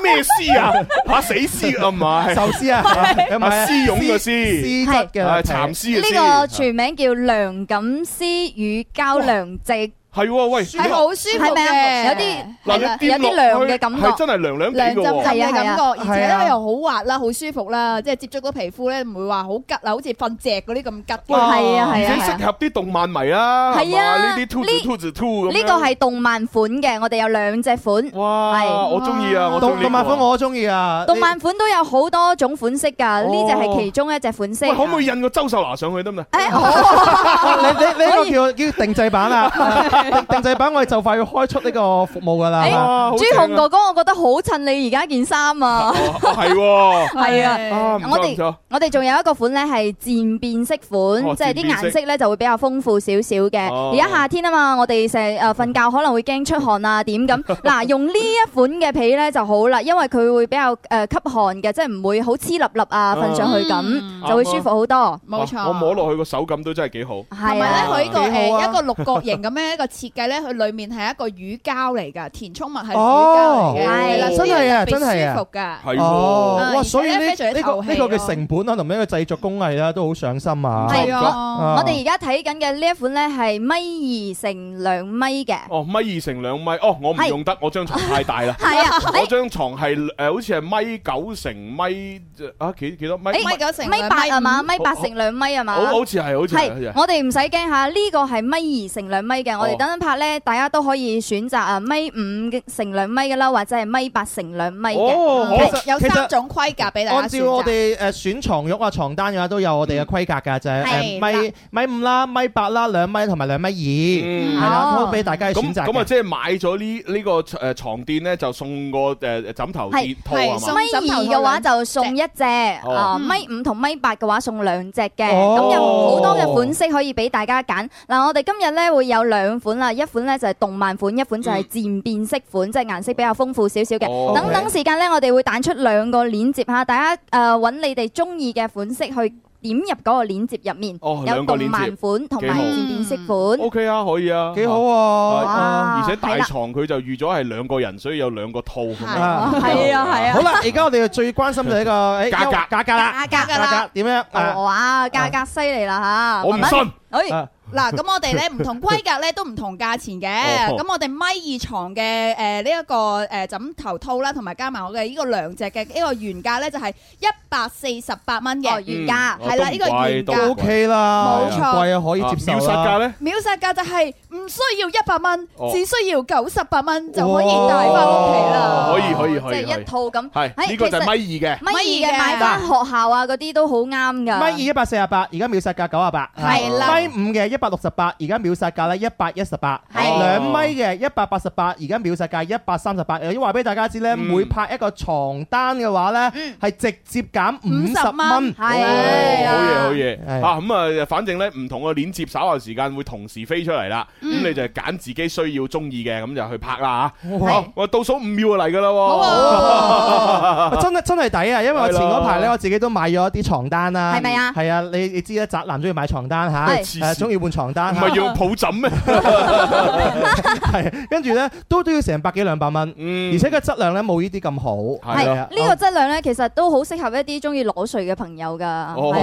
Speaker 4: 咩絲啊？嚇死絲啊唔係，
Speaker 5: 壽
Speaker 4: <laughs>
Speaker 5: 司啊
Speaker 4: 係
Speaker 5: 唔
Speaker 4: 絲
Speaker 5: 係
Speaker 4: 絨嘅絲，
Speaker 5: 絲質嘅
Speaker 4: 係蠶絲嘅絲，
Speaker 6: 呢個全名叫梁錦詩與膠梁席，
Speaker 4: 係喎喂，
Speaker 3: 係好舒服
Speaker 6: 係咪
Speaker 3: 嘅，
Speaker 6: 啊有啲
Speaker 4: 嗱
Speaker 6: 係啦
Speaker 4: 你掂
Speaker 6: 有啲
Speaker 4: 落
Speaker 6: 涼
Speaker 4: 去
Speaker 6: 嘅感
Speaker 4: 係
Speaker 6: 覺
Speaker 4: 真。係涼涼
Speaker 3: 涼
Speaker 4: 地
Speaker 3: 浸
Speaker 4: 嘅
Speaker 3: 浸
Speaker 4: 喎。
Speaker 3: 嘅感覺，
Speaker 6: 係啊係啊
Speaker 3: 而且
Speaker 6: 係
Speaker 3: 咧
Speaker 6: 啊
Speaker 3: 又好滑啦，好舒服啦，即係接觸到皮膚咧唔會話好吉啊，好似瞓席嗰啲咁吉。
Speaker 6: 啊
Speaker 4: 而且適合啲動漫迷啦，
Speaker 6: 係
Speaker 4: 嘛
Speaker 6: 啊
Speaker 4: 呢啲 two
Speaker 6: 呢
Speaker 4: to two to two 咁樣。
Speaker 6: 呢個係動漫款嘅，我哋有兩隻款。
Speaker 4: 哇！
Speaker 6: 係
Speaker 4: 我中意啊，我中意
Speaker 5: 動
Speaker 4: 呢個
Speaker 5: 動漫款我都中意啊。
Speaker 6: 動漫款都有好多種款式㗎，呢只係其中一隻款式。
Speaker 4: 喂，可唔可以印個周秀娜上去得唔得？
Speaker 5: 你你
Speaker 6: <laughs>
Speaker 5: 你呢個叫叫定制版啊！ <laughs> 定定制版我哋就快要開出呢個服務㗎
Speaker 6: 誒
Speaker 5: 啦。
Speaker 6: 朱紅哥哥，我覺得好襯你而家
Speaker 4: <laughs>
Speaker 6: 件衫啊！ <laughs>
Speaker 4: 係喎，
Speaker 6: 係
Speaker 4: 啊
Speaker 6: 啊，
Speaker 4: 唔錯
Speaker 6: 我
Speaker 4: 唔
Speaker 6: 哋
Speaker 4: 錯
Speaker 6: 我哋仲有一個款咧係漸變色
Speaker 4: 哦
Speaker 6: 款，即係啲
Speaker 4: 漸變
Speaker 6: 顏
Speaker 4: 色
Speaker 6: 色咧就會比較豐富少少嘅。
Speaker 4: 哦
Speaker 6: 而家夏天啊嘛，我哋成日誒瞓覺可能會驚出汗啊點
Speaker 4: <laughs>
Speaker 6: 咁。嗱，用呢一款嘅被咧就好啦，因為佢會比較誒吸汗嘅，即係唔會好黐粒粒啊
Speaker 4: 哦
Speaker 6: 瞓上去咁，就會舒服好多。
Speaker 3: 嗯哦冇錯
Speaker 4: 哇我摸落去個手感都真係幾好。
Speaker 3: 同埋咧，佢呢個
Speaker 5: 幾好啊
Speaker 3: 誒一個六角形咁樣一個 <laughs> 設計咧，佢裡面係一個乳膠嚟㗎，填充物係乳膠
Speaker 5: 哦
Speaker 3: 嚟嘅，係啦，
Speaker 5: 真係啊，真係
Speaker 3: 係
Speaker 5: 啊，
Speaker 3: 舒服㗎。
Speaker 4: 係喎
Speaker 5: 哦
Speaker 3: 啊，
Speaker 5: 哇！
Speaker 3: 而
Speaker 5: 所以
Speaker 3: 且
Speaker 5: 呢
Speaker 3: 咧非常之
Speaker 5: 呢個
Speaker 3: 透氣
Speaker 5: 呢個嘅
Speaker 3: 咯
Speaker 5: 成本啦，同埋呢個製作工藝啦，都好上心
Speaker 4: 哦
Speaker 5: 啊。
Speaker 6: 係啊
Speaker 5: 啊
Speaker 6: 我哋而家睇緊嘅呢一款咧係米二乘兩米嘅。
Speaker 4: 哦，米二乘兩米，哦，我唔
Speaker 6: 係
Speaker 4: 用得，我張床太大啦。
Speaker 6: 係
Speaker 4: <laughs>
Speaker 6: 啊
Speaker 4: 我張床係誒，好似係米九乘米啊幾幾多米？
Speaker 6: 誒米哎八啊嘛，米八乘兩米啊嘛，
Speaker 4: 好好似係好似係好似
Speaker 6: 係
Speaker 4: 係
Speaker 6: 我哋唔使驚嚇，呢個係米二乘兩米嘅，我
Speaker 4: 哦
Speaker 6: 哋等等拍咧，大家都可以選擇啊米五乘兩米嘅啦，或者係米八八乘兩米
Speaker 5: 哦
Speaker 6: 嘅，
Speaker 5: 嗯其實
Speaker 3: 有
Speaker 5: 其實
Speaker 3: 三種規格俾大家
Speaker 5: 按
Speaker 3: 選
Speaker 5: 照我
Speaker 3: 擇。嗯
Speaker 5: 哋誒選床褥啊、床單嘅話，都有我哋嘅規格㗎，就係誒米米五啦、米八啦、兩米同埋兩米二，係啦，
Speaker 4: 哦
Speaker 5: 都俾大家去
Speaker 4: 咁
Speaker 5: 選擇
Speaker 4: 咁啊，
Speaker 5: 嘅。
Speaker 4: 即係買咗呢呢個誒床墊咧，就送個誒枕頭墊
Speaker 6: 係
Speaker 4: 套啊嘛。
Speaker 6: 米二嘅話就送一隻，
Speaker 4: 哦
Speaker 6: 啊米五同米八嘅話送兩隻嘅，
Speaker 4: 哦
Speaker 6: 咁有好多嘅款式可以俾大家揀。嗱，我哋今日咧會有兩款啦，一款咧就係動漫款，一款
Speaker 4: 嗯
Speaker 6: 就係漸變色款，即係顏色比較豐富少少
Speaker 16: 哦
Speaker 6: 嘅。等等時間咧，我哋會彈出兩個鏈接嚇，大家誒揾你哋中意嘅款式去。點入嗰個鏈接入面，
Speaker 4: 哦
Speaker 6: 有
Speaker 4: 兩個鏈接
Speaker 6: 動漫款同
Speaker 4: 幾
Speaker 6: 埋
Speaker 4: 好
Speaker 6: 漸變色款。
Speaker 4: O K 啊，可以啊，
Speaker 5: 幾好
Speaker 4: 啊
Speaker 6: 哇
Speaker 4: 而且
Speaker 6: 係
Speaker 4: 大
Speaker 6: 啦
Speaker 4: 床佢就預咗係兩個人，所以有兩個套咁
Speaker 5: 啊
Speaker 4: 樣。
Speaker 5: 好啦，而家我哋最關心就係一個
Speaker 4: <laughs>
Speaker 5: 誒
Speaker 4: 價格
Speaker 5: 價格啦，
Speaker 3: 價格啦哦
Speaker 5: 價格點樣啊？
Speaker 3: 哇，價格
Speaker 6: 犀利啦
Speaker 5: 嚇我唔文文信
Speaker 3: 哎
Speaker 5: 啊
Speaker 3: 嗱，咁我哋咧唔同規格咧都唔同價
Speaker 5: <laughs>
Speaker 3: 錢嘅。
Speaker 6: 哦
Speaker 3: 咁我哋米二床嘅誒呢一個誒枕頭套啦，同埋加埋我嘅呢個兩隻嘅呢個原價咧就係一百四十八蚊
Speaker 5: 哦
Speaker 3: 嘅嗯
Speaker 6: 原價
Speaker 4: 嗯
Speaker 3: 係
Speaker 4: 哦
Speaker 3: 啦，呢個原
Speaker 5: 都
Speaker 3: 價
Speaker 5: OK 啦，
Speaker 3: 冇錯
Speaker 5: 貴啊，可以接受
Speaker 4: 秒殺價咧？
Speaker 3: 秒殺價就係唔需要一百蚊
Speaker 4: 哦，
Speaker 3: 只需要九十八蚊就可以帶翻屋企啦。
Speaker 4: 可以可以可以，
Speaker 6: 即係一套咁
Speaker 4: 係
Speaker 6: 係
Speaker 4: 呢個就係
Speaker 6: 其
Speaker 4: 米二嘅。
Speaker 6: 米二嘅買翻學校啊嗰啲都好啱㗎。
Speaker 5: 米二一百四十八，而家秒殺價九十八。
Speaker 6: 啊係啦
Speaker 5: 米五嘅一百六十八，而家秒殺價咧一百一十八。
Speaker 6: 係
Speaker 5: 兩米嘅一百八十八，而家秒殺價一百三十八。又要話俾大家知咧，
Speaker 4: 嗯
Speaker 5: 每拍一個床單嘅話咧，係直接減五十蚊。
Speaker 4: 哦好嘢好
Speaker 5: 係
Speaker 4: 嘢啊！咁啊，反正咧唔同嘅鏈接稍後時間會同時飛出嚟啦。
Speaker 5: 嗯
Speaker 4: 咁你就揀自己需要中意嘅，咁就去拍啦嚇。
Speaker 5: 哇
Speaker 4: 好，我倒數五秒就嚟㗎啦喎。
Speaker 6: <laughs>
Speaker 4: 哦
Speaker 5: 啊 <laughs> 真係真係抵啊！因為我前嗰排咧，我自己都買咗一啲床單啦。
Speaker 6: 係咪啊
Speaker 5: 係啊，你你知啦，宅男中意買床單嚇，
Speaker 6: 係
Speaker 5: 誒中意換床單
Speaker 4: 唔
Speaker 5: 嚇。
Speaker 4: 係要抱枕咩？
Speaker 5: <laughs> 係跟住咧都都要成百幾兩百蚊，
Speaker 4: 嗯
Speaker 5: 而且個質量咧冇呢啲咁好。
Speaker 4: 啊
Speaker 6: 係啊哦
Speaker 5: 係啊
Speaker 6: 呢個質量咧，其實都好適合一啲中意裸睡嘅朋友㗎。
Speaker 4: 哦
Speaker 6: 係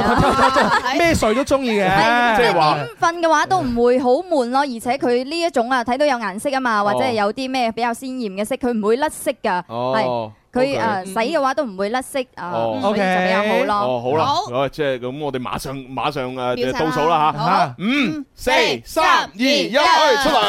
Speaker 6: 啊
Speaker 5: <laughs> 咩睡都中意嘅，
Speaker 6: 即係點瞓嘅話都
Speaker 4: 嗯
Speaker 6: 唔會好悶咯，而且佢呢一種啊睇到有顏色啊
Speaker 4: 哦
Speaker 6: 嘛，或者係有啲咩比較鮮豔嘅色，佢唔會甩色㗎。係
Speaker 4: 哦
Speaker 6: 佢
Speaker 4: OK
Speaker 6: 誒洗嘅話都唔會甩色啊，
Speaker 4: 哦
Speaker 6: 所以就比較好
Speaker 4: 哦，
Speaker 6: 咯。
Speaker 4: 好啦，好，即係咁，我哋馬上馬上誒
Speaker 6: 秒殺
Speaker 4: 倒
Speaker 6: 啦
Speaker 4: 數啦
Speaker 6: 好
Speaker 4: 嚇，五、四、三、
Speaker 6: 三
Speaker 4: 二、一，哎出嚟！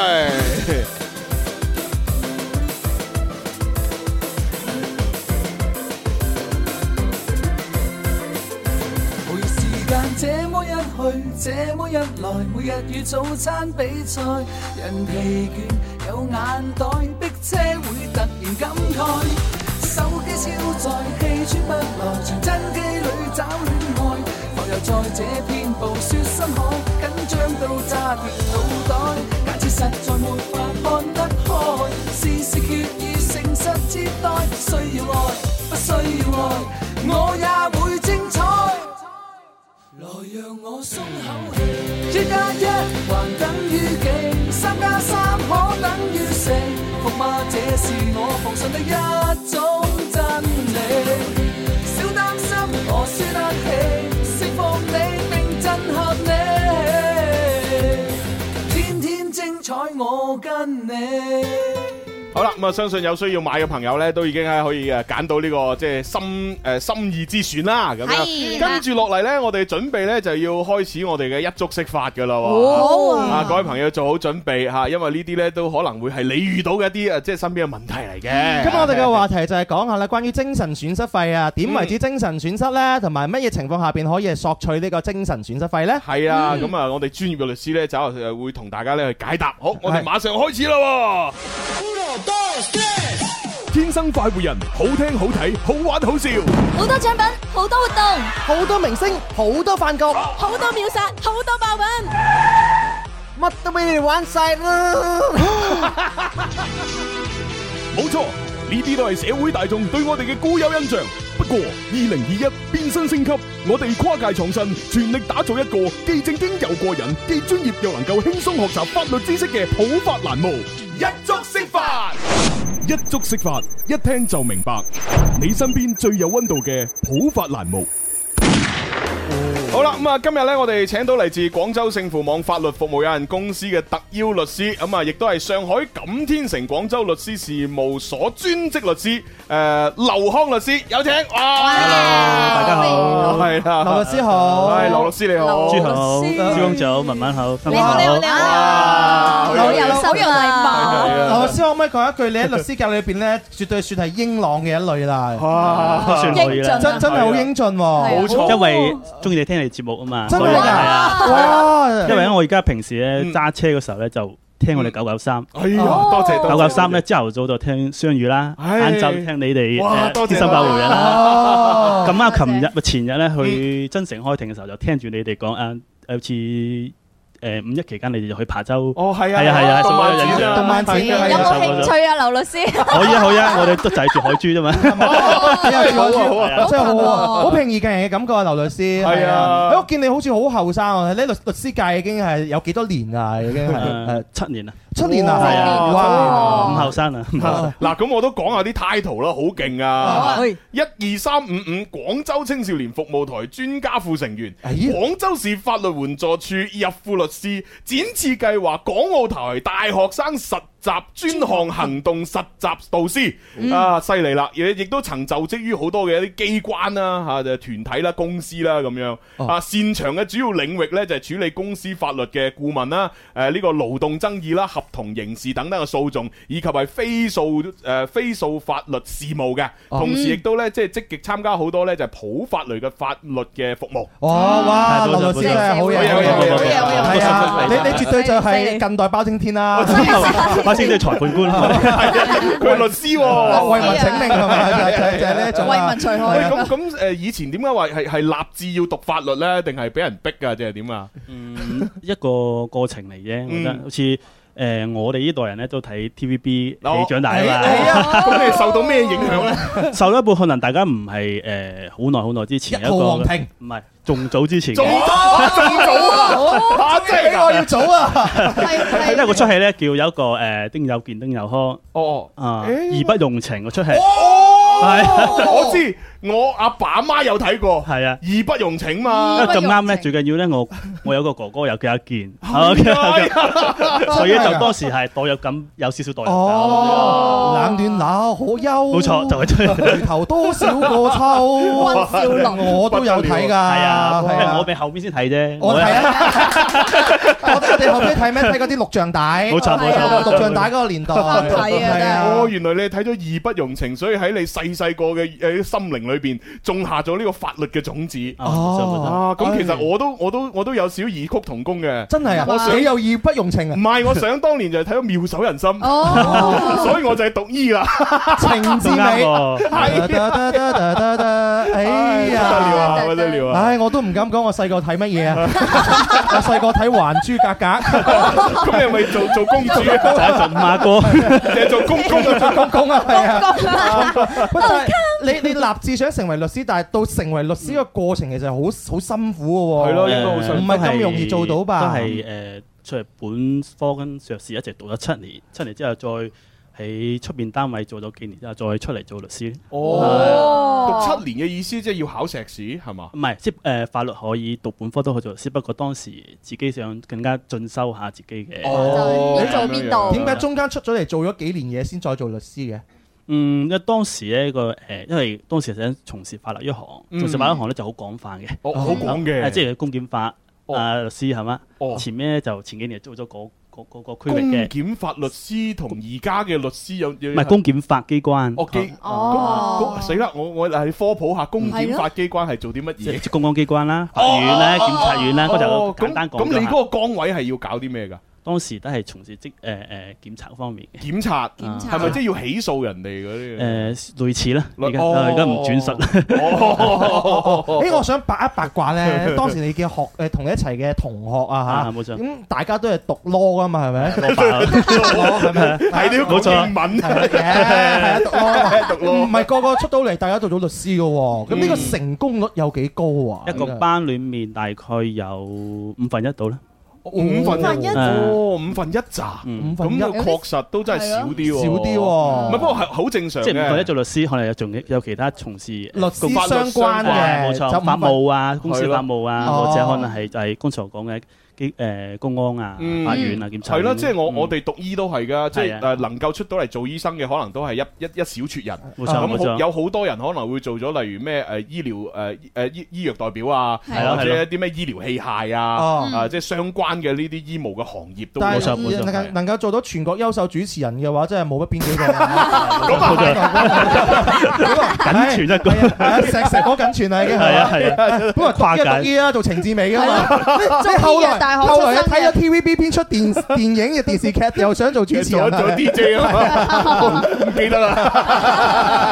Speaker 13: 每時間這麼一去，這麼一來，每日與早餐比賽，人疲倦有眼袋，逼車會突然感慨，手機超載，氣喘不來，傳真機裏找戀愛，浮游在這片暴雪深海，緊張到炸斷腦袋，假設實在沒法看得開，事事決意誠實接待，需要愛，不需要愛，我也會精彩。來讓我鬆口氣，一加一還等於幾？三加三可等於四？伏嗎？這是我奉信的一種真理。小擔心，我輸得起，釋放你並震撼你，天天精彩我跟你。
Speaker 4: 好啦，咁啊，相信有需要買嘅朋友咧，都已經係可以誒呃揀到呢個即係心誒心意之選啦。咁樣
Speaker 13: 係啦
Speaker 4: 跟住落嚟咧，我哋準備咧就要開始我哋嘅一觸識法噶啦
Speaker 13: 好
Speaker 4: 喎。
Speaker 13: 啊
Speaker 4: 啊，各位朋友做好準備嚇，因為呢啲咧都可能會係你遇到嘅一啲誒呃即係身邊嘅問題嚟嘅。
Speaker 5: 咁我哋嘅話題就係講下咧，關於精神損失費啊，點為
Speaker 4: 嗯
Speaker 5: 止精神損失咧，同埋乜嘢情況下邊可以係索取呢個精神損失費咧？
Speaker 4: 係啊，
Speaker 13: 嗯
Speaker 4: 咁啊，我哋專業嘅律師咧，就誒會同大家咧去解答。好，我哋馬上開始啦喎！天生快活人，好聽好睇，好玩好笑。
Speaker 16: 好多獎品，好多活動，
Speaker 5: 好多明星，好多飯局，
Speaker 16: 好多秒殺，好多爆品，
Speaker 5: 乜都俾你哋玩晒啦！
Speaker 17: 冇錯，呢啲都係社會大眾對我哋嘅固有印象。不過，二零二一變身升級，我哋跨界創新，全力打造一個既正經又過癮，既專業又能夠輕鬆學習法律知識嘅普法欄目。一觸識法，一觸識法，一聽就明白。你身邊最有溫度嘅普法欄目。
Speaker 4: 好啦，咁啊，今日咧，我哋請到嚟自廣州勝富網法律服務有限公司嘅特邀律師，咁啊，亦都係上海錦天城廣州律師事務所專職律師，誒，劉康律師，有請。哇！
Speaker 18: 大家好，
Speaker 4: 哦係啦，
Speaker 5: 劉律師好
Speaker 4: 係劉律師你好，
Speaker 18: 朱好，朱公早，文文好，你
Speaker 4: 哇
Speaker 5: 好
Speaker 6: 好有心啊好有禮貌
Speaker 5: 劉律師可唔可以講一句？你喺律師界裏邊咧，絕對算係英朗嘅一類啦。
Speaker 18: 哇算可以啦
Speaker 5: 真真係好英俊喎。
Speaker 4: 啊
Speaker 18: 因為中意你聽你節目啊嘛，
Speaker 5: 真係
Speaker 18: 所
Speaker 5: 㗎
Speaker 18: 以係
Speaker 4: 哦
Speaker 5: 哇
Speaker 18: 啊，因為咧我而家平時咧揸車嘅時候咧就。聽我哋九九三，哎
Speaker 4: 嗯呀多謝多謝
Speaker 18: 九九三咧，朝頭早就聽雙語啦，
Speaker 4: 唉
Speaker 18: 晏晝聽你哋
Speaker 4: 哇
Speaker 18: 誒
Speaker 4: 多謝
Speaker 18: 天生快活人啦
Speaker 4: 哦。
Speaker 18: 咁啊，琴日咪前日咧去增城開庭嘅時候，就聽住你哋講啊，好似誒五一期間你哋就去琶洲，
Speaker 4: 哦係啊
Speaker 18: 係啊係啊，
Speaker 4: 動
Speaker 18: 所
Speaker 4: 漫展啊
Speaker 18: 以有印象
Speaker 4: 動漫展啊嗯
Speaker 18: 係啊
Speaker 6: 有
Speaker 18: 係啊
Speaker 6: 冇興趣啊，劉律師？
Speaker 18: 可以啊，可以啊，我哋都就係住海珠啫
Speaker 4: <laughs>
Speaker 18: 嘛。 <laughs> 啊好啊
Speaker 5: 好真係好好啊，好平易近人嘅感覺啊，劉律師。
Speaker 18: 係啊
Speaker 5: 哎我見你好似好後生啊！你喺律律師界已經係有幾多年啊？已經係
Speaker 18: 誒七年啊，
Speaker 5: 七年啊，
Speaker 4: 哇
Speaker 5: 係啊，哇，
Speaker 18: 唔後生 <laughs> 啊，唔後生
Speaker 4: 嗱，咁我都講下啲 title 啦，好勁啊
Speaker 18: 好！
Speaker 4: 一二三五五，廣州青少年服務台專家副成員，
Speaker 18: 哎
Speaker 4: 廣州市法律援助處入副律師，展翅計劃港澳台大學生實習專項行動實習導師
Speaker 2: 嗯
Speaker 4: 啊，犀利啦！亦亦都曾就職於好多嘅一啲機關啦、嚇就團體啦、公司啦咁樣啊。擅長嘅主要領域呢，就係處理公司法律嘅顧問啦，誒呢個勞動爭議啦、合同刑事等等嘅訴訟，以及係非訴誒非訴法律事務嘅。
Speaker 5: 哦
Speaker 4: 同時亦都呢，即係積極參加好多呢，就係普法類嘅法律嘅服務。
Speaker 5: 哦，哇！
Speaker 4: 係多謝
Speaker 5: 劉律師真係好
Speaker 4: 多謝
Speaker 5: 嘢，
Speaker 4: 好嘢好嘢好嘢好嘢好嘢
Speaker 5: 係啊！
Speaker 4: 多謝多謝
Speaker 5: 你你絕對就係近代包青天啦，
Speaker 18: 包青天係裁判
Speaker 4: <laughs>
Speaker 5: 官，
Speaker 4: 佢係律師喎，
Speaker 5: 為民啊請命
Speaker 4: <laughs>
Speaker 5: 係咪就係就係呢一種啊為民除害
Speaker 4: 喂啊咁咁誒，以前點解話係係立志要讀法律咧，定係俾人逼㗎？定係點啊？
Speaker 18: 嗯，一個過程嚟啫，我覺得
Speaker 4: 嗯
Speaker 18: 好似。誒、我哋呢代人咧都睇 TVB
Speaker 4: 哦
Speaker 18: 你長大啊嘛，
Speaker 4: 係啊咁你受到咩影響咧？
Speaker 18: <laughs> 受到一半可能大家唔係誒好耐好耐之前有一
Speaker 5: 一
Speaker 18: 個
Speaker 5: 號皇庭
Speaker 18: 唔係仲早之前嘅，
Speaker 5: 仲
Speaker 18: <laughs>
Speaker 5: 早啊仲早 <laughs> 啊
Speaker 18: 啊
Speaker 5: 真係㗎比我要早 <laughs> 啊
Speaker 18: <laughs> 因為嗰出戲咧叫有一個誒丁有健丁有康
Speaker 4: 哦
Speaker 18: 啊
Speaker 4: 誒
Speaker 18: 義不容情嗰出戲，係
Speaker 4: <laughs> 我知，我阿爸阿媽有睇過，
Speaker 18: 係啊，
Speaker 4: 義不容情嘛。
Speaker 18: 咁啱咧，最緊要咧，我我有個哥哥有叫
Speaker 4: <laughs>
Speaker 18: 阿健， <laughs> 所以就當時係代入感有少少代入
Speaker 5: 哦，
Speaker 18: 感。
Speaker 5: 冷暖那可憂，
Speaker 18: 冇錯就係
Speaker 5: 回哦頭多少個秋，
Speaker 18: 溫兆倫
Speaker 5: 我都有睇㗎，
Speaker 18: 係啊，
Speaker 5: 係啊
Speaker 18: 我咪後邊先睇啫。
Speaker 5: 我睇啊，我哋我哋後尾睇咩？睇嗰啲錄像帶，
Speaker 4: 冇錯冇錯
Speaker 5: 係啊
Speaker 4: 冇錯啊
Speaker 5: 錄像帶嗰個
Speaker 4: <laughs>
Speaker 5: 年代， <laughs> 係啊
Speaker 4: 哦，原來你睇咗《義不容情》，所以喺你細細個嘅誒心靈裏邊種下咗呢個法律嘅種子。
Speaker 5: 哦
Speaker 4: 啊咁其實我都我都我都有少異曲同工嘅。
Speaker 5: 真係
Speaker 4: 我
Speaker 5: 啊，
Speaker 4: 想
Speaker 5: 你又義不容情啊！
Speaker 4: 唔係，我想當年就係睇到《妙手仁心》，<laughs>
Speaker 5: 哦
Speaker 4: 所以我就係讀醫啦。
Speaker 5: 情
Speaker 4: <laughs>
Speaker 5: 之美，啊得得得得得得哎呀，
Speaker 4: 不得了啊不得了啊
Speaker 5: 唉，我都唔敢講我細個睇乜
Speaker 4: <laughs>
Speaker 5: 嘢啊！我細個睇《還珠格格》，
Speaker 4: 咁你係咪做做公主啊
Speaker 18: 就五阿哥，
Speaker 4: <laughs> 你係做公公啊
Speaker 5: 做公公啊，係 <laughs> 啊
Speaker 4: 公公！
Speaker 5: 喂但係你你立志想成為律師，但係到成為律師嘅過程其實好好辛苦嘅喎。
Speaker 18: 係咯，
Speaker 5: 哦唔係咁容易做到吧？
Speaker 18: 都係誒，出嚟本科跟碩士一直讀咗七年，七年之後再喺出邊單位做咗幾年之後，再出嚟做律師。啊
Speaker 4: 哦，讀七年嘅意思即係要考碩士係嘛？
Speaker 18: 唔係，即係誒法律可以讀本科都可以做律師，不過當時自己想更加進修下自己嘅。
Speaker 5: 哦
Speaker 18: 就係邊做邊度
Speaker 5: 點解中間出咗嚟做咗幾年嘢先再做律師嘅？
Speaker 18: 嗯，因為當時咧個誒，因為當時想從事法律一行，
Speaker 5: 嗯
Speaker 18: 從事法律一行咧就好廣泛嘅，
Speaker 5: 哦好廣嘅
Speaker 18: 誒即係公檢法啊律師係嘛，前面咧就前幾年租咗嗰嗰嗰個區
Speaker 4: 公
Speaker 18: 域嘅，
Speaker 4: 檢法律師同而家嘅律師有有
Speaker 18: 唔係公檢法機關，
Speaker 4: 哦機
Speaker 18: 哦
Speaker 4: 公公死啦！我我係科普下公檢法機關係做啲乜
Speaker 18: 即係
Speaker 4: 嘢？
Speaker 18: 即係公安機關啦、法院啦、
Speaker 4: 哦哦哦
Speaker 18: 檢察院啦，嗰
Speaker 4: 哦
Speaker 18: 就簡單講
Speaker 4: 咁咁你
Speaker 18: 嗰
Speaker 4: 嗰個崗位係要搞啲咩㗎？
Speaker 18: 當時都係從事職誒誒檢察方面嘅，
Speaker 4: 檢察
Speaker 18: 檢察
Speaker 4: 係咪即係要起訴人哋嗰
Speaker 18: 誒類似啦，而家
Speaker 4: 哦
Speaker 18: 而家唔轉述啦。
Speaker 4: 啲？
Speaker 5: 誒，我想八一八卦
Speaker 4: <laughs>
Speaker 5: 咧，當時你嘅學誒同你一齊嘅同學啊嚇，
Speaker 18: 啊冇錯
Speaker 5: 咁大家都係讀 law 噶嘛，係
Speaker 4: <laughs>
Speaker 5: 咪？ <laughs>
Speaker 18: 我白
Speaker 5: 係咪？
Speaker 4: 係都要
Speaker 18: 冇錯
Speaker 4: 講英文 <laughs>
Speaker 5: 係嘅係啊讀 law
Speaker 4: 讀 law
Speaker 5: 唔係個個出到嚟，大家做咗律師嘅喎。咁呢個
Speaker 4: 嗯
Speaker 5: 成功率有幾高啊？
Speaker 18: 一個班裡面大概有五分一到啦。
Speaker 4: 五分
Speaker 5: 五分
Speaker 4: 一
Speaker 5: 一
Speaker 4: 哦，五分一咋？
Speaker 18: 五
Speaker 5: 分一
Speaker 4: 咁就確實都真係啊
Speaker 18: 啊
Speaker 4: 少啲喎，
Speaker 5: 少啲喎
Speaker 4: 唔係不過係好正常
Speaker 18: 即係唔同一
Speaker 4: 嘅。
Speaker 18: 做律師，可能有仲有其他從事律
Speaker 5: 師相關嘅
Speaker 18: 冇
Speaker 5: 就
Speaker 18: 錯，
Speaker 5: 唔
Speaker 18: 法務啊、
Speaker 5: 係
Speaker 18: 公司法務啊，
Speaker 5: 係咯
Speaker 18: 或者
Speaker 5: 哦
Speaker 18: 可能係就係剛才講嘅機誒公安啊、
Speaker 4: 嗯
Speaker 18: 法院啊、檢察
Speaker 4: 係啦，即係我
Speaker 18: 嗯
Speaker 4: 我哋讀醫都係噶，即係
Speaker 18: 係啊
Speaker 4: 誒能夠出到嚟做醫生嘅，可能都係一一一小撮人。啊
Speaker 18: 冇錯冇
Speaker 4: 咁
Speaker 18: 錯
Speaker 4: 好有好多人可能會做咗，例如咩誒醫療誒誒醫醫藥代表啊，
Speaker 18: 係啊
Speaker 4: 或
Speaker 18: 係
Speaker 4: 者
Speaker 18: 咯
Speaker 4: 一啲咩醫療器械
Speaker 5: 哦
Speaker 4: 啊，啊即係相關嘅呢啲醫務嘅行業都
Speaker 5: 但
Speaker 4: 會
Speaker 5: 係能夠能夠做到全國優秀主持人嘅話，真係冇乜邊幾
Speaker 4: <laughs>
Speaker 5: 個。
Speaker 3: 啊
Speaker 5: 啊
Speaker 18: 緊存一個，
Speaker 5: 係啊，石石嗰緊存啦已經
Speaker 18: 係啊係啊
Speaker 5: 本來讀
Speaker 18: 跨
Speaker 5: 醫
Speaker 18: 界
Speaker 5: 係讀醫啊，做程志美噶嘛。
Speaker 3: 中
Speaker 5: 你
Speaker 3: 醫
Speaker 5: 後
Speaker 3: 藥
Speaker 5: 來
Speaker 3: 大學
Speaker 5: 後來一
Speaker 3: 出身
Speaker 5: 睇咗 TVB 編
Speaker 4: <laughs>
Speaker 5: 出電電影嘅電視劇，又想做主持人，
Speaker 4: 做做 DJ
Speaker 5: <laughs>
Speaker 4: 啊嘛，唔記得啦。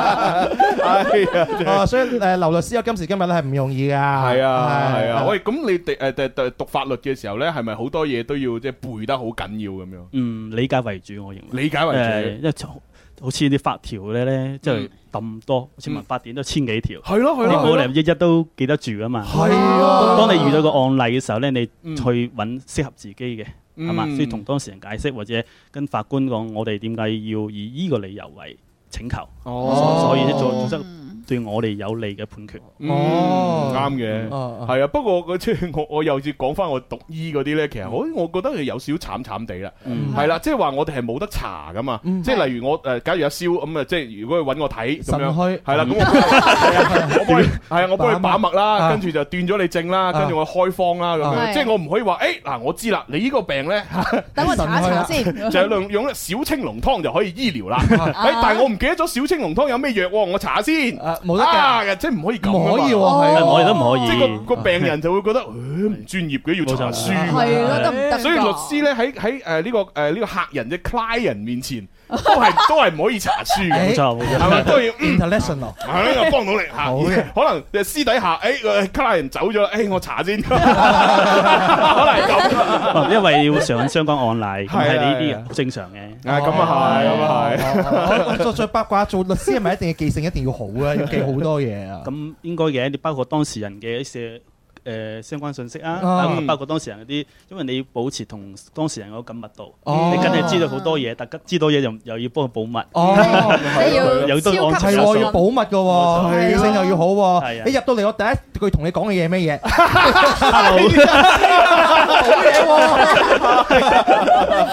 Speaker 4: 哎係
Speaker 5: 啊，所以誒劉律師啊，今時今日咧係唔容易㗎。
Speaker 4: <laughs>
Speaker 5: 係
Speaker 4: 係啊，係啊，喂，咁你哋誒誒誒讀法律嘅時候咧，係咪好多嘢都要即係背得好緊要咁樣？
Speaker 18: 嗯，理解為主，我認為
Speaker 4: 理解為主
Speaker 18: 誒因為好好似啲法條咧咧，即係咁多，好似民法典都千幾條，
Speaker 4: 係咯係咯
Speaker 18: 你
Speaker 4: 係咯
Speaker 18: 冇理由一一都記得住噶嘛。係
Speaker 5: 啊
Speaker 18: 當你遇到個案例嘅時候咧，你
Speaker 5: 嗯
Speaker 18: 去揾適合自己嘅。係嘛？
Speaker 5: 嗯
Speaker 18: 所以同當事人解釋，或者跟法官講，我哋點解要以呢個理由為請求，
Speaker 4: 哦
Speaker 18: 所以做做出對我哋有利嘅判決。
Speaker 4: 哦，啱
Speaker 18: 嗯
Speaker 4: 嘅，係啊。不過我即係我 <laughs> 我又似講翻我讀醫嗰啲呢，其實我我覺得佢有少少慘慘地啦。係啦，即係話我哋係冇得查噶嘛。即係例如我誒，假如阿蕭咁啊，即係如果佢揾我睇咁
Speaker 5: 腎虛
Speaker 4: 樣，係啦，咁 <laughs> 我我幫佢係啊，我啊幫佢嗯把脈啦，
Speaker 5: 啊
Speaker 4: 跟住就斷咗你症啦，跟住我開方啦咁
Speaker 5: 啊
Speaker 4: 樣。即係我唔可以話誒嗱，我知啦，你呢個病 <laughs> 呢。
Speaker 3: 等我查一查先。
Speaker 4: <laughs> 就係用用小青龍湯就可以醫 <laughs> 療啦。哎但係我唔記得咗小青龍湯有咩藥喎，我查下先。
Speaker 5: 冇得㗎
Speaker 4: 啊即係唔可以咁㗎嘛。哦
Speaker 5: 唔可以喎係啊
Speaker 18: 我哋都唔可以
Speaker 4: 即係個個病人就會覺得，誒唔專業嘅要查書。啊
Speaker 18: 係咯得唔得㗎
Speaker 4: 所以律師咧喺喺誒呢個誒呢個客人即係 client 面前。都
Speaker 5: <laughs>
Speaker 4: 係都係唔可以查書嘅，
Speaker 5: 冇錯冇錯 <laughs>
Speaker 4: 係咪都要
Speaker 5: 哎
Speaker 4: 嗯
Speaker 5: international，
Speaker 4: 係又幫到你嚇，
Speaker 5: 好嘅
Speaker 4: 可能誒私底下誒誒 client 走咗啦，誒我查先，可能係咁。
Speaker 18: 哦 <laughs> 因為要上相關案例，咁
Speaker 4: 係啊
Speaker 18: 係呢
Speaker 4: 係
Speaker 18: 啲
Speaker 4: 啊
Speaker 18: 好正常嘅。
Speaker 4: 啊咁啊係，咁啊係。
Speaker 5: 我做做八卦做律師係咪一定要記性一定要好咧？要記好多嘢啊！
Speaker 18: 咁應該嘅，你包括當事人嘅一些誒、呃相關信息啊，
Speaker 5: 啊
Speaker 18: 包括包括當事人嗰啲，因為你要保持同當事人嗰個緊密度，
Speaker 5: 哦
Speaker 18: 你梗係知道好多嘢，但係知道嘢又又要幫佢保密，
Speaker 5: 哦，
Speaker 18: <laughs> 有都安全啊
Speaker 5: 係喎，要保密嘅喎，記性又要好
Speaker 18: 係
Speaker 5: 喎
Speaker 18: 啊。
Speaker 5: 你入到嚟，我第一句同你講嘅嘢係乜嘢？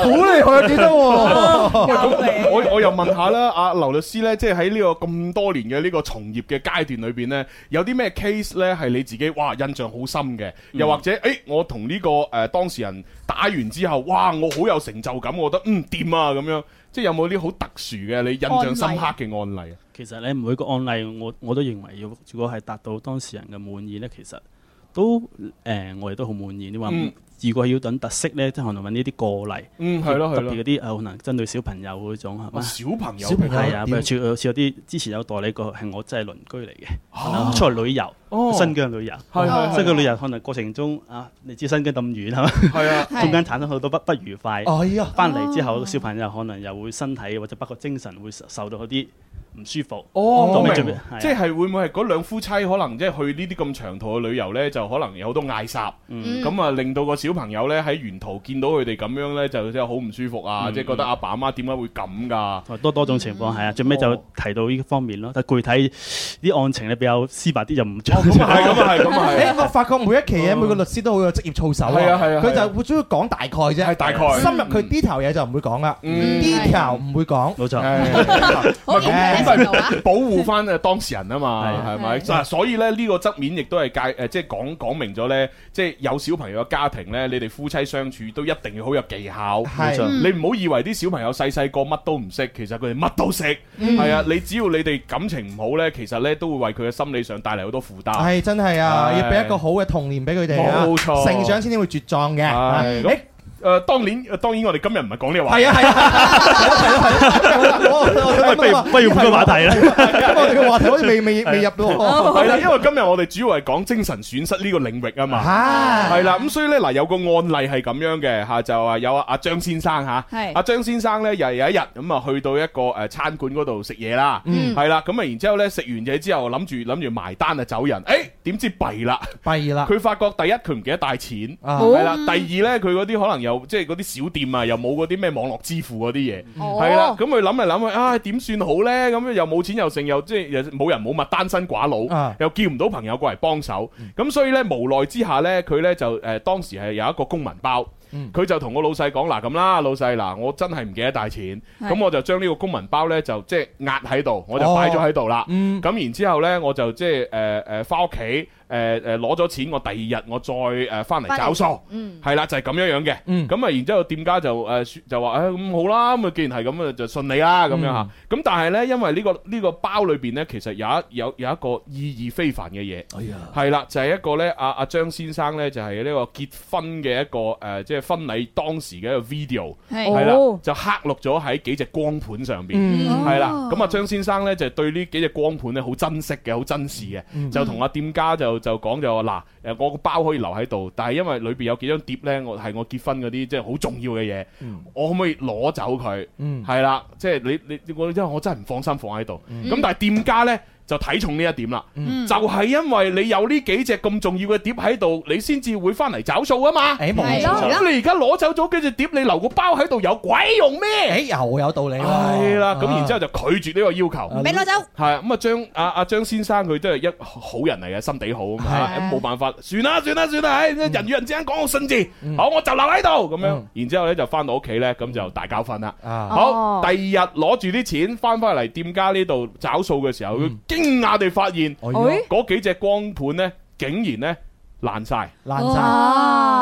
Speaker 5: 估你去幾多喎？
Speaker 4: 喂，咁我我又問下啦，阿劉律師咧，即係喺呢個咁多年嘅呢個從業嘅階段裏邊咧，有啲咩 case 咧係你自己哇印象好深嘅？
Speaker 5: 嗯
Speaker 4: 又或者誒、欸我同呢、個誒、呃、當事人打完之後，哇，我好有成就感，我覺得嗯掂啊咁樣，即係有冇啲好特殊嘅你印象深刻嘅案例啊？
Speaker 18: 其實咧，每個案例我我都認為要，如果係達到當事人嘅滿意咧，其實都誒、呃我哋都好滿意。你話、
Speaker 4: 嗯
Speaker 18: 如果係要等特色咧，即係可能揾呢啲個例，
Speaker 4: 嗯係咯係
Speaker 18: 特
Speaker 4: 咯
Speaker 18: 別嗰啲呃誒可能針對小朋友嗰種係嘛？
Speaker 4: 小朋友
Speaker 18: 小朋友係啊，
Speaker 4: 點
Speaker 18: 譬如好似有啲之前有代理過係我真係鄰居嚟嘅，出嚟旅遊
Speaker 4: 啊哦，
Speaker 18: 新疆旅遊
Speaker 4: 係係，係
Speaker 18: 新疆旅遊可能過程中啊，你知新疆咁遠係嘛？
Speaker 4: 係啊
Speaker 18: <laughs>
Speaker 4: 哦
Speaker 18: 中間產生好多不不愉快
Speaker 5: 哎呀，
Speaker 18: 翻嚟之後小朋友可能又會身體或者包括精神會受受到嗰啲唔舒服。
Speaker 4: 哦，
Speaker 18: 到
Speaker 4: 我
Speaker 18: 尾
Speaker 4: 明
Speaker 18: 最尾，啊
Speaker 4: 即係會唔會係嗰兩夫妻可能即係去呢啲咁長途嘅旅遊呢，就可能有好多嗌霎，
Speaker 18: 嗯
Speaker 4: 咁啊令到個小朋友呢，喺沿途見到佢哋咁樣呢，就真係好唔舒服啊！
Speaker 18: 嗯
Speaker 4: 即係覺得阿爸阿媽點解會咁㗎？
Speaker 18: 多多種情
Speaker 4: 嗯
Speaker 18: 況係啊，最尾就提到呢方面咯。但具體啲案情咧比較私白啲，就唔做。咁
Speaker 4: 係
Speaker 18: <laughs>
Speaker 4: 哦咁啊係咁
Speaker 5: 誒，我發覺每一期嘅每個律師都好有職業操守
Speaker 18: 係啊係啊
Speaker 5: 佢
Speaker 18: 係啊
Speaker 5: 就會主要講大概啫，係
Speaker 4: 大概
Speaker 5: 深入佢 detail 嘢就唔會講啦，detail 唔會講，
Speaker 18: 冇
Speaker 5: 錯
Speaker 4: 唔係咁咪保護翻誒當事人啊嘛，係咪？嗱，所以咧呢個側面亦都係介誒，即係講講明咗咧，即係有小朋友嘅家庭咧，你哋夫妻相處都一定要好有技巧。
Speaker 5: 係冇錯
Speaker 4: 你唔好以為啲小朋友細細個乜都唔識，其實佢哋乜都識。
Speaker 5: 嗯
Speaker 4: 係啊，你只要你哋感情唔好咧，其實咧都會為佢嘅心理上帶嚟好多負擔。
Speaker 5: 係真係啊，
Speaker 4: 係
Speaker 5: 要俾一個好嘅童年俾佢哋啊，
Speaker 4: 冇錯
Speaker 5: 成長先至會茁壯嘅。
Speaker 4: 係咁
Speaker 5: 誒。
Speaker 4: 哎誒，當年誒當然我哋今日唔係講呢個話題，
Speaker 5: 係啊係啊，我啊
Speaker 4: 不如不如換個話題啦。啊哦
Speaker 5: 咁我哋嘅話題好似未未未入到
Speaker 4: 係啦，因為今日我哋主要係講精神損失呢個領域啊嘛，
Speaker 5: 係
Speaker 4: 係啦，咁所以咧嗱，有個案例係咁樣嘅吓，就話有阿阿張先生吓
Speaker 5: 係，
Speaker 4: 阿張先生咧又係有一日咁啊去到一個誒餐館嗰度食嘢啦，
Speaker 5: 嗯
Speaker 4: 係啦，咁啊然之後咧食完嘢之後諗住諗住埋單啊走人，誒點知弊啦，
Speaker 5: 弊啦！
Speaker 4: 佢發覺第一佢唔記得帶錢，
Speaker 5: 啊
Speaker 4: 係啦；
Speaker 5: 嗯
Speaker 4: 第二呢，佢嗰啲可能又即係嗰啲小店啊，又冇嗰啲咩網絡支付嗰啲嘢，
Speaker 5: 哦
Speaker 4: 係啦。咁佢諗嚟諗去，啊點算好呢？咁樣又冇錢又剩，又即係又冇人冇物，單身寡佬
Speaker 5: 啊，嗯
Speaker 4: 又叫唔到朋友過嚟幫手。咁所以呢，無奈之下呢，佢呢就誒當時係有一個公民包。
Speaker 5: 嗯
Speaker 4: 佢就同我老細講嗱咁啦，老細嗱，我真係唔記得帶錢，
Speaker 5: 係
Speaker 4: 咁我就將呢個公文包呢，就即係壓喺度，我就
Speaker 15: 哦
Speaker 4: 擺咗喺度啦。
Speaker 15: 嗯
Speaker 4: 咁然之後呢，我就即係誒誒翻屋企誒誒攞咗錢，我第二日我再誒翻嚟找數。
Speaker 15: 嗯
Speaker 4: 係啦，就係咁樣樣嘅。咁啊，然之後店家就誒就話誒咁好啦，咁啊既然係咁啊，就順你啦咁樣
Speaker 15: 嗯
Speaker 4: 嚇。咁但係呢，因為呢個呢個包裏邊呢，其實有一有有一個意義非凡嘅嘢。
Speaker 15: 哎
Speaker 4: 係啦，就係一個呢，阿阿張先生呢，就係呢個結婚嘅一個誒，即係婚禮當時嘅一個 video，
Speaker 15: 係
Speaker 4: 係啦
Speaker 15: 哦，
Speaker 4: 就刻錄咗喺幾隻光盤上邊，
Speaker 15: 嗯
Speaker 4: 係啦。
Speaker 15: 哦
Speaker 4: 咁啊，張先生呢，就對呢幾隻光盤呢，好珍惜嘅，好珍視嘅，
Speaker 15: 嗯
Speaker 4: 就同阿店家就就講就話嗱，誒我個包可以留喺度，但係因為裏邊有幾張碟呢，我係我結婚嗰啲即係好重要嘅嘢，
Speaker 5: 嗯
Speaker 4: 我可唔可以攞走佢？
Speaker 15: 嗯
Speaker 4: 係啦，即係你你我因為我真係唔放心放喺度，
Speaker 15: 嗯
Speaker 4: 咁但係店家呢，就睇重呢一點啦，
Speaker 15: 嗯
Speaker 4: 就係因為你有呢幾隻咁重要嘅碟喺度，你先至會翻嚟找數啊嘛。
Speaker 5: 誒冇錯係
Speaker 4: 咁
Speaker 5: 咯
Speaker 4: 你而家攞走咗嗰隻碟，你留個包喺度有鬼用咩？
Speaker 5: 又有道理喎。啊嗯
Speaker 4: 係啦，咁然之後就拒絕呢個要求，
Speaker 5: 唔俾攞走
Speaker 4: 係咁啊，張阿阿張先生佢都係一好人嚟嘅，心地好啊嘛，
Speaker 15: 係
Speaker 4: 冇辦法，算啦算啦算啦，唉人與人之間講個信字，
Speaker 5: 嗯
Speaker 4: 好我就留喺度咁樣。然之後咧就翻到屋企咧，咁就大覺瞓啦。好
Speaker 15: 哦，
Speaker 4: 第二日攞住啲錢翻返嚟店家呢度找數嘅時候，佢驚訝地發現
Speaker 15: 哎
Speaker 4: 嗰幾隻光盤咧，竟然咧爛晒。
Speaker 5: 爛晒。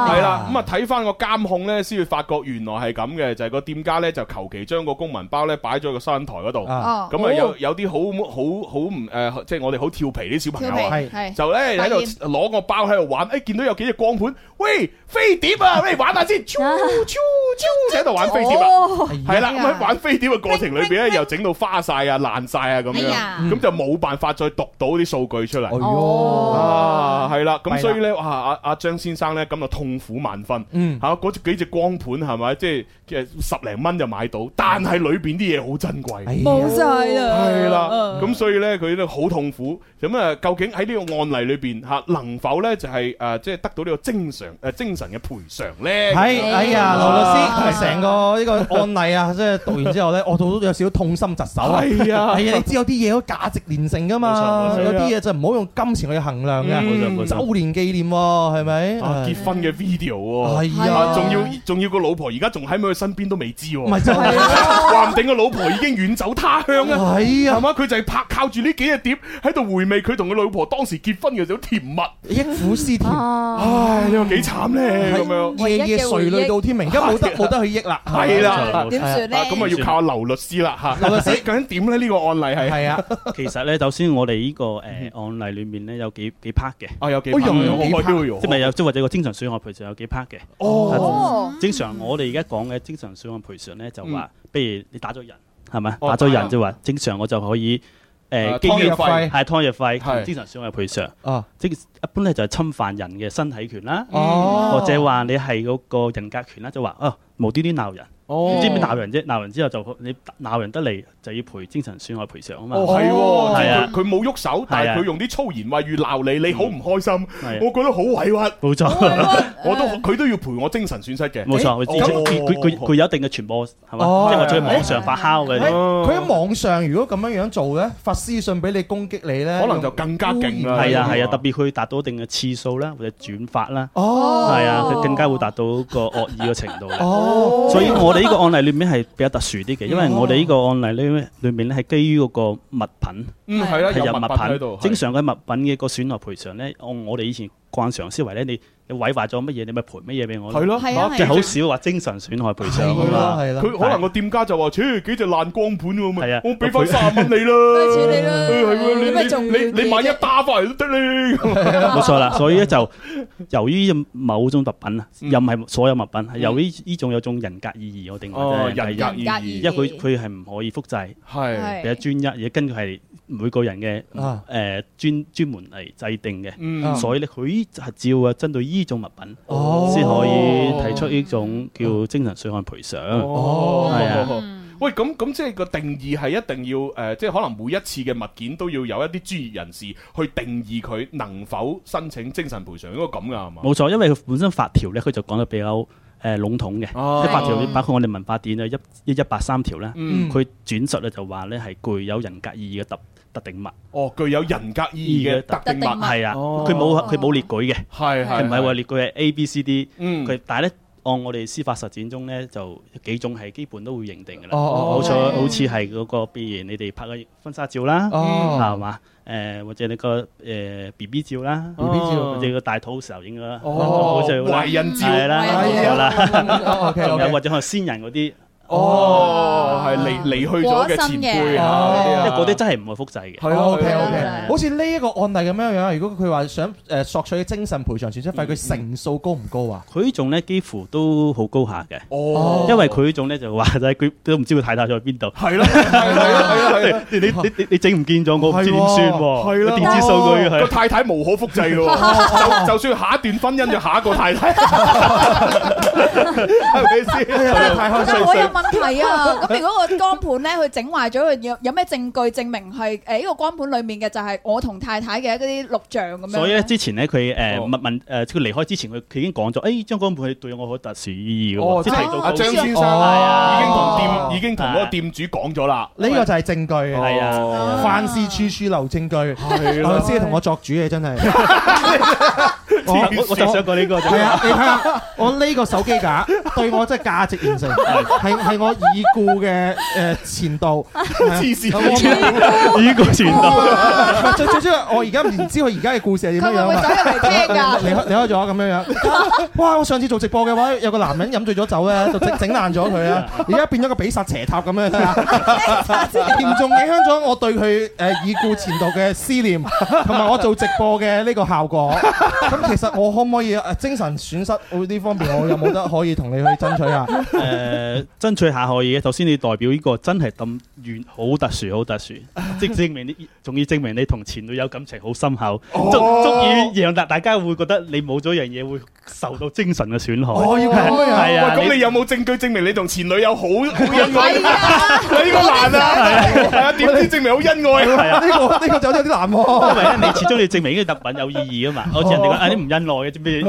Speaker 4: 係啦，咁啊睇翻個監控咧，先會發覺原來係咁嘅，就係個店家咧就求其將個公文包咧擺咗個收銀台嗰度，
Speaker 15: 啊
Speaker 4: 咁啊有
Speaker 15: 哦
Speaker 4: 有啲好好好唔誒，即係我哋好調皮啲小朋友
Speaker 15: 調皮
Speaker 4: 啊，
Speaker 15: 係
Speaker 4: 就咧喺
Speaker 15: 發現
Speaker 4: 度攞個包喺度玩，哎誒見到有幾隻光盤，喂飛碟啊，喂玩下
Speaker 13: <laughs>
Speaker 4: 先，啾啾啾就喺度玩飛碟啊
Speaker 15: 哦，
Speaker 4: 係啦，咁
Speaker 15: 哎呀
Speaker 4: 喺玩飛碟嘅過程裏邊咧，又整到花晒啊、爛晒啊咁
Speaker 15: 哎呀
Speaker 5: 嗯
Speaker 4: 樣，咁就冇辦法再讀到啲數據出
Speaker 5: 哎
Speaker 4: 嚟。
Speaker 15: 哦
Speaker 4: 啊，係啦，
Speaker 15: 弊
Speaker 4: 咁
Speaker 15: 啦
Speaker 4: 所以咧，哇！阿阿張先生咧，咁就痛苦萬分。
Speaker 5: 嗯
Speaker 4: 嚇嗰幾隻光盤係咪？即係即係十零蚊就買到，但係裏邊啲嘢好珍
Speaker 5: 哎
Speaker 4: 貴，
Speaker 15: 冇晒啦
Speaker 4: 係啦，
Speaker 15: 嗯
Speaker 4: 咁所以咧，佢都好痛苦。咁啊，究竟喺呢個案例裏邊嚇，能否咧就係誒，即係得到呢個精神誒精神嘅賠償咧？
Speaker 5: 係，哎呀，
Speaker 4: 啊
Speaker 5: 劉律師，
Speaker 4: <laughs>
Speaker 5: 成個呢個案例啊，真係讀完之後呢，我都有少少痛心疾首啊。
Speaker 15: 係啊。
Speaker 5: 係啊，你知有啲嘢有價值連城㗎嘛，
Speaker 15: 冇錯，冇錯。
Speaker 5: 有啲嘢真係唔好用金錢去衡量嘅，
Speaker 15: 嗯，冇錯，冇錯。
Speaker 5: 周年紀念喎，係咪？
Speaker 4: 啊！結婚嘅 video 喎，
Speaker 5: 係啊
Speaker 4: 仲要仲要個老婆而家仲喺唔喺佢身邊都未知喎，
Speaker 5: 咪就係
Speaker 15: 咯
Speaker 4: <laughs> 話唔定個老婆已經遠走他鄉啊，
Speaker 5: 係啊
Speaker 4: 係嘛？佢就係拍靠住呢幾隻碟喺度回味佢同佢老婆當時結婚嘅時候甜蜜，
Speaker 5: 憶苦思甜
Speaker 4: 唉，你話幾慘咧咁樣， <laughs>
Speaker 5: 夜夜垂淚到天明，而家冇得-
Speaker 4: 係啊。
Speaker 5: 冇得去益啦。
Speaker 4: 係啦，
Speaker 18: 點算咧
Speaker 4: 啊咁啊要靠阿劉律師啦嚇，
Speaker 18: 劉律師
Speaker 4: 究竟點咧呢個案例係？
Speaker 5: 係啊，
Speaker 18: <laughs> 其實咧，首先我哋呢個誒案例裏面咧有幾幾 part 嘅，
Speaker 4: 啊有幾 part 哎呦有幾 part 哎呦
Speaker 18: 即係咪有即係或者個精神損害賠償有幾 part 嘅？
Speaker 4: 哦
Speaker 18: 啊，正常我哋而家講嘅精神損害賠償咧就話，譬如你打咗人係咪？
Speaker 4: 嗯哦
Speaker 18: 打咗
Speaker 4: 打
Speaker 18: 人
Speaker 4: 人
Speaker 18: 就話正常我就可以
Speaker 4: 啊
Speaker 18: 誒基於
Speaker 4: 湯藥費
Speaker 18: 係湯藥費
Speaker 4: 係
Speaker 18: 同精神損害賠償。
Speaker 5: 啊，
Speaker 18: 即係一般咧就係侵犯人嘅身體權啦，
Speaker 15: 哦
Speaker 18: 或者話你係嗰個人格權啦，就話啊無端端鬧人，
Speaker 15: 哦
Speaker 18: 唔知點鬧人啫，鬧人之後就你鬧人得嚟就要賠精神損害賠償啊嘛。
Speaker 4: 哦，係喎，即
Speaker 18: 係
Speaker 4: 係佢
Speaker 18: 啊，
Speaker 4: 佢冇喐手，但係佢用啲粗言穢語鬧你，你好哦唔開心，
Speaker 18: 係啊
Speaker 4: 我覺得好委屈。
Speaker 18: 冇錯，
Speaker 4: 我都佢都要賠我精神損失嘅。
Speaker 18: 冇錯，
Speaker 4: 誒哦
Speaker 18: 佢佢佢佢佢有一定嘅傳播係嘛，即係或者喺網上發酵嘅。
Speaker 5: 佢喺網上如果咁樣樣做呢，發私信俾你攻擊你呢，
Speaker 4: 可能就更加勁啦。
Speaker 18: 係啊係啊，特別佢達到一定嘅次數啦，或者轉發啦，
Speaker 5: 哦
Speaker 18: 係啊，佢更加會達到個惡意嘅程度啦。
Speaker 5: 哦
Speaker 18: 所以我哋呢個案例裏面係比較特殊啲嘅，因為我哋呢個案例裏面裏面咧係基於嗰個物品，
Speaker 4: 嗯係啦
Speaker 18: 係
Speaker 4: 有
Speaker 18: 有
Speaker 4: 物品喺度
Speaker 18: 物品，
Speaker 4: 係
Speaker 18: 正常嘅物品嘅個損害賠償咧，按我哋以前慣常思維咧，你你毀壞咗乜嘢，你咪賠乜嘢俾我咯。
Speaker 4: 係咯係啊
Speaker 18: 即係
Speaker 4: 係
Speaker 18: 好
Speaker 4: 啊
Speaker 18: 少話精神損害賠償
Speaker 4: 係
Speaker 18: 㗎嘛。
Speaker 4: 啦佢可能個店家就話：，切幾隻爛光盤
Speaker 18: 係
Speaker 4: 咁
Speaker 18: 啊
Speaker 4: 啊，我俾翻三蚊你啦，你啦，係喎
Speaker 18: 咁咪仲
Speaker 4: 你你你你買一打翻嚟都得咧。
Speaker 18: <laughs> 冇錯啦，
Speaker 5: <laughs>
Speaker 18: 所以咧就由於某種物品啊，
Speaker 4: 嗯
Speaker 18: 又唔係所有物品，係由於呢種有種人格意義，我定
Speaker 4: 哦
Speaker 18: 覺得係
Speaker 4: 人格意義
Speaker 18: 因為佢佢係唔可以複製，
Speaker 4: 係
Speaker 18: 比較專一，而根據係每個人嘅
Speaker 5: 啊
Speaker 18: 誒專專門嚟制定
Speaker 4: 嗯
Speaker 18: 嘅，所以咧佢係照啊針對呢種物品
Speaker 5: 哦
Speaker 18: 先可以提出呢種叫精神損害賠償，
Speaker 4: 哦
Speaker 18: 係啊。
Speaker 4: 喂，咁咁即係個定義係一定要誒、呃即係可能每一次嘅物件都要有一啲專業人士去定義佢能否申請精神賠償，應該咁噶係嘛？
Speaker 18: 冇錯，因為佢本身法條咧，佢就講得比較誒、呃、籠統嘅。
Speaker 4: 哦
Speaker 18: 即係法條包括我哋文化典啊一一一八三條咧，
Speaker 4: 嗯
Speaker 18: 佢轉述咧就話咧係具有人格意義嘅特特定物。
Speaker 4: 哦，具有人格意義嘅特定物
Speaker 18: 係啊，
Speaker 4: 哦
Speaker 18: 佢冇佢冇列舉嘅，
Speaker 4: 係係
Speaker 18: 佢唔係話
Speaker 4: 係
Speaker 18: 列舉係 A、B、C、D，
Speaker 4: 嗯
Speaker 18: 佢但係咧。按我哋司法實踐中咧，就幾種係基本都會認定嘅啦。好
Speaker 5: 哦
Speaker 18: 似
Speaker 5: 哦
Speaker 18: 好似係嗰個，譬如你哋拍嘅婚紗照啦，
Speaker 5: 哦
Speaker 18: 係嘛？誒啊呃或者你個誒 B B 照啦
Speaker 5: BB 照
Speaker 18: 或者個大肚時候影嘅啦，
Speaker 5: 哦
Speaker 18: 好似
Speaker 5: 懷孕照
Speaker 18: 係啦，
Speaker 5: 懷孕
Speaker 18: 係
Speaker 5: 哦
Speaker 18: 啦，
Speaker 5: ，OK，OK
Speaker 18: 仲有或者可能先人嗰啲。
Speaker 4: 哦，係離離去咗嘅前輩啊，哦
Speaker 18: 因為嗰啲真係唔會複製嘅。
Speaker 5: 係啊嗯 OK OK，好似呢一個案例咁樣樣，如果佢話想誒索取精神賠償損失費，佢成數高唔高啊？
Speaker 18: 佢呢種咧幾乎都好高下嘅，
Speaker 5: 哦
Speaker 18: 因為佢呢種咧就話齋，佢都唔知佢太太咗去邊度，係 <laughs>
Speaker 4: 咯，係
Speaker 18: 咯，係咯，你你你你你整唔見咗，我唔知點算哦喎，
Speaker 4: 係啦，
Speaker 18: 電子數據
Speaker 4: 個
Speaker 18: 係。
Speaker 4: 太太無可複
Speaker 18: <laughs>
Speaker 4: 製咯，就就算下一段婚姻就下一個太太，係咪
Speaker 18: 啊
Speaker 4: 先？
Speaker 3: 但係我有問題啊！咁如果個光盤咧，佢整壞咗，佢有有咩證據證明係誒呢個光盤裡面嘅就係我同太太嘅嗰啲錄像咁樣？
Speaker 18: 所以咧，之前咧佢誒
Speaker 4: 哦
Speaker 18: 問問誒，佢離開之前佢佢已經講咗，誒哎張光盤係對我好特殊意義嘅喎，
Speaker 4: 哦
Speaker 18: 即係提到
Speaker 4: 阿
Speaker 18: 高
Speaker 4: 張
Speaker 18: 潮
Speaker 4: 先生
Speaker 18: 係啊，
Speaker 4: 已經同店已經同嗰個店主講咗啦。
Speaker 5: 呢個就係證據，
Speaker 18: 係啊
Speaker 5: 嗯哦凡事處處留證據，
Speaker 18: 係啦
Speaker 5: 我先係同我作主嘅真係。 <laughs>
Speaker 18: 我哦我我就想講呢個啫
Speaker 5: 係啊，你睇 <laughs> 下我呢個手機架對我真係價值連城，係係我已故嘅誒前 <laughs> 度。啊
Speaker 4: 黐線
Speaker 5: 我
Speaker 18: 已故前度
Speaker 5: 唔係最最主要，我而家唔知佢而家嘅故事係點樣樣啊。
Speaker 3: 佢會走入嚟聽㗎
Speaker 5: 離開離開咗咁樣
Speaker 3: <laughs>
Speaker 5: 樣。哇！我上次做直播嘅話，有個男人飲醉咗酒咧，就整整爛咗佢啊！而家變咗個比薩斜塔咁樣啊，嚴重影響咗我對佢誒已故前度嘅思
Speaker 4: <laughs>
Speaker 5: 念，同埋我做直播嘅呢個效果。咁其實我可唔可以誒精神損失我呢方面，我有冇得可以同你去 <laughs>
Speaker 4: <laughs>
Speaker 5: 爭取啊？
Speaker 18: 誒爭取下可以嘅，首先你代表呢個真係咁遠，好特殊，好特
Speaker 4: <laughs>
Speaker 18: 殊，即證明你，仲要證明你同前女友感情好深厚，
Speaker 4: 哦
Speaker 18: 足足以讓大大家會覺得你冇咗樣嘢會受到精神嘅損害。
Speaker 4: 我
Speaker 18: 係啊，
Speaker 4: 啊哦喂咁你有冇證據證明你同前女友好好恩愛？
Speaker 5: 係啊
Speaker 4: <laughs> 你呢個難啊！係啊，點知證明好恩愛？
Speaker 18: 係啊
Speaker 5: 呢個呢個就有啲難
Speaker 18: 因為
Speaker 5: 喎。
Speaker 18: 咧，你始終你證明呢個特品有意義啊嘛，好似人哋講
Speaker 4: 哦
Speaker 18: 啊，你唔恩愛嘅，知唔
Speaker 4: <laughs>
Speaker 18: 知？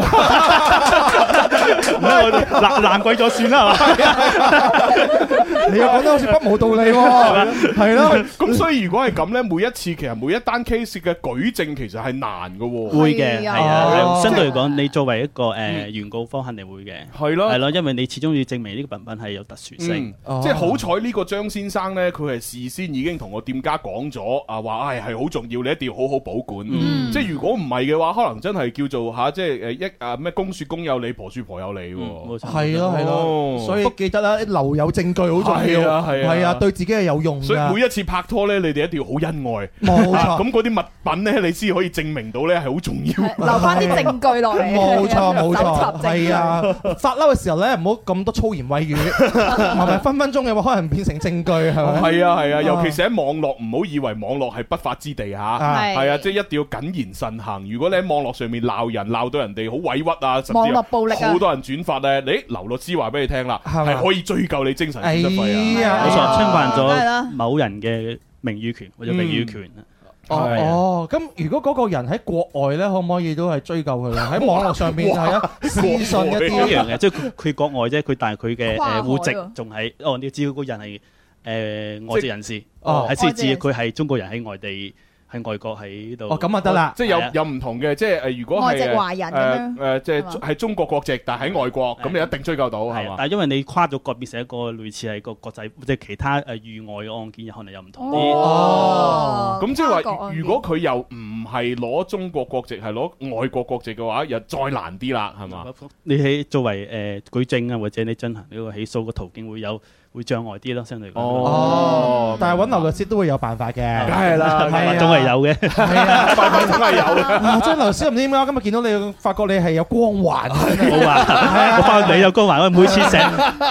Speaker 18: 難難鬼咗算啦，係嘛？
Speaker 5: 你又講得好似不無道理喎，係咯。
Speaker 4: 咁所以如果係咁咧，每一次其實每一單 case 嘅舉證其實係難嘅喎。
Speaker 18: 會嘅，係啊，
Speaker 4: 哦
Speaker 18: 相對嚟講，你作為一個誒原告方，肯定會嘅，係咯，係哦咯，因為你始終要證明呢個品品係有特殊性
Speaker 4: 嗯，即係好彩呢個張先生呢，佢係事先已經同個店家講咗啊，話唉係好重要，你一定要好好保管。即係如果唔係嘅話，可能真係叫做吓，即係誒一啊咩公説公有理，婆説婆有理喎。哦
Speaker 5: 係咯係咯，所以記得啦，留有證據好重
Speaker 4: 係
Speaker 5: 要，
Speaker 4: 啊係啊
Speaker 5: 係啊，對自己係有用
Speaker 4: 所以
Speaker 5: 㗎。
Speaker 4: 每一次拍拖呢，你哋一定要好恩愛。
Speaker 5: 啊冇錯
Speaker 4: 啊咁嗰啲物品呢，你先可以證明到呢係好重要。
Speaker 3: 留翻啲證據落嚟。
Speaker 5: 冇錯冇錯，
Speaker 3: 搜集證據
Speaker 5: 係啊！發嬲嘅時候咧，唔好咁多粗言
Speaker 4: <laughs>
Speaker 5: 穢語，同埋分分鐘嘅話可能變成證據，係咪？哦
Speaker 4: 係啊係啊，尤其是喺網絡，唔好以為網絡係不法之地嚇，
Speaker 5: 係
Speaker 4: 係啊，即係一定要謹言慎行。如果你喺網絡上面鬧人，鬧到人哋好委屈啊，甚至
Speaker 3: 網絡暴力啊
Speaker 4: 好多人轉發咧，你劉律師話俾你聽啦，
Speaker 5: 係嘛
Speaker 4: 係可以追究你精神損失
Speaker 5: 哎
Speaker 4: 費
Speaker 5: 呀
Speaker 4: 啊，
Speaker 18: 冇錯，侵犯
Speaker 3: 梗係啦
Speaker 18: 咗某人嘅名譽權或者名譽權啊。係啊
Speaker 5: 哦，咁如果嗰個人喺國外咧，可唔可以都係追究佢咧？喺網絡上邊
Speaker 18: <laughs>
Speaker 5: 就係
Speaker 18: 哇
Speaker 5: 一私信一啲
Speaker 18: 一樣嘅，即係佢佢國外啫，佢但係佢嘅
Speaker 5: 跨海
Speaker 18: 誒
Speaker 5: 啊
Speaker 18: 户籍仲係哦，你知嗰人係誒外籍人士，
Speaker 5: 哦
Speaker 18: 係先至
Speaker 5: 外籍人士
Speaker 18: 佢係中國人喺外地喺外國喺度。
Speaker 5: 哦咁啊得啦
Speaker 4: 即係有
Speaker 18: 係啊
Speaker 4: 有唔同嘅，即係誒，如果
Speaker 18: 外
Speaker 4: 係
Speaker 18: 籍華人咁樣
Speaker 4: 誒誒，即係係中國國籍，但係喺外國，咁你一定追究到係嘛？
Speaker 18: 啊但係因為你跨咗國變成一個類似係個國際即係其他誒域外嘅案件，可能又唔同啲。
Speaker 4: 哦，咁即係
Speaker 18: 跨國
Speaker 4: 話，
Speaker 18: 案
Speaker 4: 如果佢又唔係攞中國國籍，係攞外國國籍嘅話，又再難啲啦，係
Speaker 18: <laughs>
Speaker 4: 嘛？
Speaker 18: 你喺作為誒舉證啊，或者你進行呢個起訴嘅途徑會有會障礙啲咯，相對嚟講。
Speaker 5: 哦，但係揾劉律師都會有辦法嘅，梗
Speaker 18: 係啦
Speaker 5: <laughs> 係啊
Speaker 18: 總係有嘅
Speaker 5: 係啊，
Speaker 4: 辦法總係
Speaker 18: 有嘅
Speaker 5: 嘅。真係劉律師唔知點解今日見到你，發覺你係有光環，
Speaker 18: <laughs>
Speaker 5: <laughs>
Speaker 18: 冇啊！我翻去你有光環，我每次成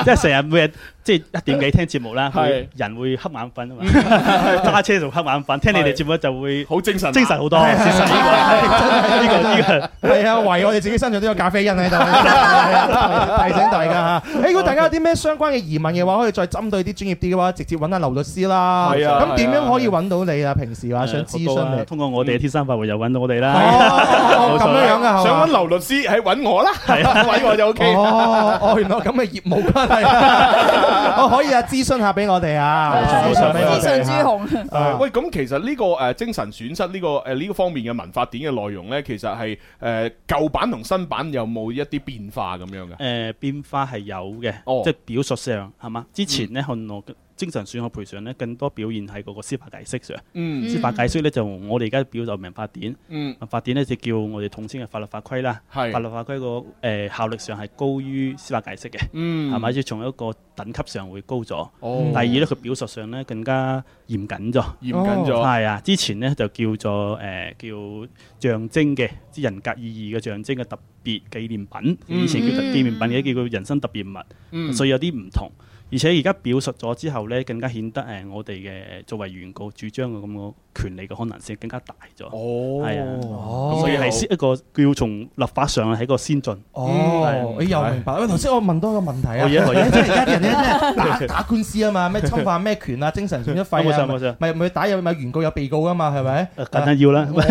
Speaker 18: 即係成日每日即係一點幾聽節目啦，
Speaker 4: 係
Speaker 18: 會人會瞌眼瞓啊嘛，揸車仲瞌眼瞓，聽你哋節目就會
Speaker 4: 好精神，
Speaker 18: 精神好多。
Speaker 5: 係
Speaker 18: 事實呢個呢個呢個
Speaker 5: 係啊，為我哋自
Speaker 18: <laughs>
Speaker 5: 己身上都有咖啡因喺度，提醒大家嚇。誒，如果大家有啲咩相關嘅疑問嘅話，可以你再針對啲專業啲嘅話，直接揾下劉律師啦。
Speaker 18: 係啊
Speaker 5: 咁點
Speaker 18: 係啊
Speaker 5: 樣可以揾到你啊？平時話想諮詢你。
Speaker 18: 通過我哋嘅天生快活又揾到我哋啦。
Speaker 5: 哦咁樣樣嘅係嘛
Speaker 4: 啊想揾劉律師，係揾我啦， <laughs> 揾我就 OK。
Speaker 5: 哦，哦，原來咁嘅業務關係，我可以啊，諮詢下俾我哋啊，諮詢俾我哋啊。
Speaker 4: 誒喂，咁其實呢個誒精神損失呢個誒呢個方面嘅文法典嘅內容呢，其實係誒舊版同新版有冇一啲變化咁樣嘅？
Speaker 18: 誒呃變化係有嘅，
Speaker 4: 哦嗯
Speaker 18: 即
Speaker 4: <laughs>
Speaker 18: 係表述上係嘛？之前咧，可能我精神損害賠償咧，更多表現喺嗰個司法解釋上。
Speaker 4: 嗯
Speaker 18: 司法解釋咧就我哋而家表就民法典，
Speaker 4: 嗯
Speaker 18: 民法典咧就叫我哋統稱嘅法律法規啦。
Speaker 4: 係
Speaker 18: 法律法規個誒效力上係高於司法解釋嘅，
Speaker 4: 嗯
Speaker 18: 係咪？即係從一個等級上會高咗。
Speaker 4: 哦
Speaker 18: 第二咧，佢表述上咧更加嚴謹咗，
Speaker 4: 嚴謹咗
Speaker 18: 係啊，之前咧就叫做誒叫象徵嘅，即係人格意義嘅象徵嘅特別紀念品，
Speaker 4: 嗯
Speaker 18: 以前叫特紀念品嘅叫做人生特別物，
Speaker 4: 嗯
Speaker 18: 所以有啲唔同。而且而家表述咗之後咧，更加顯得誒我哋嘅作為原告主張嘅咁個權利嘅可能性更加大咗。
Speaker 4: 哦
Speaker 18: 係啊，
Speaker 5: 哦
Speaker 18: 所以係先一個叫從立法上係一個先進。
Speaker 5: 哦，你又明白？喂，頭先我問多一個問題啊，
Speaker 18: 可以啊可以啊
Speaker 5: 即係而家啲人咧，即係打打官司啊嘛， <laughs> 咩侵犯咩權啊，精神損失費啊，
Speaker 18: 冇錯冇錯
Speaker 5: 咪咪打有咪原告有被告噶嘛，係咪？
Speaker 18: 梗係要啦， <laughs> 咪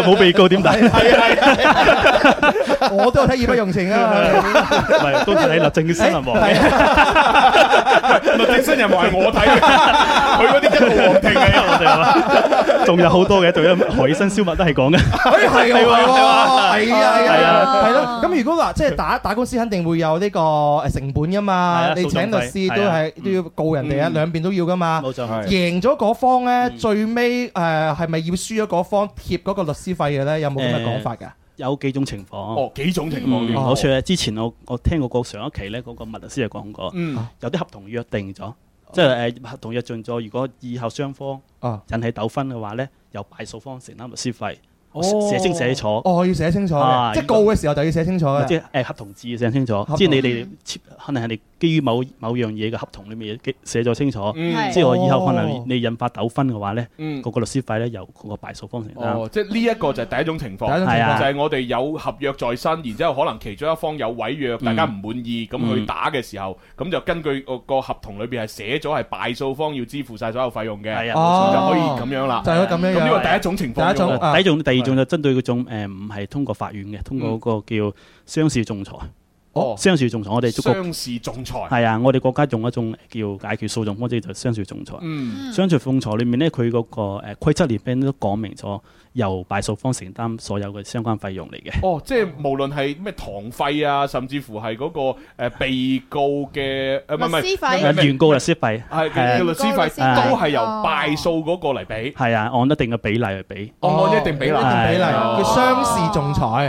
Speaker 18: 冇被告點打？
Speaker 5: <laughs> 我都有睇義不容情啊嘛。
Speaker 18: 唔係，都係你律政新人王。
Speaker 4: 律政新人話係我睇
Speaker 18: <laughs>
Speaker 4: 嘅，佢嗰啲一路皇庭
Speaker 18: 仲有好多嘅，仲有何醫生燒物都係講嘅。
Speaker 5: 哎， <laughs> 係喎，係喎，係啊，係
Speaker 18: 係
Speaker 5: 啊
Speaker 18: 啊，
Speaker 5: 係咯。咁如果嗱，即係打打官司，肯定會有呢個誒成本噶嘛
Speaker 18: 係啊。
Speaker 5: 你請律
Speaker 18: 訴訟
Speaker 5: 師
Speaker 18: 費
Speaker 5: 都
Speaker 18: 係
Speaker 5: 係
Speaker 18: 啊
Speaker 5: 都要告人哋啊，
Speaker 18: 嗯
Speaker 5: 兩邊都要噶嘛。 <laughs>
Speaker 18: 冇錯係
Speaker 5: 贏咗嗰方咧，最尾誒呃係咪要輸咗嗰方貼嗰個律師費嘅咧？有冇咁嘅講法㗎？嗯
Speaker 18: 有幾種情況？哦
Speaker 4: 幾種情況
Speaker 5: 添
Speaker 18: 我説咧，之前我我聽過個上一期咧，嗰個麥律師就講過
Speaker 4: 嗯，
Speaker 18: 有啲合同約定咗，即係誒合同約盡咗，如果以後雙方
Speaker 5: 啊
Speaker 18: 引起糾紛嘅話咧，由敗訴方承擔律師費。我
Speaker 5: 哦
Speaker 18: 寫清寫楚。
Speaker 5: 哦，要寫清楚嘅
Speaker 18: 啊
Speaker 5: 即係告嘅時候就要寫清楚嘅。
Speaker 18: 即係誒合同字寫清楚
Speaker 5: 同，
Speaker 18: 即係你哋簽可能係你基於某某樣嘢嘅合同裏面嘅寫咗清楚
Speaker 4: 嗯係，
Speaker 18: 即係我以後可
Speaker 4: 哦
Speaker 18: 能你引發糾紛嘅話咧，
Speaker 4: 嗯
Speaker 18: 嗰個律師費咧由嗰個敗訴方承擔，。
Speaker 4: 哦即係呢一個就係第一種情況，
Speaker 18: 第一種情況
Speaker 4: 就係我哋有合約在身，然之後可能其中一方有違約，大家唔滿意，咁去
Speaker 18: 嗯
Speaker 4: 打嘅時候，咁就根據個個合同裏邊係寫咗係敗訴方要支付晒所有費用嘅，
Speaker 18: 係
Speaker 4: 咁就可以咁樣啦。咁呢個第一種啊情況。
Speaker 18: 第一種，第二種就針對嗰種誒唔係通過法院嘅，通過嗰個叫商事仲裁。
Speaker 4: 嗯哦
Speaker 18: 商事仲裁，我哋中國
Speaker 4: 商事仲裁
Speaker 18: 係啊，我哋國家用一種叫解決訴訟方式，就係商事仲裁。
Speaker 4: 嗯
Speaker 18: 商事仲裁裏面咧，佢嗰個誒規則列兵都講明咗，由敗訴方承擔所有嘅相關費用嚟嘅。
Speaker 4: 哦，即係無論係咩堂費啊，甚至乎係嗰個誒被告嘅誒，唔係唔
Speaker 18: 律師
Speaker 4: 係
Speaker 18: 費
Speaker 4: 唔係
Speaker 18: 原告律師費
Speaker 4: 係嘅律師費
Speaker 18: 原告律師費
Speaker 4: 都係由敗訴嗰個嚟俾。
Speaker 18: 係啊，按一定嘅比例去俾。
Speaker 4: 哦按一定比例哦
Speaker 5: 一定哦比例，
Speaker 18: 係
Speaker 5: 叫商事仲裁。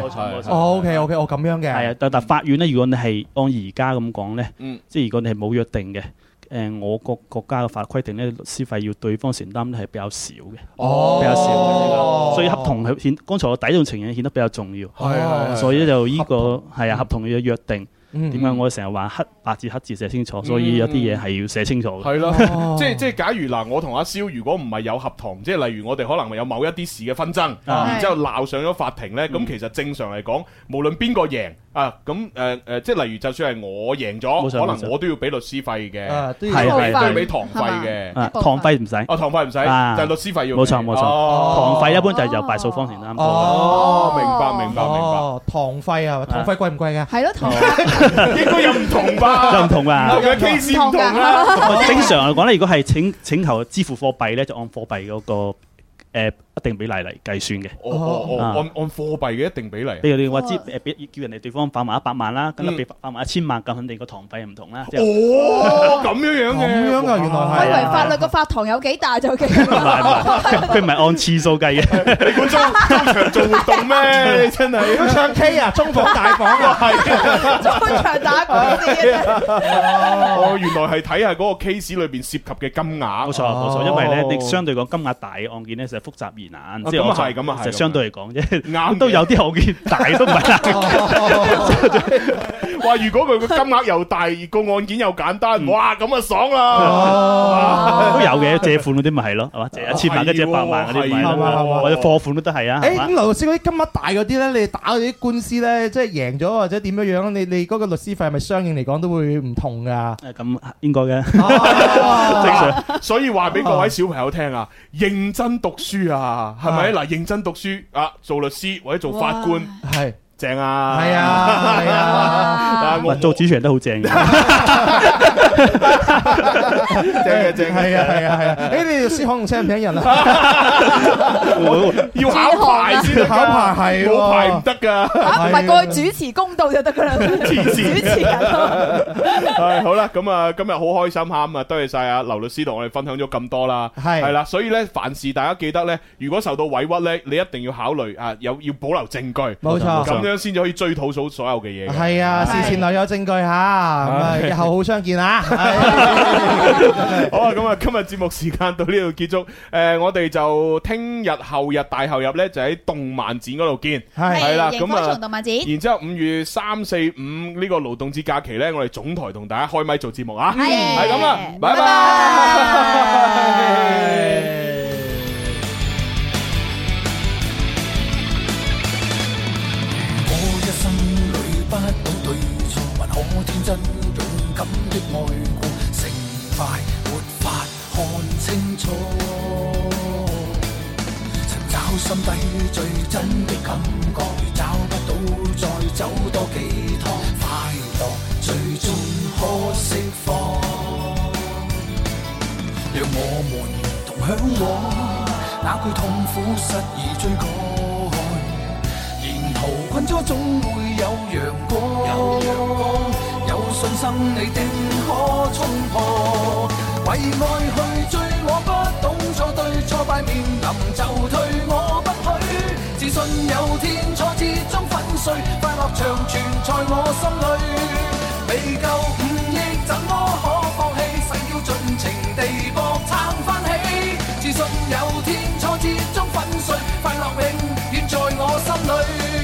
Speaker 5: O K O K，我咁樣嘅。
Speaker 18: 係啊，但但法院咧，如果你係按而家咁講咧
Speaker 4: 嗯，
Speaker 18: 即係如果你係冇約定嘅，誒我國國家嘅法律規定咧，律師費要對方承擔咧係比較少嘅，
Speaker 5: 哦
Speaker 18: 比較少嘅呢個，所以合同係顯，剛才我第一種情形顯得比較重要，
Speaker 5: 係係係
Speaker 18: 所以咧就呢個係啊合同嘅約定。
Speaker 5: 嗯
Speaker 18: 點解我成日話黑白字黑字寫清楚，所以有啲嘢係要寫清楚嘅。
Speaker 4: 係咯，
Speaker 18: 哦
Speaker 4: 即係即係，假如嗱，我同阿蕭如果唔係有合同，即係例如我哋可能有某一啲事嘅紛爭，
Speaker 18: 啊嗯
Speaker 4: 然之後鬧上咗法庭呢，咁其實正常嚟講，無論邊個贏啊，咁誒誒，即係例如就算係我贏
Speaker 18: 冇錯
Speaker 4: 咗，可
Speaker 18: 冇
Speaker 4: 能
Speaker 18: 錯
Speaker 4: 我都要俾律師費嘅
Speaker 18: 啊，都
Speaker 4: 都
Speaker 18: 要
Speaker 4: 要俾
Speaker 18: 係
Speaker 4: 都要
Speaker 18: 係
Speaker 4: 俾堂費嘅，
Speaker 18: 啊，堂費唔使，
Speaker 4: 啊堂費唔使
Speaker 18: 啊
Speaker 4: 但係律師費要
Speaker 18: 冇錯冇錯，
Speaker 4: 哦
Speaker 18: 堂費一般就係由敗訴方承擔。
Speaker 4: 哦，明白明白明白。
Speaker 5: 哦，堂費啊，堂費貴唔貴㗎？
Speaker 3: 係咯，堂
Speaker 5: <laughs>
Speaker 4: 應該有唔同吧？
Speaker 18: 就唔同㗎
Speaker 4: 唔同嘅 case 唔同啦。
Speaker 18: 正常嚟講咧，如果係請請求支付貨幣咧，就按貨幣嗰個誒一定比例嚟計算嘅。
Speaker 4: 哦哦哦，
Speaker 18: 啊
Speaker 4: 按按貨幣嘅一定比例。
Speaker 18: 譬如你話支誒俾叫人哋對方返埋一百萬啦，咁
Speaker 4: 嗯
Speaker 18: 你俾返埋一千萬，咁肯定個堂費唔同啦。即係
Speaker 4: 哦，咁樣樣嘅，
Speaker 5: 咁樣啊，原
Speaker 3: 我
Speaker 5: 來
Speaker 3: 以為
Speaker 5: 係。
Speaker 3: 法律個法堂有幾大就幾
Speaker 18: 唔係唔係，佢佢唔係按次數計嘅。
Speaker 4: 你管中中場做活動咩？
Speaker 18: <laughs>
Speaker 4: 你 <laughs> 真係
Speaker 5: 佢唱 K 啊，中房大房啊，
Speaker 3: <laughs>
Speaker 4: 係
Speaker 3: 場打嗰啲
Speaker 4: 哦，原來係睇下嗰個 case 裏邊涉及嘅金額。冇
Speaker 18: 錯冇錯，因為咧，你相對講金額大嘅案件咧，就係複雜而難，
Speaker 4: 哦
Speaker 18: 即係
Speaker 4: 咁啊
Speaker 18: 我就
Speaker 4: 係咁啊
Speaker 18: 就
Speaker 4: 係咁啊
Speaker 18: 相對嚟講啫。
Speaker 4: 啱
Speaker 18: 都有啲案件大都唔係難。
Speaker 4: 哇！如果佢個金額又大，個案件又簡單，哇！咁啊爽啦，
Speaker 18: 都有嘅，借款嗰啲咪係咯，係嘛？借一千萬跟住一百萬嗰啲咪係
Speaker 5: 係喎係喎係
Speaker 18: 咯，
Speaker 5: 喎
Speaker 18: 或者貨款都得係啊，係
Speaker 5: 誒
Speaker 18: 嘛
Speaker 5: 咁，？劉律師嗰啲金額大嗰啲咧，你打嗰啲官司咧，即係贏咗或者點樣樣，你你嗰個律師費係咪相應嚟講都會唔同㗎？啊
Speaker 18: 誒咁
Speaker 4: 啊
Speaker 18: 應該嘅，
Speaker 4: <laughs> 正常。所以話俾各位小朋友聽啊，認真讀書啊，係咪？嗱，認真讀書啊，做律師或者做法官，
Speaker 5: 係
Speaker 4: 正啊，
Speaker 5: 係啊係啊
Speaker 18: 喂做主持人都好正嘅，
Speaker 4: 正嘅正嘅，
Speaker 5: 係啊係啊係啊！誒，你律師可能請唔請人啊？
Speaker 4: <laughs> 要考牌先得㗎
Speaker 5: 考牌係喎
Speaker 4: 冇牌唔得㗎。
Speaker 3: 啊，唔係過去主持公道就得㗎啦，主持人。
Speaker 4: 唉，好啦，咁啊，今日好開心吓，咁啊，多謝晒啊劉律師同我哋分享咗咁多啦，
Speaker 5: 係
Speaker 4: 係啦，所以咧，凡事大家記得咧，如果受到委屈咧，你一定要考慮啊，有要保留證據，
Speaker 5: 冇錯
Speaker 4: 咁樣先至可以追討到所有嘅嘢嘅。
Speaker 5: 係啊，事前留有證據嚇，咁啊，
Speaker 4: <laughs> 係
Speaker 5: 日後好相見啊！
Speaker 4: <laughs> 好啊，咁啊，今日節目時間到呢度結束。誒，我哋就聽日、後日、大後日咧，就喺動漫展嗰度見。
Speaker 5: 係
Speaker 4: 係啦，
Speaker 3: 係
Speaker 4: 咁
Speaker 3: 螢火
Speaker 4: 啊
Speaker 3: 蟲，動漫展
Speaker 4: 然之後五月三四五呢個勞動節假期咧，我哋總台同大家開咪做節目啊。
Speaker 3: 係
Speaker 4: 係咁啊，拜拜。
Speaker 13: 我一生裏不懂對錯，還可天真勇敢的愛過，成敗沒法看清楚。尋找心底最真的感覺，如找不到再走多幾趟，快樂最終可釋放，讓我們同向往那句痛苦失意追趕。沿途困阻總會有陽光，有信心你定可衝破。為愛去追，我不懂錯對，挫敗面臨就退，我不許。自信有天挫折中粉碎，快樂長存在我心裏。未夠五億怎麼可放棄？誓要盡情地搏撐翻起，自信有天挫折中粉碎，快樂永遠在我心裏。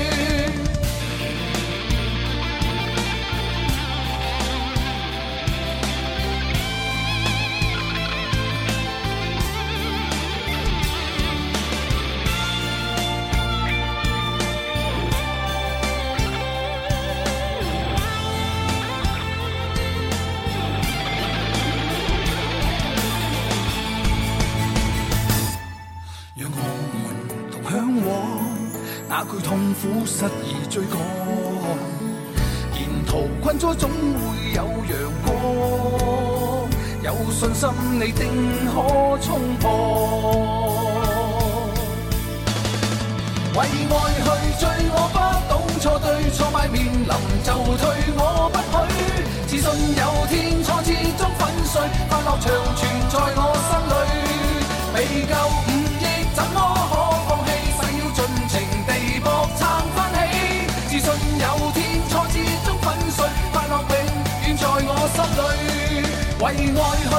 Speaker 13: 同向往，那句痛苦失意追趕，沿途困阻總會有陽光，有信心你定可衝破。為愛去追，我不懂錯對，挫敗面臨就退，我不許。自信有天挫折中粉碎，快樂長存在我心裏。未夠五億怎麼可放棄？誓要盡情地搏撐翻起。自信有天挫折中粉碎，快樂永遠在我心裏。為愛去